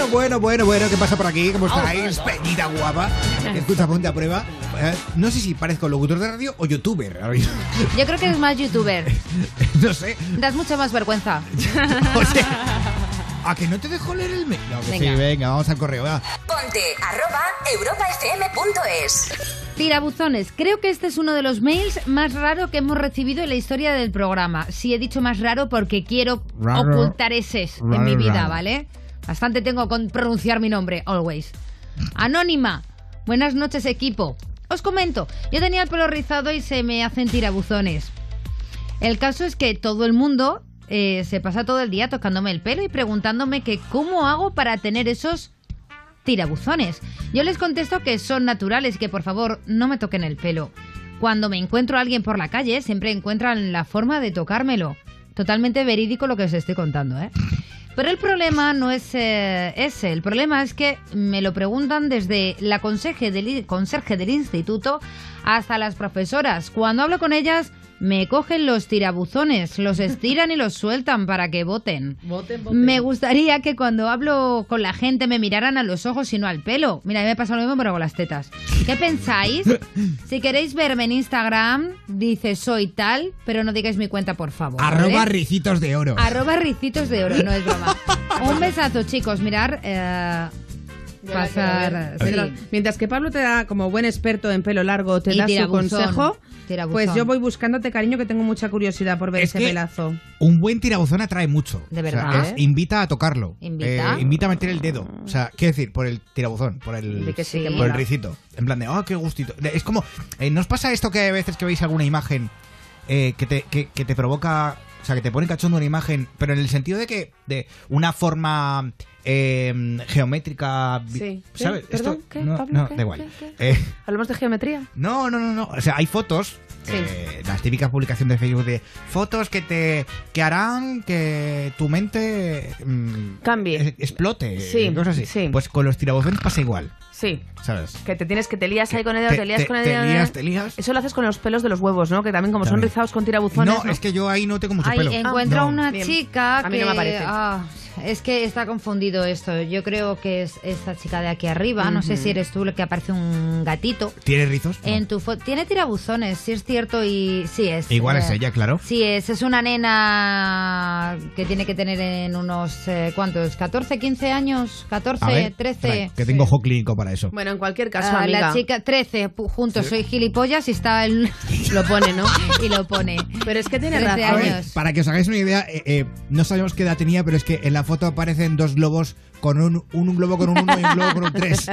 Bueno, bueno, bueno, ¿qué pasa por aquí? ¿Cómo estáis? Peñita guapa. Escucha, ponte a prueba. Eh, no sé si parezco locutor de radio o youtuber. [LAUGHS]
Yo creo que eres más youtuber.
no sé.
Das mucha más vergüenza.
o sea, a que no te dejo leer el mail. No, que
Venga.
sí, venga, vamos al correo. va.
Ponte arroba europafm.es.
Tira, buzones, creo que este es uno de los mails más raro que hemos recibido en la historia del programa. Sí, he dicho más raro porque quiero
Raro,
ocultar ese
raro,
en mi vida,
raro.
¿vale? Bastante tengo con pronunciar mi nombre, always. Anónima. Buenas noches, equipo. Os comento, yo tenía el pelo rizado y se me hacen tirabuzones. El caso es que todo el mundo eh, se pasa todo el día tocándome el pelo y preguntándome que cómo hago para tener esos tirabuzones. Yo les contesto que son naturales y que por favor no me toquen el pelo. Cuando me encuentro a alguien por la calle, siempre encuentran la forma de tocármelo. Totalmente verídico lo que os estoy contando, ¿eh? Pero el problema no es eh, ese, el problema es que me lo preguntan desde la conserje del, conserje del instituto hasta las profesoras. Cuando hablo con ellas, me cogen los tirabuzones, los estiran y los sueltan para que voten.
Voten, voten.
Me gustaría que cuando hablo con la gente me miraran a los ojos y no al pelo. Mira, a mí me pasa lo mismo pero con las tetas. ¿Qué
[LAUGHS]
pensáis? Si queréis verme en Instagram, dice soy tal, pero no digáis mi cuenta, por favor. ¿vale?
Arroba ricitos de oro.
Arroba ricitos de oro, no es
[LAUGHS]
broma. Un besazo, chicos. Mirar. eh,
Mm,
pasar. sí.
Mientras- Mientras que Pablo te da, como buen experto en pelo largo, te
Y
da su
tirabuzón,
consejo,
tirabuzón.
pues yo voy buscándote, cariño, que tengo mucha curiosidad por ver
Es
ese
que-
pelazo.
Un buen tirabuzón atrae mucho.
De
O sea,
verdad,
es-
¿eh?
invita a tocarlo.
Invita.
Eh, invita a meter el dedo. O sea, quiero decir, por el tirabuzón, por el,
De que sí, que
por el
mola.
ricito. En plan de, oh, qué gustito. De- Es como, eh, ¿no os pasa esto que a veces que veis alguna imagen eh, que, te, que, que te provoca, o sea, que te pone cachondo una imagen, pero en el sentido de que, de una forma eh, geométrica. vi-
Sí.
¿Sabes?
Sí, perdón, ¿qué,
no,
Pablo,
no,
qué,
da igual.
qué,
Eh,
¿Hablamos de geometría?
no, no, no, no. O sea, hay fotos.
Sí.
eh, las típicas publicaciones de Facebook de fotos que te que harán que tu mente mm,
cambie
explote
Sí,
eh, cosas así.
sí.
pues con los tirabuzones pasa igual
Sí.
sabes
Que te tienes que te lías ahí con el dedo,
te-
te, lías
te-
con el
te
dedo. eh.
lías, te lías.
Eso lo haces con los pelos de los huevos, ¿no? Que también como son rizados con tirabuzones.
No, es que yo ahí no tengo mucho
Ay,
pelo
encuentro
No.
a una chica
A mí
que...
no me aparece.
ah, es que está confundido esto. Yo creo que es esta chica de aquí arriba. No sé
Ujú.
si eres tú la que aparece un gatito.
tiene rizos
En tu foto. Tiene tirabuzones, sí es cierto y sí es.
igual es
eh,
ella claro
Sí es. Es una nena que tiene que tener en unos... eh, ¿Cuántos? ¿14, 15 años?
a
¿14,
ver
13?
espera, que tengo ojo clínico para eso
Bueno, en cualquier
Ah, La chica, 13, pu- juntos, soy gilipollas y
[LAUGHS]
está el... Lo pone, ¿no? [LAUGHS] Y lo pone.
Pero es que tiene
13
A ver,
años.
para que os hagáis una idea, eh, eh, no sabemos qué edad tenía, pero es que en la foto aparecen dos globos con un, un, un globo con un 1 y un globo con
[LAUGHS]
un 3.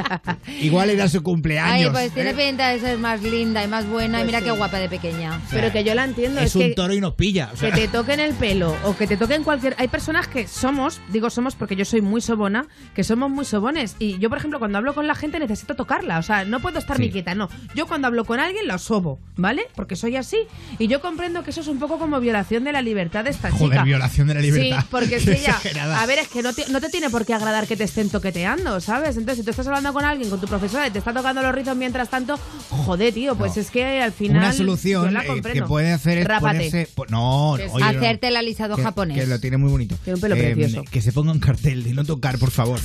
Igual era su cumpleaños.
Ay, pues tiene
¿eh?
pinta de ser más linda y más buena.
Pues
y mira qué guapa de pequeña.
Pero que yo la entiendo.
es
Es,
un
que,
toro y nos pilla. o sea.
que te toquen el pelo o que te toquen cualquier. Hay personas que somos, digo somos porque yo soy muy sobona, que somos muy sobones. Y yo, por ejemplo, cuando hablo con la gente necesito tocarla. O sea, no puedo estar
Sí.
mi quieta, no. Yo cuando hablo con alguien la sobo, ¿vale? Porque soy así. Y yo comprendo que eso es un poco como violación de la libertad de esta
Joder,
chica.
violación de la libertad.
Sí,
[LAUGHS]
porque si
Qué
ella.
exagerada.
A ver, es que no te, no te tiene por qué agradar que te estén toqueteando, ¿sabes? Entonces, si tú estás hablando con alguien, con tu profesora, y te está tocando los rizos mientras tanto, joder, tío, pues es que al final.
Una solución
yo la
eh, que
comprendo.
puede hacer es
Rápate.
ponerse... po- No, no, oye, no, no.
Hacerte el alisado
Que-
japonés.
Que lo tiene muy bonito. Eh,
Tiene un pelo precioso.
Que se ponga un cartel de no tocar, por favor.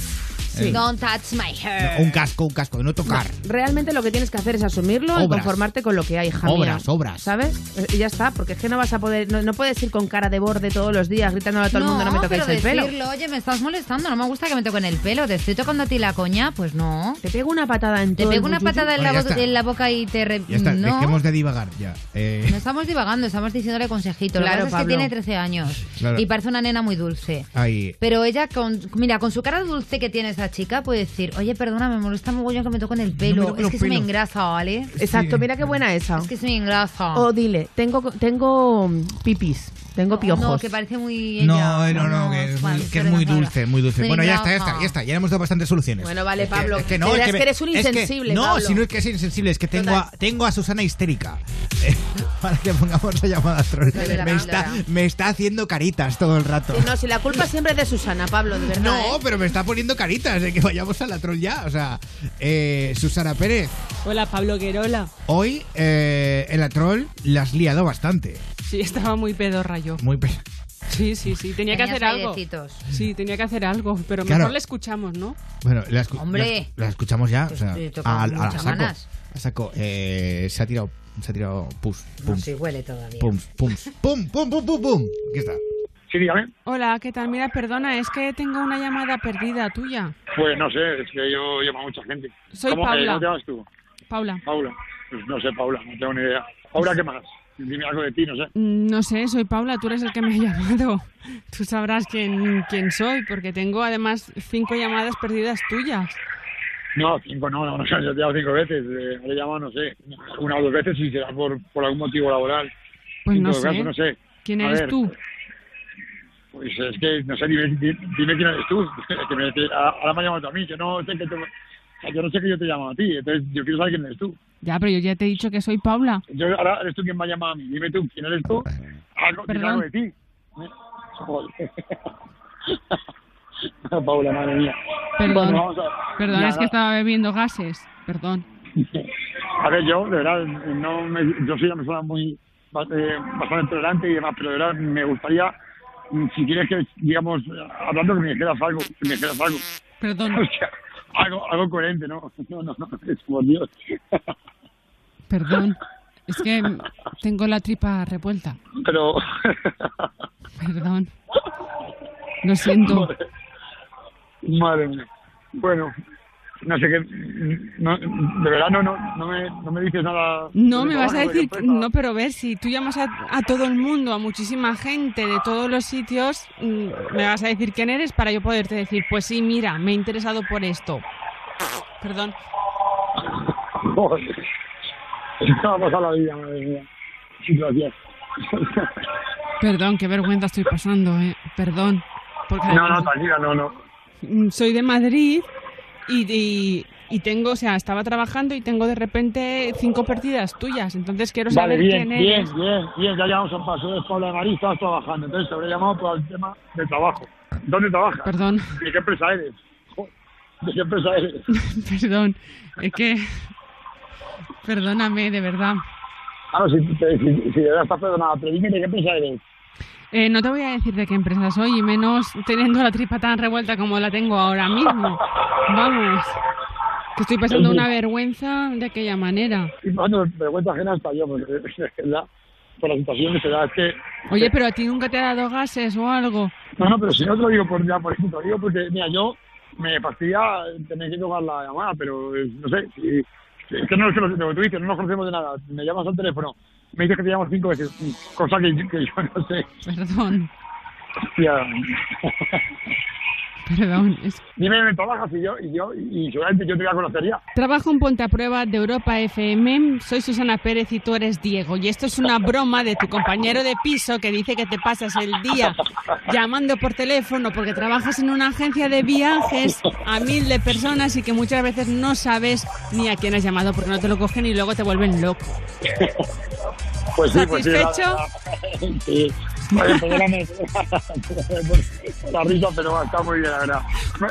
Eh,
Don't touch my hair.
no, un casco, un casco, de no tocar.
Realmente lo que tienes que hacer es asumirlo y
Obras.
conformarte con lo que hay, hija mía.
Obras, obras.
¿Sabes? Eh, Y ya está, porque es que no vas a poder, no, no puedes ir con cara de borde todos los días gritándole a todo el mundo no me toquéis
pero
el pelo.
decirlo, oye, me estás molestando, no me gusta que me toquen el pelo, te estoy tocando a ti la coña, pues no.
Te pego una patada en
Te
todo el
pego una
butullo.
patada en la,
Oye, ya
bo-
está.
en la boca y te... re-
Ya está,
no,
dejemos de divagar ya. Eh,
no estamos divagando, estamos diciéndole consejito.
Claro,
lo que pasa es que
Pablo.
tiene 13 años
Claro.
y parece una nena muy dulce.
ahí.
Pero ella, con, mira, con su cara dulce que tiene esa chica, puede decir, oye, perdona, me molesta mogollón que me toquen el pelo.
toques
es
los
que se me
pelos".
engrasa, ¿vale?
Exacto, mira Oh, qué buena esa.
Es que se me engrasa.
O dile, tengo, tengo mm, pipis, tengo piojos.
No, que parece muy ella.
[LAUGHS]
eh,
No, no, no, que es,
Juan,
muy- que es
pero
muy
mejor.
dulce, muy dulce.
Pero
Bueno, ya está, ya
engraja.
está, ya está. Ya le hemos dado bastantes soluciones.
Bueno, vale,
Es que-
Pablo,
es que no,
pero
es
es
me-
que eres un
es que-
insensible,
no,
Pablo.
si no es que es insensible, es que tengo a,
Total.
tengo a Susana histérica. Eh, Para que pongamos la llamada troll.
Dale la
Me está,
palabra.
me está haciendo caritas todo el rato.
Sí, no, si la culpa siempre es de Susana, Pablo, de verdad.
No,
¿eh?
pero me está poniendo caritas de que vayamos a la troll ya. O sea, eh, Susana Pérez,
Hola, Pablo Guerola.
hoy eh, en la troll la has liado bastante.
Sí, estaba muy pedorra yo.
Muy pe-
Sí, sí, sí. Tenía que
Tenías
hacer algo.
airecitos.
Sí, tenía que hacer algo, pero
Claro.
mejor le escuchamos, ¿no?
Bueno, la, escu-
Hombre.
la- la escuchamos ya. O sea,
Pues te
a,
tocan
a la
muchas
saco.
ganas.
A saco. Eh, se ha tirado. Se ha tirado. Pus. Pum.
sí, huele todavía.
Pum. Pum. Pum. Pum. Pum. Pum. Pum. Aquí está.
Sí, dígame.
Hola, ¿qué tal? Mira, perdona, es que tengo una llamada perdida tuya.
Pues no sé, es que yo llamo a mucha gente.
Soy
¿Cómo, eh,
Paula.
¿Cómo te llamas tú?
Paula.
Paula. Pues no sé, Paula, no tengo ni idea. Paula, ¿qué más? Dime algo de ti, no sé.
Mm, No sé, soy Paula, tú eres el que me ha llamado. [LAUGHS] Tú sabrás quién, quién soy, porque tengo además cinco llamadas perdidas tuyas.
No, cinco no, [LAUGHS] no, no, yo te he llamado cinco veces. eh, le he llamado, no sé, una o dos veces y será por, por algún motivo laboral.
Pues
En
no
todo
sé.
caso, no sé.
¿Quién
A
eres
ver,
tú?
Pues es que, no sé, dime, di- dime quién eres tú. [LAUGHS] que me, que a- ahora me has llamado tú a mí, yo no sé que te- o sea, yo no sé que yo te he llamado a ti, entonces yo quiero saber quién eres tú.
Ya, pero yo ya te he dicho que soy Paula.
Yo, ahora eres tú quien me ha llamado a mí, dime tú, quién eres tú, algo, dime algo de ti. ¿Eh? Joder. [LAUGHS] Paula, madre mía.
Perdón.
Bueno, vamos a ver.
Perdón, es
Nada.
que estaba bebiendo gases. Perdón.
A ver, yo, de verdad, no me- yo soy una persona muy ba- eh, bastante tolerante y demás, pero de verdad me gustaría, mm, si quieres que, digamos, hablando, que me dijeras algo, que me dijeras algo.
Perdón.
[LAUGHS] algo, algo coherente, ¿no? [LAUGHS] No, no, no, es por Dios. [LAUGHS]
Perdón. Es que tengo la tripa revuelta.
Pero...
Perdón. Lo siento.
Madre, madre mía. Bueno, no sé qué... mm, No, de verdad, no, no, no, me, no me dices nada...
No,
de
me vas a
trabajo, de
decir,
empresa.
no, pero ver, si tú llamas a, a todo el mundo, a muchísima gente de todos los sitios, mm, me vas a decir quién eres para yo poderte decir, pues sí, mira, me he interesado por esto. Perdón.
Joder. [LAUGHS] Se me ha pasado la vida, madre mía. Situación.
Perdón, qué vergüenza estoy pasando, eh. Perdón. Porque
No, no,
además,
tranquila, no, no.
mm, soy de Madrid y, y- y tengo, o sea, estaba trabajando y tengo de repente cinco partidas tuyas, entonces quiero
Vale,
saber quién
bien, bien,
eres.
bien, bien, ya llevamos a un paso de Paula de Marí, estabas trabajando, entonces te habré llamado por el tema de trabajo. ¿Dónde trabajas?
Perdón.
¿De qué empresa eres? Jo, ¿De qué empresa eres?
[LAUGHS] [LAUGHS] Perdón, es que... Perdóname, de verdad.
Claro, si, te- si, si de verdad estás perdonada, pero dime de qué empresa eres.
Eh, no te voy a decir de qué empresa soy, y menos teniendo la tripa tan revuelta como la tengo ahora mismo. Vamos, que estoy pasando una vergüenza de aquella manera.
Y bueno, vergüenza ajena hasta yo, porque es verdad, por la situación que se da, es que...
Oye, pero a ti nunca te ha dado gases o algo.
No, no, pero si no te lo digo por, ya por eso, te lo digo porque, mira, yo me fastidia tener que tocar la llamada, pero eh, no sé, si, es que no es que lo, lo que tú dices, no nos conocemos de nada, me llamas al teléfono, me dices que te llamas cinco veces, cosa que, yo- que yo no sé.
Perdón,
Hostia.
perdón. es-
Dime dónde trabajas y yo, y yo, y seguramente yo te voy a conocer ya.
Trabajo en Ponte a Prueba de Europa FM. Soy Susana Pérez y tú eres Diego. Y esto es una broma de tu compañero de piso que dice que te pasas el día llamando por teléfono porque trabajas en una agencia de viajes a mil de personas y que muchas veces no sabes ni a quién has llamado porque no te lo cogen y luego te vuelven loco. [LAUGHS]
[LAUGHS] Pues sí, pues sí. la-
¿Satisfecho?
la- [LAUGHS] Sí. Vale, perdóname por [LAUGHS] la risa, pero está muy bien, la verdad.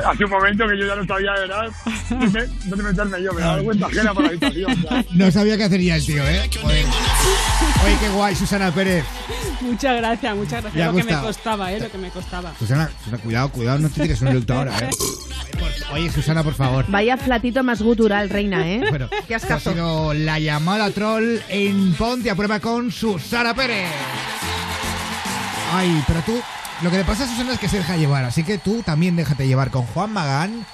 Hace un momento que yo ya no sabía, de verdad, [LAUGHS] dónde- dónde meterme yo, me da vergüenza ajena por la habitación.
[LAUGHS] No sabía qué hacer ya el tío, ¿eh? Joder. Oye, qué guay, Susana Pérez.
Muchas gracias, muchas
Me ha
gracias. Lo que me
gustado.
costaba, ¿eh? Lo que me costaba.
Susana, Susana, cuidado, cuidado, no te tires un eructo ahora, ¿eh? Oye, Susana, por favor.
Vaya platito más gutural, reina, ¿eh?
Bueno, pues
Qué
Ha
ascazo.
sido la llamada troll en Ponte a prueba con Susana Pérez. Ay, pero tú, lo que le pasa a Susana es que se deja llevar, así que tú también déjate llevar con Juan Magán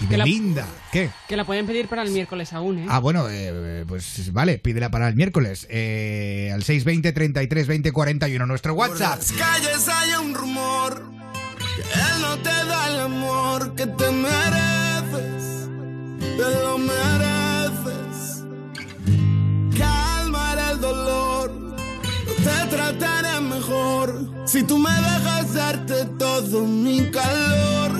y
Que la-
Belinda. ¿Qué?
Que la pueden pedir para el miércoles aún, ¿eh?
Ah, bueno, eh, pues vale, pídela para el miércoles. eh, al 620 33 20 41, nuestro WhatsApp.
Por las calles hay un rumor que él no te da el amor que te mereces, te lo mereces. Calmar el dolor, yo te trataré mejor si tú me dejas darte todo mi calor.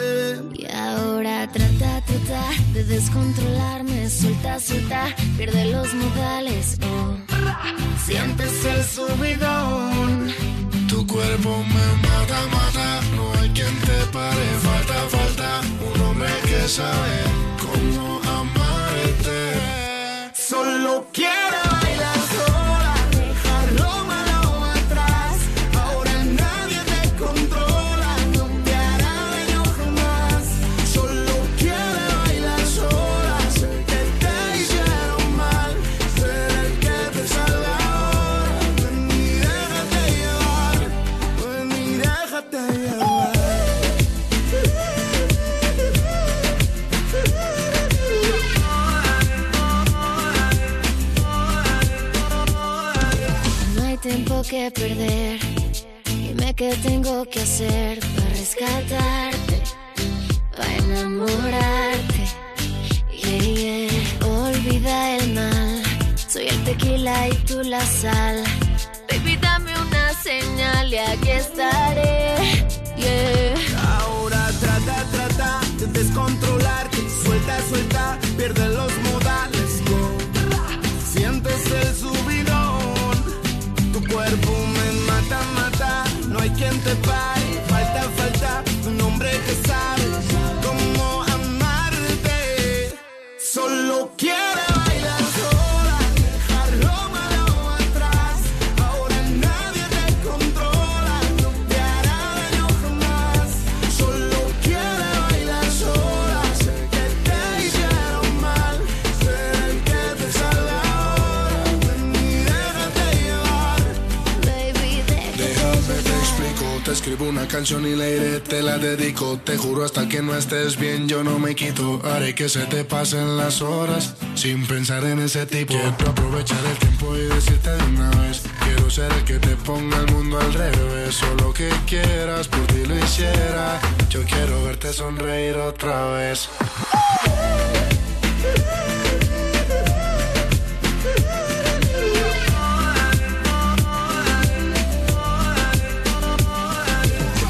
eh.
Y ahora trata, trata de descontrolarme, suelta, suelta, pierde los modales. oh.
Sientes el subidón. Tu cuerpo me mata, mata. No hay quien te pare. Falta, falta. Un hombre que sabe cómo amarte. Solo quiero bailar sola. Dejar lo malo atrás. Ahora nadie te controla. No te hará daño jamás. Solo quiero bailar sola. Sé que te hicieron mal. Seré el que te salva ahora. Ven y déjate llevar. Ven y déjate llevar.
que perder. Dime qué tengo que hacer para rescatarte, para enamorarte. Yeah, yeah. Olvida el mal, soy el tequila y tú la sal. Baby, dame una señal y aquí estaré. Yeah.
Ahora trata, trata de descontrolarte. Suelta, suelta, pierde los modales. Yo. Sientes el subidón. Tu cuerpo me mata, mata. No hay quien te pare. Falta, falta. Un hombre que sabe cómo amarte. Solo quiere bailar sola. Dejar lo malo atrás. Ahora nadie te controla. No te hará daño jamás. Solo quiere bailar sola. Sé que te hicieron mal. Sé que te sale ahora. Ven y déjate llevar.
Baby,
Déjame te explico, te escribo una canción y la iré, te la dedico. Te juro hasta que no estés bien, yo no me quito. Haré que se te pasen las horas sin pensar en ese tipo. Quiero aprovechar el tiempo y decirte de una vez. Quiero ser el que te ponga el mundo al revés. O lo que quieras, por ti lo hiciera. Yo quiero verte sonreír otra vez.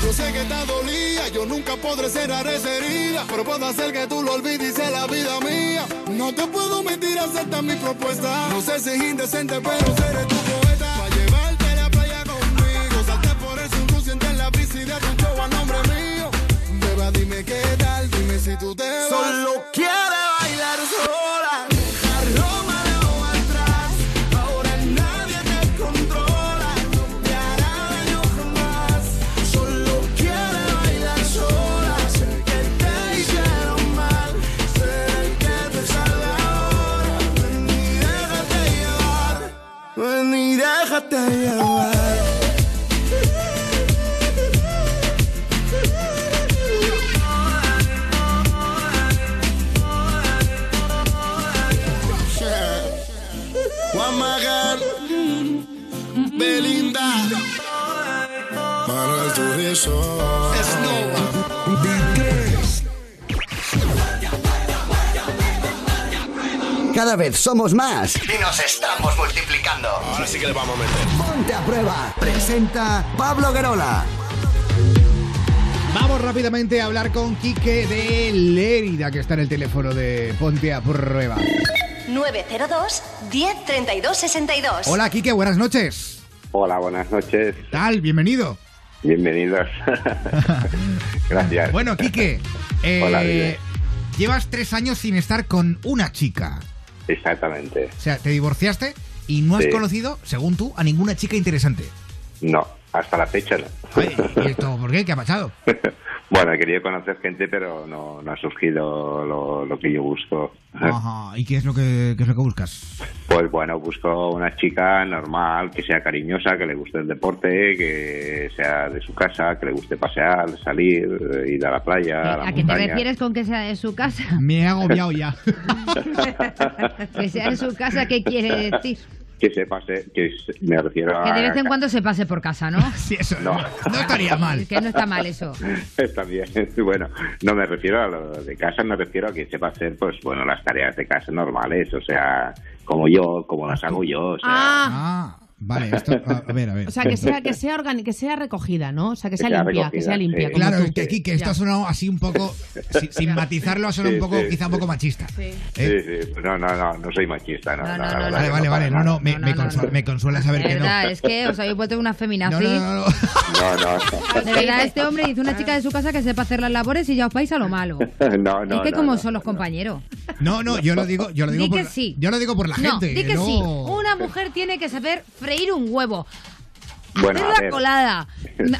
Yo sé que te dolía, yo nunca podré cerrar esa herida, pero puedo hacer que tú lo olvides y sea la vida mía. No te puedo mentir, acepta mi propuesta. No sé si es indecente, pero seré tu poeta. Pa' llevarte a la playa conmigo, salta por el sunroof, siente la brisa y de tu show a nombre mío. Beba, dime qué tal, dime si tú te vas.
Solo quiere bailar sola. Dejar lo malo atrás. Ahora nadie te controla. No te hará daño jamás. Solo quiere bailar sola. Sé que te hicieron mal. Sé que te sale ahora. Ven y déjate llevar. Ven y déjate llevar.
Juan Magán, Belinda, Manuel Turizo, Snow,
Cada vez somos más.
Y nos estamos multiplicando. Ahora sí que le vamos a
[LAUGHS]
meter.
Ponte a prueba. Presenta Pablo Guerola.
Vamos rápidamente a hablar con Quique de Lérida, que está en el teléfono de Ponte a Prueba.
902 10 32 62.
Hola, Quique, buenas noches.
Hola, buenas noches.
¿Qué tal? Bienvenido.
[LAUGHS]
Bienvenidos. Gracias.
Bueno, Quique, eh,
Hola, Guille.
llevas tres años sin estar con una chica.
Exactamente.
O sea, te divorciaste y no has
Sí.
conocido, según tú, a ninguna chica interesante.
No, hasta la fecha no.
¿Y esto por qué? ¿Qué ha pasado?
[LAUGHS] bueno, he querido conocer gente, pero no, no ha surgido lo, lo que yo busco.
Ajá, ¿y qué es lo que, qué es lo que buscas?
Pues bueno, busco una chica normal, que sea cariñosa, que le guste el deporte, que sea de su casa, que le guste pasear, salir, eh, ir a la playa, a la
¿A qué te
montaña. [LAUGHS]
refieres [LAUGHS] con que sea de su casa?
[LAUGHS] Me he agobiado ya.
[LAUGHS] Que sea de su casa, ¿qué quiere decir?
Que se pase, que se- me refiero a...
Que de vez en cuando se pase por casa, ¿no?
[LAUGHS] Sí, eso.
No.
estaría mal.
Que no está mal
[LAUGHS]
eso.
[LAUGHS] Está bien. Bueno, no me refiero a lo de casa, me refiero a que sepa hacer, pues, bueno, las tareas de casa normales, o sea, como yo, como las hago yo, o sea,
Ah,
Vale, esto, a, a ver, a
[LAUGHS]
ver.
o sea, que sea, que sea, organi- que sea recogida, ¿no? O sea, que sea, limpia, que sea limpia. como
Claro,
tú.
que Quique, esto
Ya.
ha sonado así un poco, sin, sin [LAUGHS] matizarlo, ha sonado
Sí,
un poco,
sí,
quizá un poco machista.
sí, sí. pues, No, no, no, no soy machista, no, no, la verdad que Ah,
Eh, Vale, vale,
no,
vale,
para
no, no,
nada.
me, me consuela, me consuela saber
De
que no.
verdad, es que os habéis vuelto una feminazi.
No, no,
De verdad, este hombre dice una chica de su casa que sepa hacer las labores y ya os vais a lo malo.
[LAUGHS] no,
es
no,
que
no,
como
no.
son los compañeros.
No, no, yo lo digo, yo lo digo
Di
por,
que sí.
yo lo digo por la
no,
gente.
di que sí.
luego-
Una mujer tiene que saber freír un huevo,
Bueno,
hacer
a
la
ver, [LAUGHS]
colada,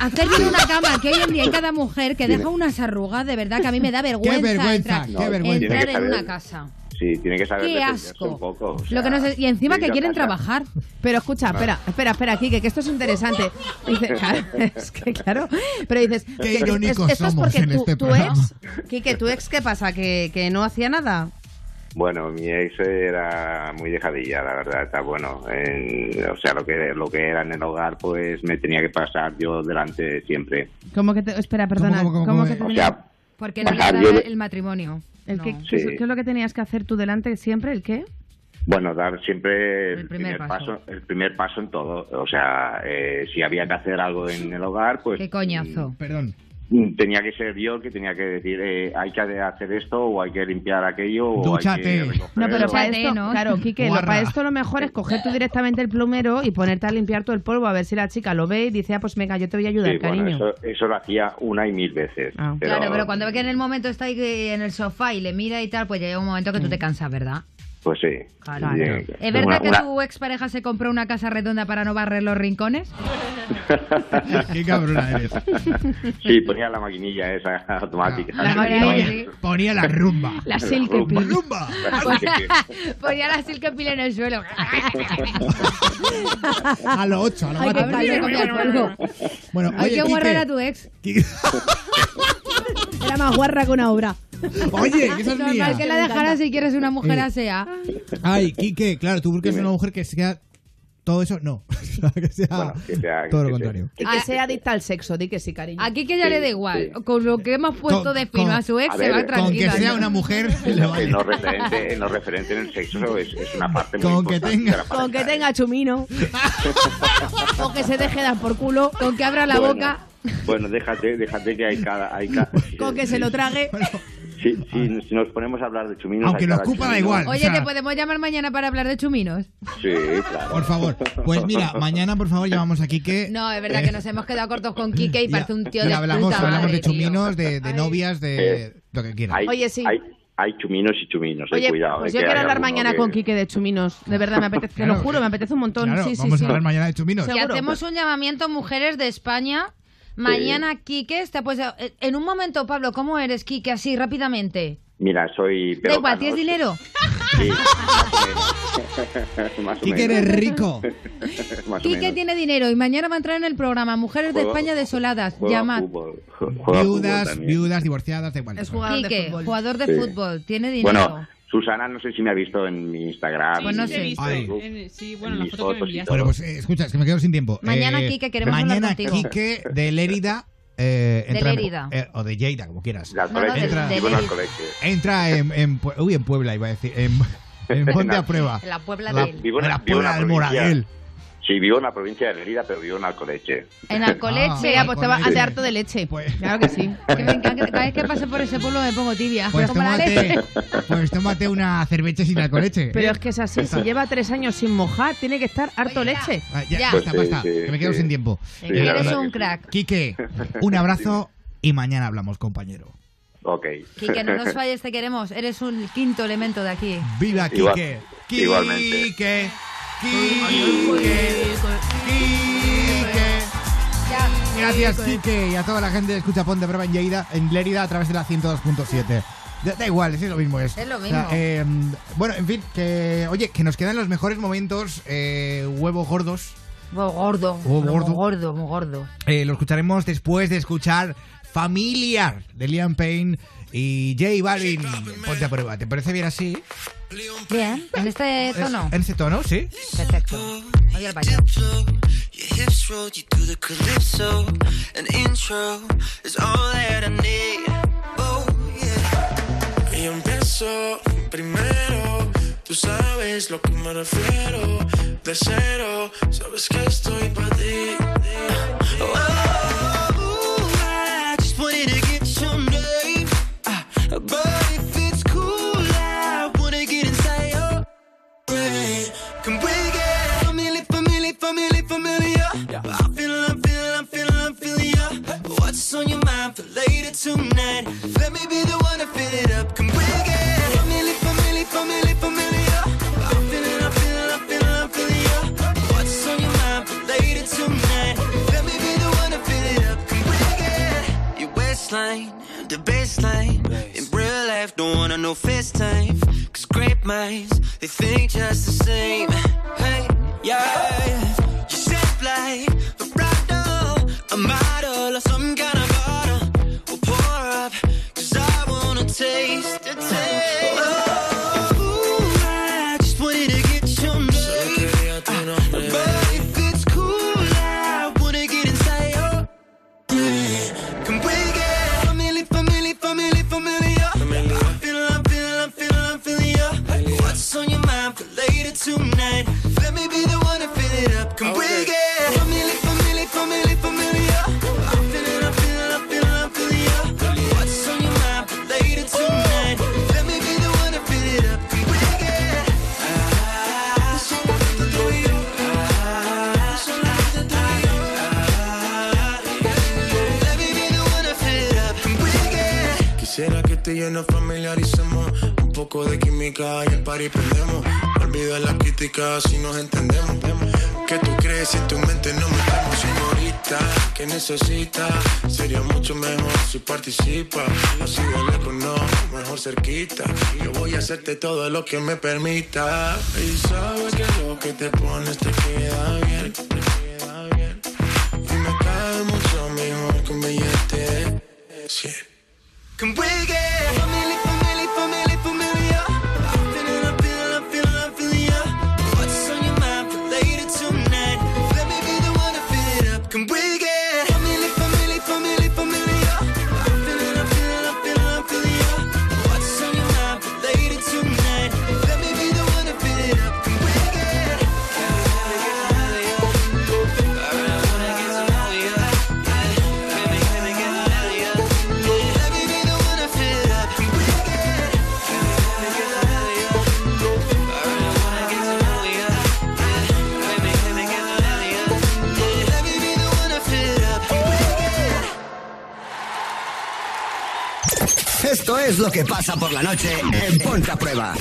hacer bien una cama, que hoy en día hay cada mujer que deja unas arrugas, de verdad que a mí me
[LAUGHS]
da vergüenza,
vergüenza,
entrar,
qué vergüenza.
entrar
Tiene que
en una
saber-
casa.
Sí, tiene que saber
Qué
defenderse
asco.
un poco. o
Lo que no
sea,
sé- y encima que
venga,
quieren
casa.
trabajar.
Pero escucha, espera, espera, espera, Quique, que esto es interesante.
[LAUGHS]
Dice, claro, es que claro, pero dices,
Qué
es-
irónicos
esto es
somos
porque
en
tu,
este
tu
programa.
ex, Quique, tu ex, ¿qué pasa? ¿Que, que no hacía nada?
Bueno, mi ex era muy dejadilla, la verdad. Está bueno. En- o sea, lo que lo que era en el hogar, pues me tenía que pasar yo delante siempre.
¿Cómo que te.? Espera, perdona. ¿Cómo, que
O
tenía-
sea,
Porque
no
no
le daba yo- el
matrimonio.
¿El qué, qué es-
Sí.
pues, qué es lo que tenías que hacer tú delante siempre? ¿El qué?
bueno, dar siempre el,
primer
primer, paso. el primer paso en todo. O sea, eh, si había que hacer algo en el hogar, pues
Qué coñazo.
Perdón.
tenía que ser yo el que tenía que decir, eh, hay que hacer esto o hay que limpiar aquello o hay
Dúchate.
que recoger.
No, pero para
Dúchate,
esto,
¿no?
claro, Quique, lo-
Guarra.
para esto lo mejor es coger tú directamente el plumero y ponerte a limpiar todo el polvo, a ver si la chica lo ve y dice, ah, pues venga, yo te voy a ayudar,
Sí, bueno,
cariño.
eso, eso lo hacía una y mil veces. pero-
Ah. Claro, pero cuando ve que en el momento está ahí que en el sofá y le mira y tal, pues ya llega un momento que tú te
Mm.
cansas, ¿verdad?
Pues sí.
Claro.
Bien.
¿Es verdad
Una-
que
una-
tu expareja se compró una casa redonda para no barrer los rincones?
[LAUGHS] Qué cabrona eres.
Sí, ponía la maquinilla esa [LAUGHS] automática.
Ah, La maquinilla.
Ponía la rumba.
[LAUGHS]
La Pues-
Silke Pil.
¡Rumba!
[LAUGHS]
[LAUGHS] Ponía la silca pila en el suelo. [LAUGHS]
A los ocho, a los
Ay, qué
gatos.
calor, comía el polvo.
Bueno,
Ay,
oye,
qué guarra
Quique,
era tu ex.
Era más guarra que una obra.
Oye, que esa es
Normal
mía.
que la dejara si quieres una mujer ¿ah?
Eh.
ASEA.
Ay, Quique, claro, tú buscas una mujer que sea todo eso, no. [LAUGHS] que sea todo lo contrario.
Y que sea adicta al sexo, di que sí, cariño.
Ah, Aquí que ya le da igual. Con lo que hemos puesto de fino a su ex,
a
se va
ver, con
tranquila.
que sea
¿no?
una
mujer,
[LAUGHS] En lo referente, en lo referente en el sexo es, es una parte muy
Con que
importante
tenga-
de la pareja.
Con que tenga chumino.
o que se deje dar por culo. Con que abra la
Bueno.
boca.
Bueno, déjate, déjate que hay cada... Hay cada
Con que se lo trague.
si, si- si nos ponemos a hablar de chuminos...
Aunque
hay
lo
cada
ocupa, da
chumino.
igual.
Oye, te podemos llamar mañana para hablar de chuminos.
Sí, claro.
Por favor. Pues mira, mañana por favor llamamos a Quique.
No, es verdad que nos hemos quedado cortos con Quique y parece un tío
Y
de
Eh, hablamos,
puta
hablamos
madre,
de chuminos, de, de novias, de
Eh,
lo que quieras.
Hay,
Oye, sí.
Hay, hay chuminos y chuminos, eh,
Oye,
cuidado.
pues
eh,
yo
que
quiero
hay
hablar
alguno
mañana
que-
con Quique de Chuminos. De verdad, me apetece, te lo
Claro.
juro, me apetece un montón.
Claro,
sí, sí,
vamos
sí.
a hablar mañana de chuminos.
Y hacemos un llamamiento mujeres de España. Mañana Quique está pues en un momento Pablo, ¿cómo eres Quique así rápidamente?
Mira, soy...
da
pero
igual, ¿tienes
Carlos.
dinero?
Sí,
[LAUGHS]
[LAUGHS] más o menos.
Quique eres rico.
[LAUGHS] Más o
Quique
menos.
tiene dinero y mañana va a entrar en el programa Mujeres de
Juega-
España desoladas.
Juega
Llamad.
fútbol, ju- juega fútbol
Viudas,
también.
viudas, divorciadas, da igual.
Quique, jugador de
Sí.
fútbol, tiene dinero.
Bueno, Susana, no sé si me ha visto en mi Instagram.
Pues no
en
sé.
mi
Ay.
Facebook,
Sí,
en mis fotos y
Bueno,
todo.
pues eh, escucha, es que me quedo sin tiempo.
Mañana,
Eh,
Quique, queremos hablar
Mañana
contigo.
Quique de Lérida. Eh,
De
entra en-
Lérida.
eh, o de Lleida, como quieras.
Al
No, no,
colegio,
de- de
sí, bueno, al
Lérida.
colegio.
Entra en, en Pue- uy, en Puebla, iba a decir.
[LAUGHS]
En, en eh, Ponte a Prueba.
En la Puebla
La-
de él.
Vivo en-
en la
vivo en la
Puebla del
provincia.
Moradel.
Sí, vivo en la provincia de Lérida, pero vivo en Alcoleche.
En Alcoleche.
Ah,
Mira, pues te va a
Alcoleche. Pues-
de harto de leche. Claro que
[LAUGHS]
sí.
Que me encanta, cada vez que paso por ese pueblo me pongo tibia.
Pues
Como la
tómate,
leche.
pues tómate una ¿eh? cerveza sin alcoleche.
Pero es que es así, si lleva tres años sin mojar, tiene que estar harto leche.
Ah, ya,
Ya.
basta,
Pues sí,
basta,
sí,
que me quedo
sí.
sin tiempo.
Sí, la
Eres
verdad
un
que sí.
crack.
[LAUGHS]
Quique, un abrazo y mañana hablamos, compañero.
Ok.
Quique,
[LAUGHS]
no nos falles, te queremos. Eres un quinto elemento de aquí.
¡Viva
Igual-
Quique!
igualmente.
¡Quique! ¡Quique! ¡Quique! Gracias,
pues.
Quique, y a toda la gente que escucha Ponte a Prueba en, Lleida, en Lérida a través de la 102.7. Da, da igual, es lo mismo. Es,
Es lo
O
mismo.
sea, eh, bueno, en fin, que, oye, que nos quedan los mejores momentos, eh, huevos gordos.
Bo- Gordo,
Bo-
bo-
gordo.
gordo, bo- gordo.
Eh, lo escucharemos después de escuchar Familiar de Liam Payne y J Balvin. Ponte a prueba, ¿te parece bien así?
Bien, en este tono.
¿En ese tono? Sí.
Perfecto. Odio el baño.
Your hips roll, you do the calypso. An intro is all that I need. Oh, yeah. Y yo empiezo primero. Tú sabes lo que me refiero. De cero, sabes que estoy para ti. Oh, I just wanted to get someday. Uh, but if it's cool, I wanna get inside your way. Can we get family, family, family, familiar? I feel, I'm feeling, I'm feeling, I'm feeling ya. What's on your mind for later tonight? Let me be the one to fill it up. Can we get family, family, family, familiar? I'm feeling, I'm feeling, I'm feeling, I'm feeling ya. What's on your mind for later tonight? Let me be the one to fill it up. Can we get your waistline, the baseline? In real life, don't wanna no FaceTime. Cause great minds, they think just the same. Hey, yeah. You shape like a bridal, a model, or some kind of bottle. Well, pour up, cause I wanna taste the taste. Oh,
Será que tú y yo nos familiaricemos. Un poco de química y el party prendemos. No olvides las críticas si nos entendemos. Que tú crees si en tu mente no me estamos señorita? que necesita? Sería mucho mejor si participa. Así de lejos no, mejor cerquita. Yo voy a hacerte todo lo que me permita. Y sabes que lo que te pones te queda bien. Y me cae mucho mejor que un billete de 100.
Can we get family, family, family, familiar? I'm feeling, I'm feeling, I'm feeling, I'm feeling ya. What's on your mind for later tonight? Let me be the one to fill it up. Can we get family, family, family, familiar? I'm feeling, I'm feeling, I'm feeling, I'm feeling ya. What's on your mind for later tonight? Let me be the one to fill it up. Can we get? Let me be the one to fill it up. Can we get?
Esto es lo que pasa por la noche en Ponte a Prueba.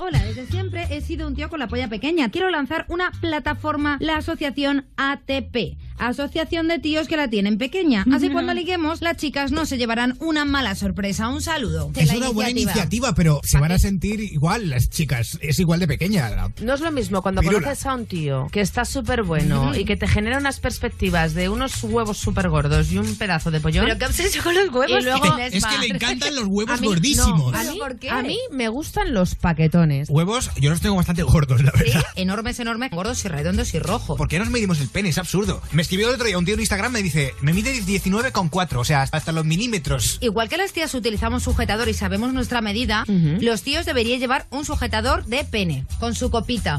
Hola, desde siempre he sido un tío con la polla pequeña. Quiero lanzar una plataforma, la asociación ATP, Asociación de Tíos que la tienen pequeña.
Mm,
Así cuando liguemos, las chicas no se llevarán una mala sorpresa. Un saludo. De
Es
la
una buena iniciativa, pero se van a sentir igual las chicas. Es igual de pequeña. la-
No es lo mismo cuando
Pirula.
conoces a un tío que está súper bueno y que te genera unas perspectivas de unos huevos súper gordos y un pedazo de pollón.
Pero qué obsesión con los huevos
Y luego,
tienes, Es que Mar. le encantan [LAUGHS] los
[LAUGHS]
huevos
A mí-
gordísimos.
no, a,
¿Pero
mí,
por qué?
a mí me gustan los paquetones.
Huevos, yo los tengo bastante gordos, la verdad.
Enormes, enormes, gordos y redondos y rojos.
¿Por qué nos medimos el pene? Es absurdo. Me escribió el otro día un tío en Instagram, me dice, me mide 19,4, o sea, hasta, hasta los milímetros.
Igual que las tías utilizamos sujetador y sabemos nuestra medida, los tíos deberían llevar un sujetador de pene con su copita.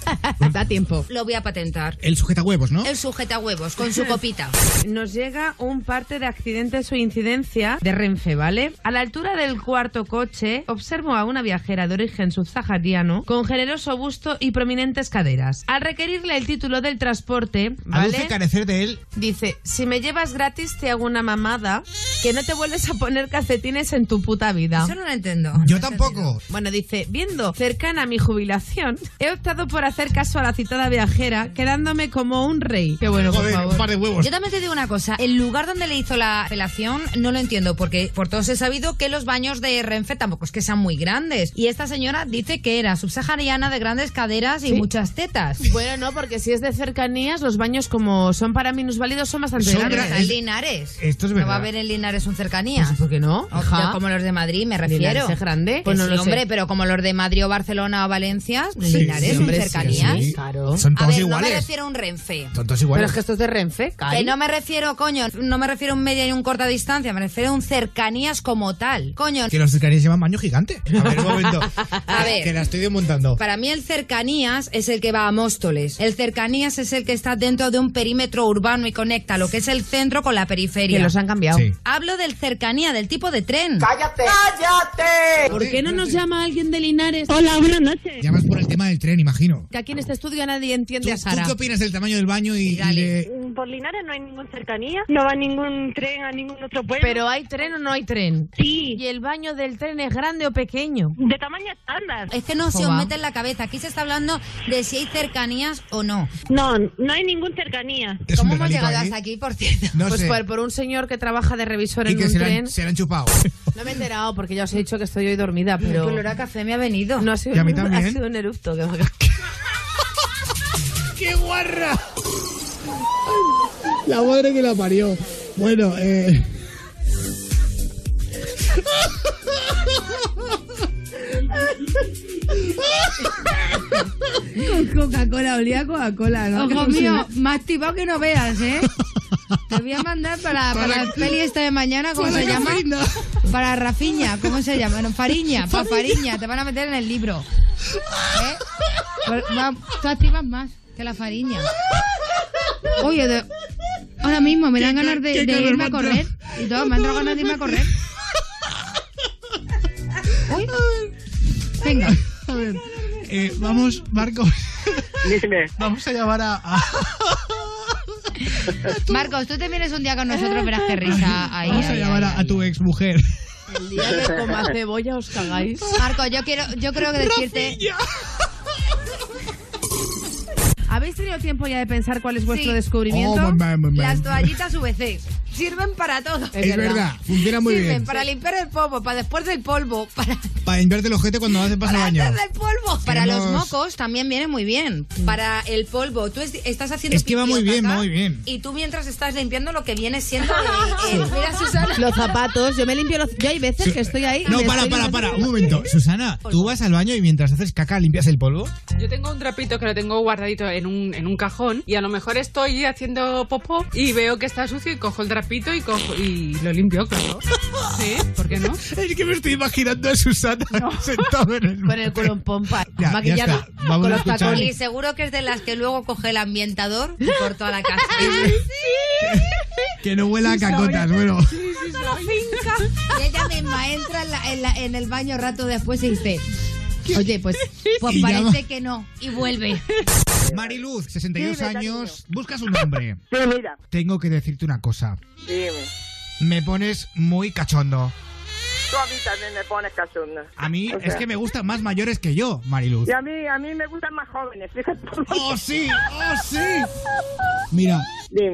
[LAUGHS] da tiempo.
Lo voy a patentar.
El sujetahuevos, ¿no?
El sujetahuevos con su copita.
Nos llega un parte de accidentes o incidencia de Renfe, ¿vale? A la altura del cuarto coche, observo a una viajera de origen subsahariano con generoso busto y prominentes caderas. Al requerirle el título del transporte, ¿vale?
Aduce carecer de él.
Dice, si me llevas gratis te hago una mamada que no te vuelves a poner calcetines en tu puta vida.
Eso no lo entiendo.
Yo tampoco.
Bueno, dice, viendo cercana mi jubilación, he optado por hacer caso a la citada viajera, quedándome como un rey. Qué bueno, por
Joder,
favor.
un par de huevos.
Yo también te digo una cosa, el lugar donde le hizo la apelación no lo entiendo porque por todos he sabido que los baños de Renfe tampoco es que sean muy grandes. Y esta señora dice que era subsahariana de grandes caderas y muchas tetas.
[LAUGHS] Bueno, no, porque si es de cercanías, los baños como son para minusválidos son bastante
Son
grandes.
grandes. En Linares.
Esto es
No va a
verdad.
haber en Linares un cercanías.
Pues, ¿Por qué no?
O sea, como los de Madrid, me refiero.
Linares es grande.
Que
Pues no
sí,
lo sé.
hombre, pero como los de Madrid o Barcelona o Valencia, pues
Sí,
Linares,
sí,
un
hombre, sí,
cercanías.
sí, claro.
Son
A
todos
ver, no me
iguales.
refiero a un Renfe.
Son todos iguales.
Pero es que esto es de Renfe,
Que
Cari.
no me refiero, coño, no me refiero a un media y un corta distancia, me refiero a un cercanías como tal. Coño,
Que los cercanías llevan baño gigante. A ver,
[LAUGHS]
un momento.
A ver.
Que la estoy desmontando.
Para mí el cercanías es el que va a Móstoles. El cercanías es el que está dentro de un perímetro urbano y conecta lo que es el centro con la periferia.
Que los han cambiado. Sí.
Hablo del cercanía, del tipo de tren.
¡Cállate!
¡Cállate!
¿Por qué no nos llama alguien de Linares?
noche.
Llamas por el tema del tren, imagino.
Que aquí en este estudio nadie
¿Tú,
entiende a
tú
Sara.
qué opinas del tamaño del baño y, y de-
Mm, Por Linares no hay ninguna cercanía, no va ningún tren a ningún otro pueblo.
Pero hay tren o no hay tren.
Sí.
¿Y el baño del tren es grande o pequeño?
De tamaño estándar.
Es que no se os
Joba.
mete en la cabeza. Aquí se está hablando de si hay cercanías o no.
No, no hay ningún cercanía.
Es
¿Cómo
un
hemos
regalito
llegado
ahí.
hasta aquí, por cierto?
No
pues
sé.
por, por un señor que trabaja de revisor
y
en
que
un
se la,
tren.
han, se la han chupado.
No me he enterado porque ya os he dicho que estoy hoy dormida, pero...
El olor a café me ha venido.
No ha sido,
Y a mí
un-
también.
ha sido un eructo.
[LAUGHS]
Que...
¡Qué guarra! La madre que la parió. Bueno, eh...
Con Coca-Cola, olía Coca-Cola, ¿no?
Ojo mío, más activado que no veas, ¿eh? Te voy a mandar para, para,
Para-
la peli esta de mañana, ¿cómo
para
se llama?
Cafeína.
Para Rafiña, ¿cómo se llama? No, Fariña, para Fariña, te van a meter en el libro. ¿Eh? Pues va- tú activas más que la Fariña. Oye, de- ahora mismo me dan
Qué ca-
ganas de,
qué
de
calor
irme
me
a
ha
correr.
entrado.
Y todo, me han dado ganas de irme a
[LAUGHS]
correr. Uy. Venga.
A ver, eh, vamos, Marcos. [LAUGHS] Vamos a llamar a... a-
Marcos, tú te vienes un día con nosotros, verás qué risa ahí.
vamos a
ahí,
llamar
ahí.
a, a tu ex mujer.
El día que coma cebolla os cagáis.
Marco, yo quiero, yo creo que decirte.
¿Habéis tenido tiempo ya de pensar cuál es vuestro
Sí.
descubrimiento?
Oh, mamá, mamá.
Las toallitas VC sirven para todo.
Es verdad, funciona muy
sirven
bien.
para limpiar el polvo, para después del polvo, para
Para limpiarte el ojete cuando haces paso baño.
antes del polvo. Para los
Tenemos-
mocos también viene muy bien. Para el polvo, tú es- estás haciendo.
Es que va
pipí o
muy bien,
caca,
va muy bien.
Y tú mientras estás limpiando lo que viene
[LAUGHS]
siendo. el- el- Eh, mira, Susana. [LAUGHS]
Los zapatos, yo me limpio los. Yo hay veces que estoy ahí. y
No,
me
para,
estoy
para,
limpiando-
para, un momento. Susana, ¿tú vas al baño y mientras haces caca limpias el polvo?
Yo tengo un trapito que lo tengo guardadito en un, en un cajón y a lo mejor estoy haciendo popó y veo que está sucio y cojo el trapito y cojo y lo limpio,
[LAUGHS]
claro. Sí, ¿por qué no?
Es que me estoy imaginando a Susana [LAUGHS] sentada en el...
Con el colon pompa.
Ya,
maquillada,
ya está. Vamos
con
a
los
escuchar.
Y
tacones.
seguro que es de las que luego coge el ambientador y por toda la
[LAUGHS]
casa.
Que no huela a cacotas, bueno.
[LAUGHS] Y ella misma entra en, la- en la- en el baño rato después y dice. Oye, pues, pues
[LAUGHS] Y llama.
parece que no. Y vuelve.
Mariluz, 62
Dime,
años, buscas un hombre.
Sí, mira,
Tengo que decirte una cosa.
dime.
Me pones muy cachondo.
Tú a mí también me pones cachonda.
A mí
O
es
sea.
que me gustan más mayores que yo, Mariluz.
Y a mí, a mí me gustan más jóvenes, fíjate.
¡Oh, sí! ¡Oh, sí! Mira,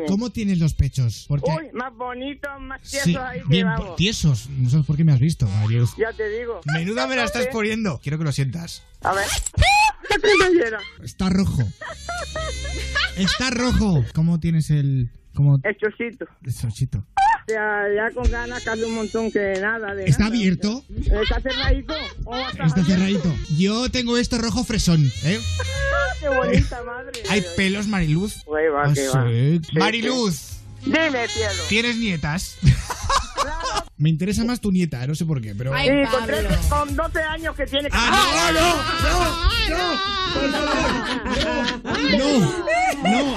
¿cómo tienes los pechos?
[LAUGHS]
Porque
Uy, más bonitos, más tiesos
sí,
ahí que
bien
vamos.
tiesos. No sabes por qué me has visto, Mariluz.
Ya te digo.
Menuda me la estás
Sí.
poniendo. Quiero que lo sientas.
A ver. ¿Qué te llena?
Está rojo. Está rojo. ¿Cómo tienes el cómo
El chocito.
el sochito?
Ya, ya con ganas casi un montón que nada. De
¿Está
nada.
abierto?
¿Está cerradito? Oh, está...
Está cerradito. Yo tengo esto rojo fresón, ¿eh?
¡Qué bonita madre!
Hay pelos, Mariluz.
Ahí va,
Ah,
que va.
sí.
Sí,
Mariluz,
Dime, cielo.
¿tienes nietas? [LAUGHS] Me interesa más tu nieta, no sé por qué, pero.
sí, con, 13 con 12 años que tiene.
¡Ah, no, No,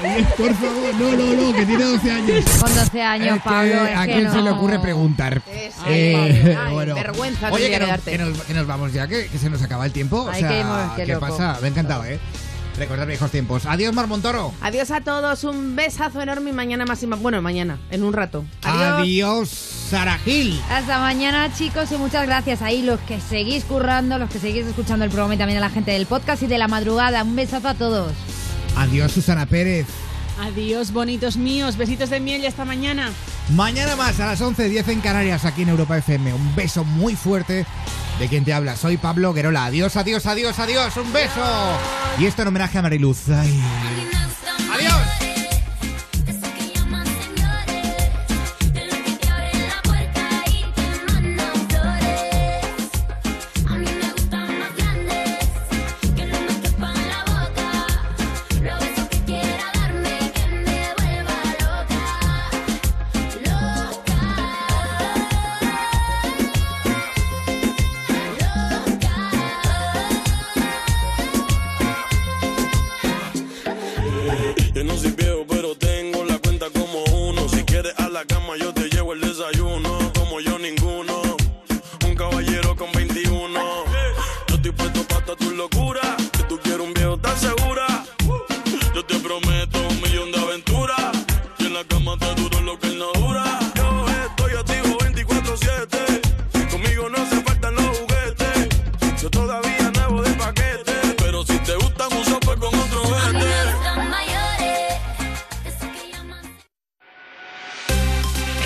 no, por favor, no, no, no, que tiene 12 años.
Con 12 años,
Es que
Pablo, es
¿A
que
quién se
no.
le ocurre preguntar? Eh,
Pablo,
[LAUGHS]
ay,
vergüenza tendría
Oye, que,
que
nos-
darte.
que nos, que nos vamos ya, que, que se nos acaba el tiempo.
Ay,
o sea,
qué mo- qué
¿qué
loco.
pasa? Me ha encantado, ¿eh? Recordar viejos tiempos. Adiós, Mar Montoro.
Adiós a todos, un besazo enorme y mañana más y más. Bueno, mañana, en un rato. Adiós.
Adiós, Sara Gil.
Hasta mañana, chicos, y muchas gracias ahí los que seguís currando, los que seguís escuchando el programa y también a la gente del podcast y de la madrugada. Un besazo a todos.
Adiós, Susana Pérez.
Adiós, bonitos míos. Besitos de miel y hasta mañana.
Mañana más a las 11.10 en Canarias, aquí en Europa FM. Un beso muy fuerte de quien te habla. Soy Pablo Guerola. Adiós, adiós, adiós, adiós. Un beso. Y esto en homenaje a Mariluz. Ay.
Adiós.
Yo no soy viejo, pero tengo la cuenta como uno. Si quieres a la cama, yo te llevo el desayuno. Como yo ninguno, un caballero con 21. Yo estoy puesto para tus locuras. Que tú quieres un viejo, tan seguro.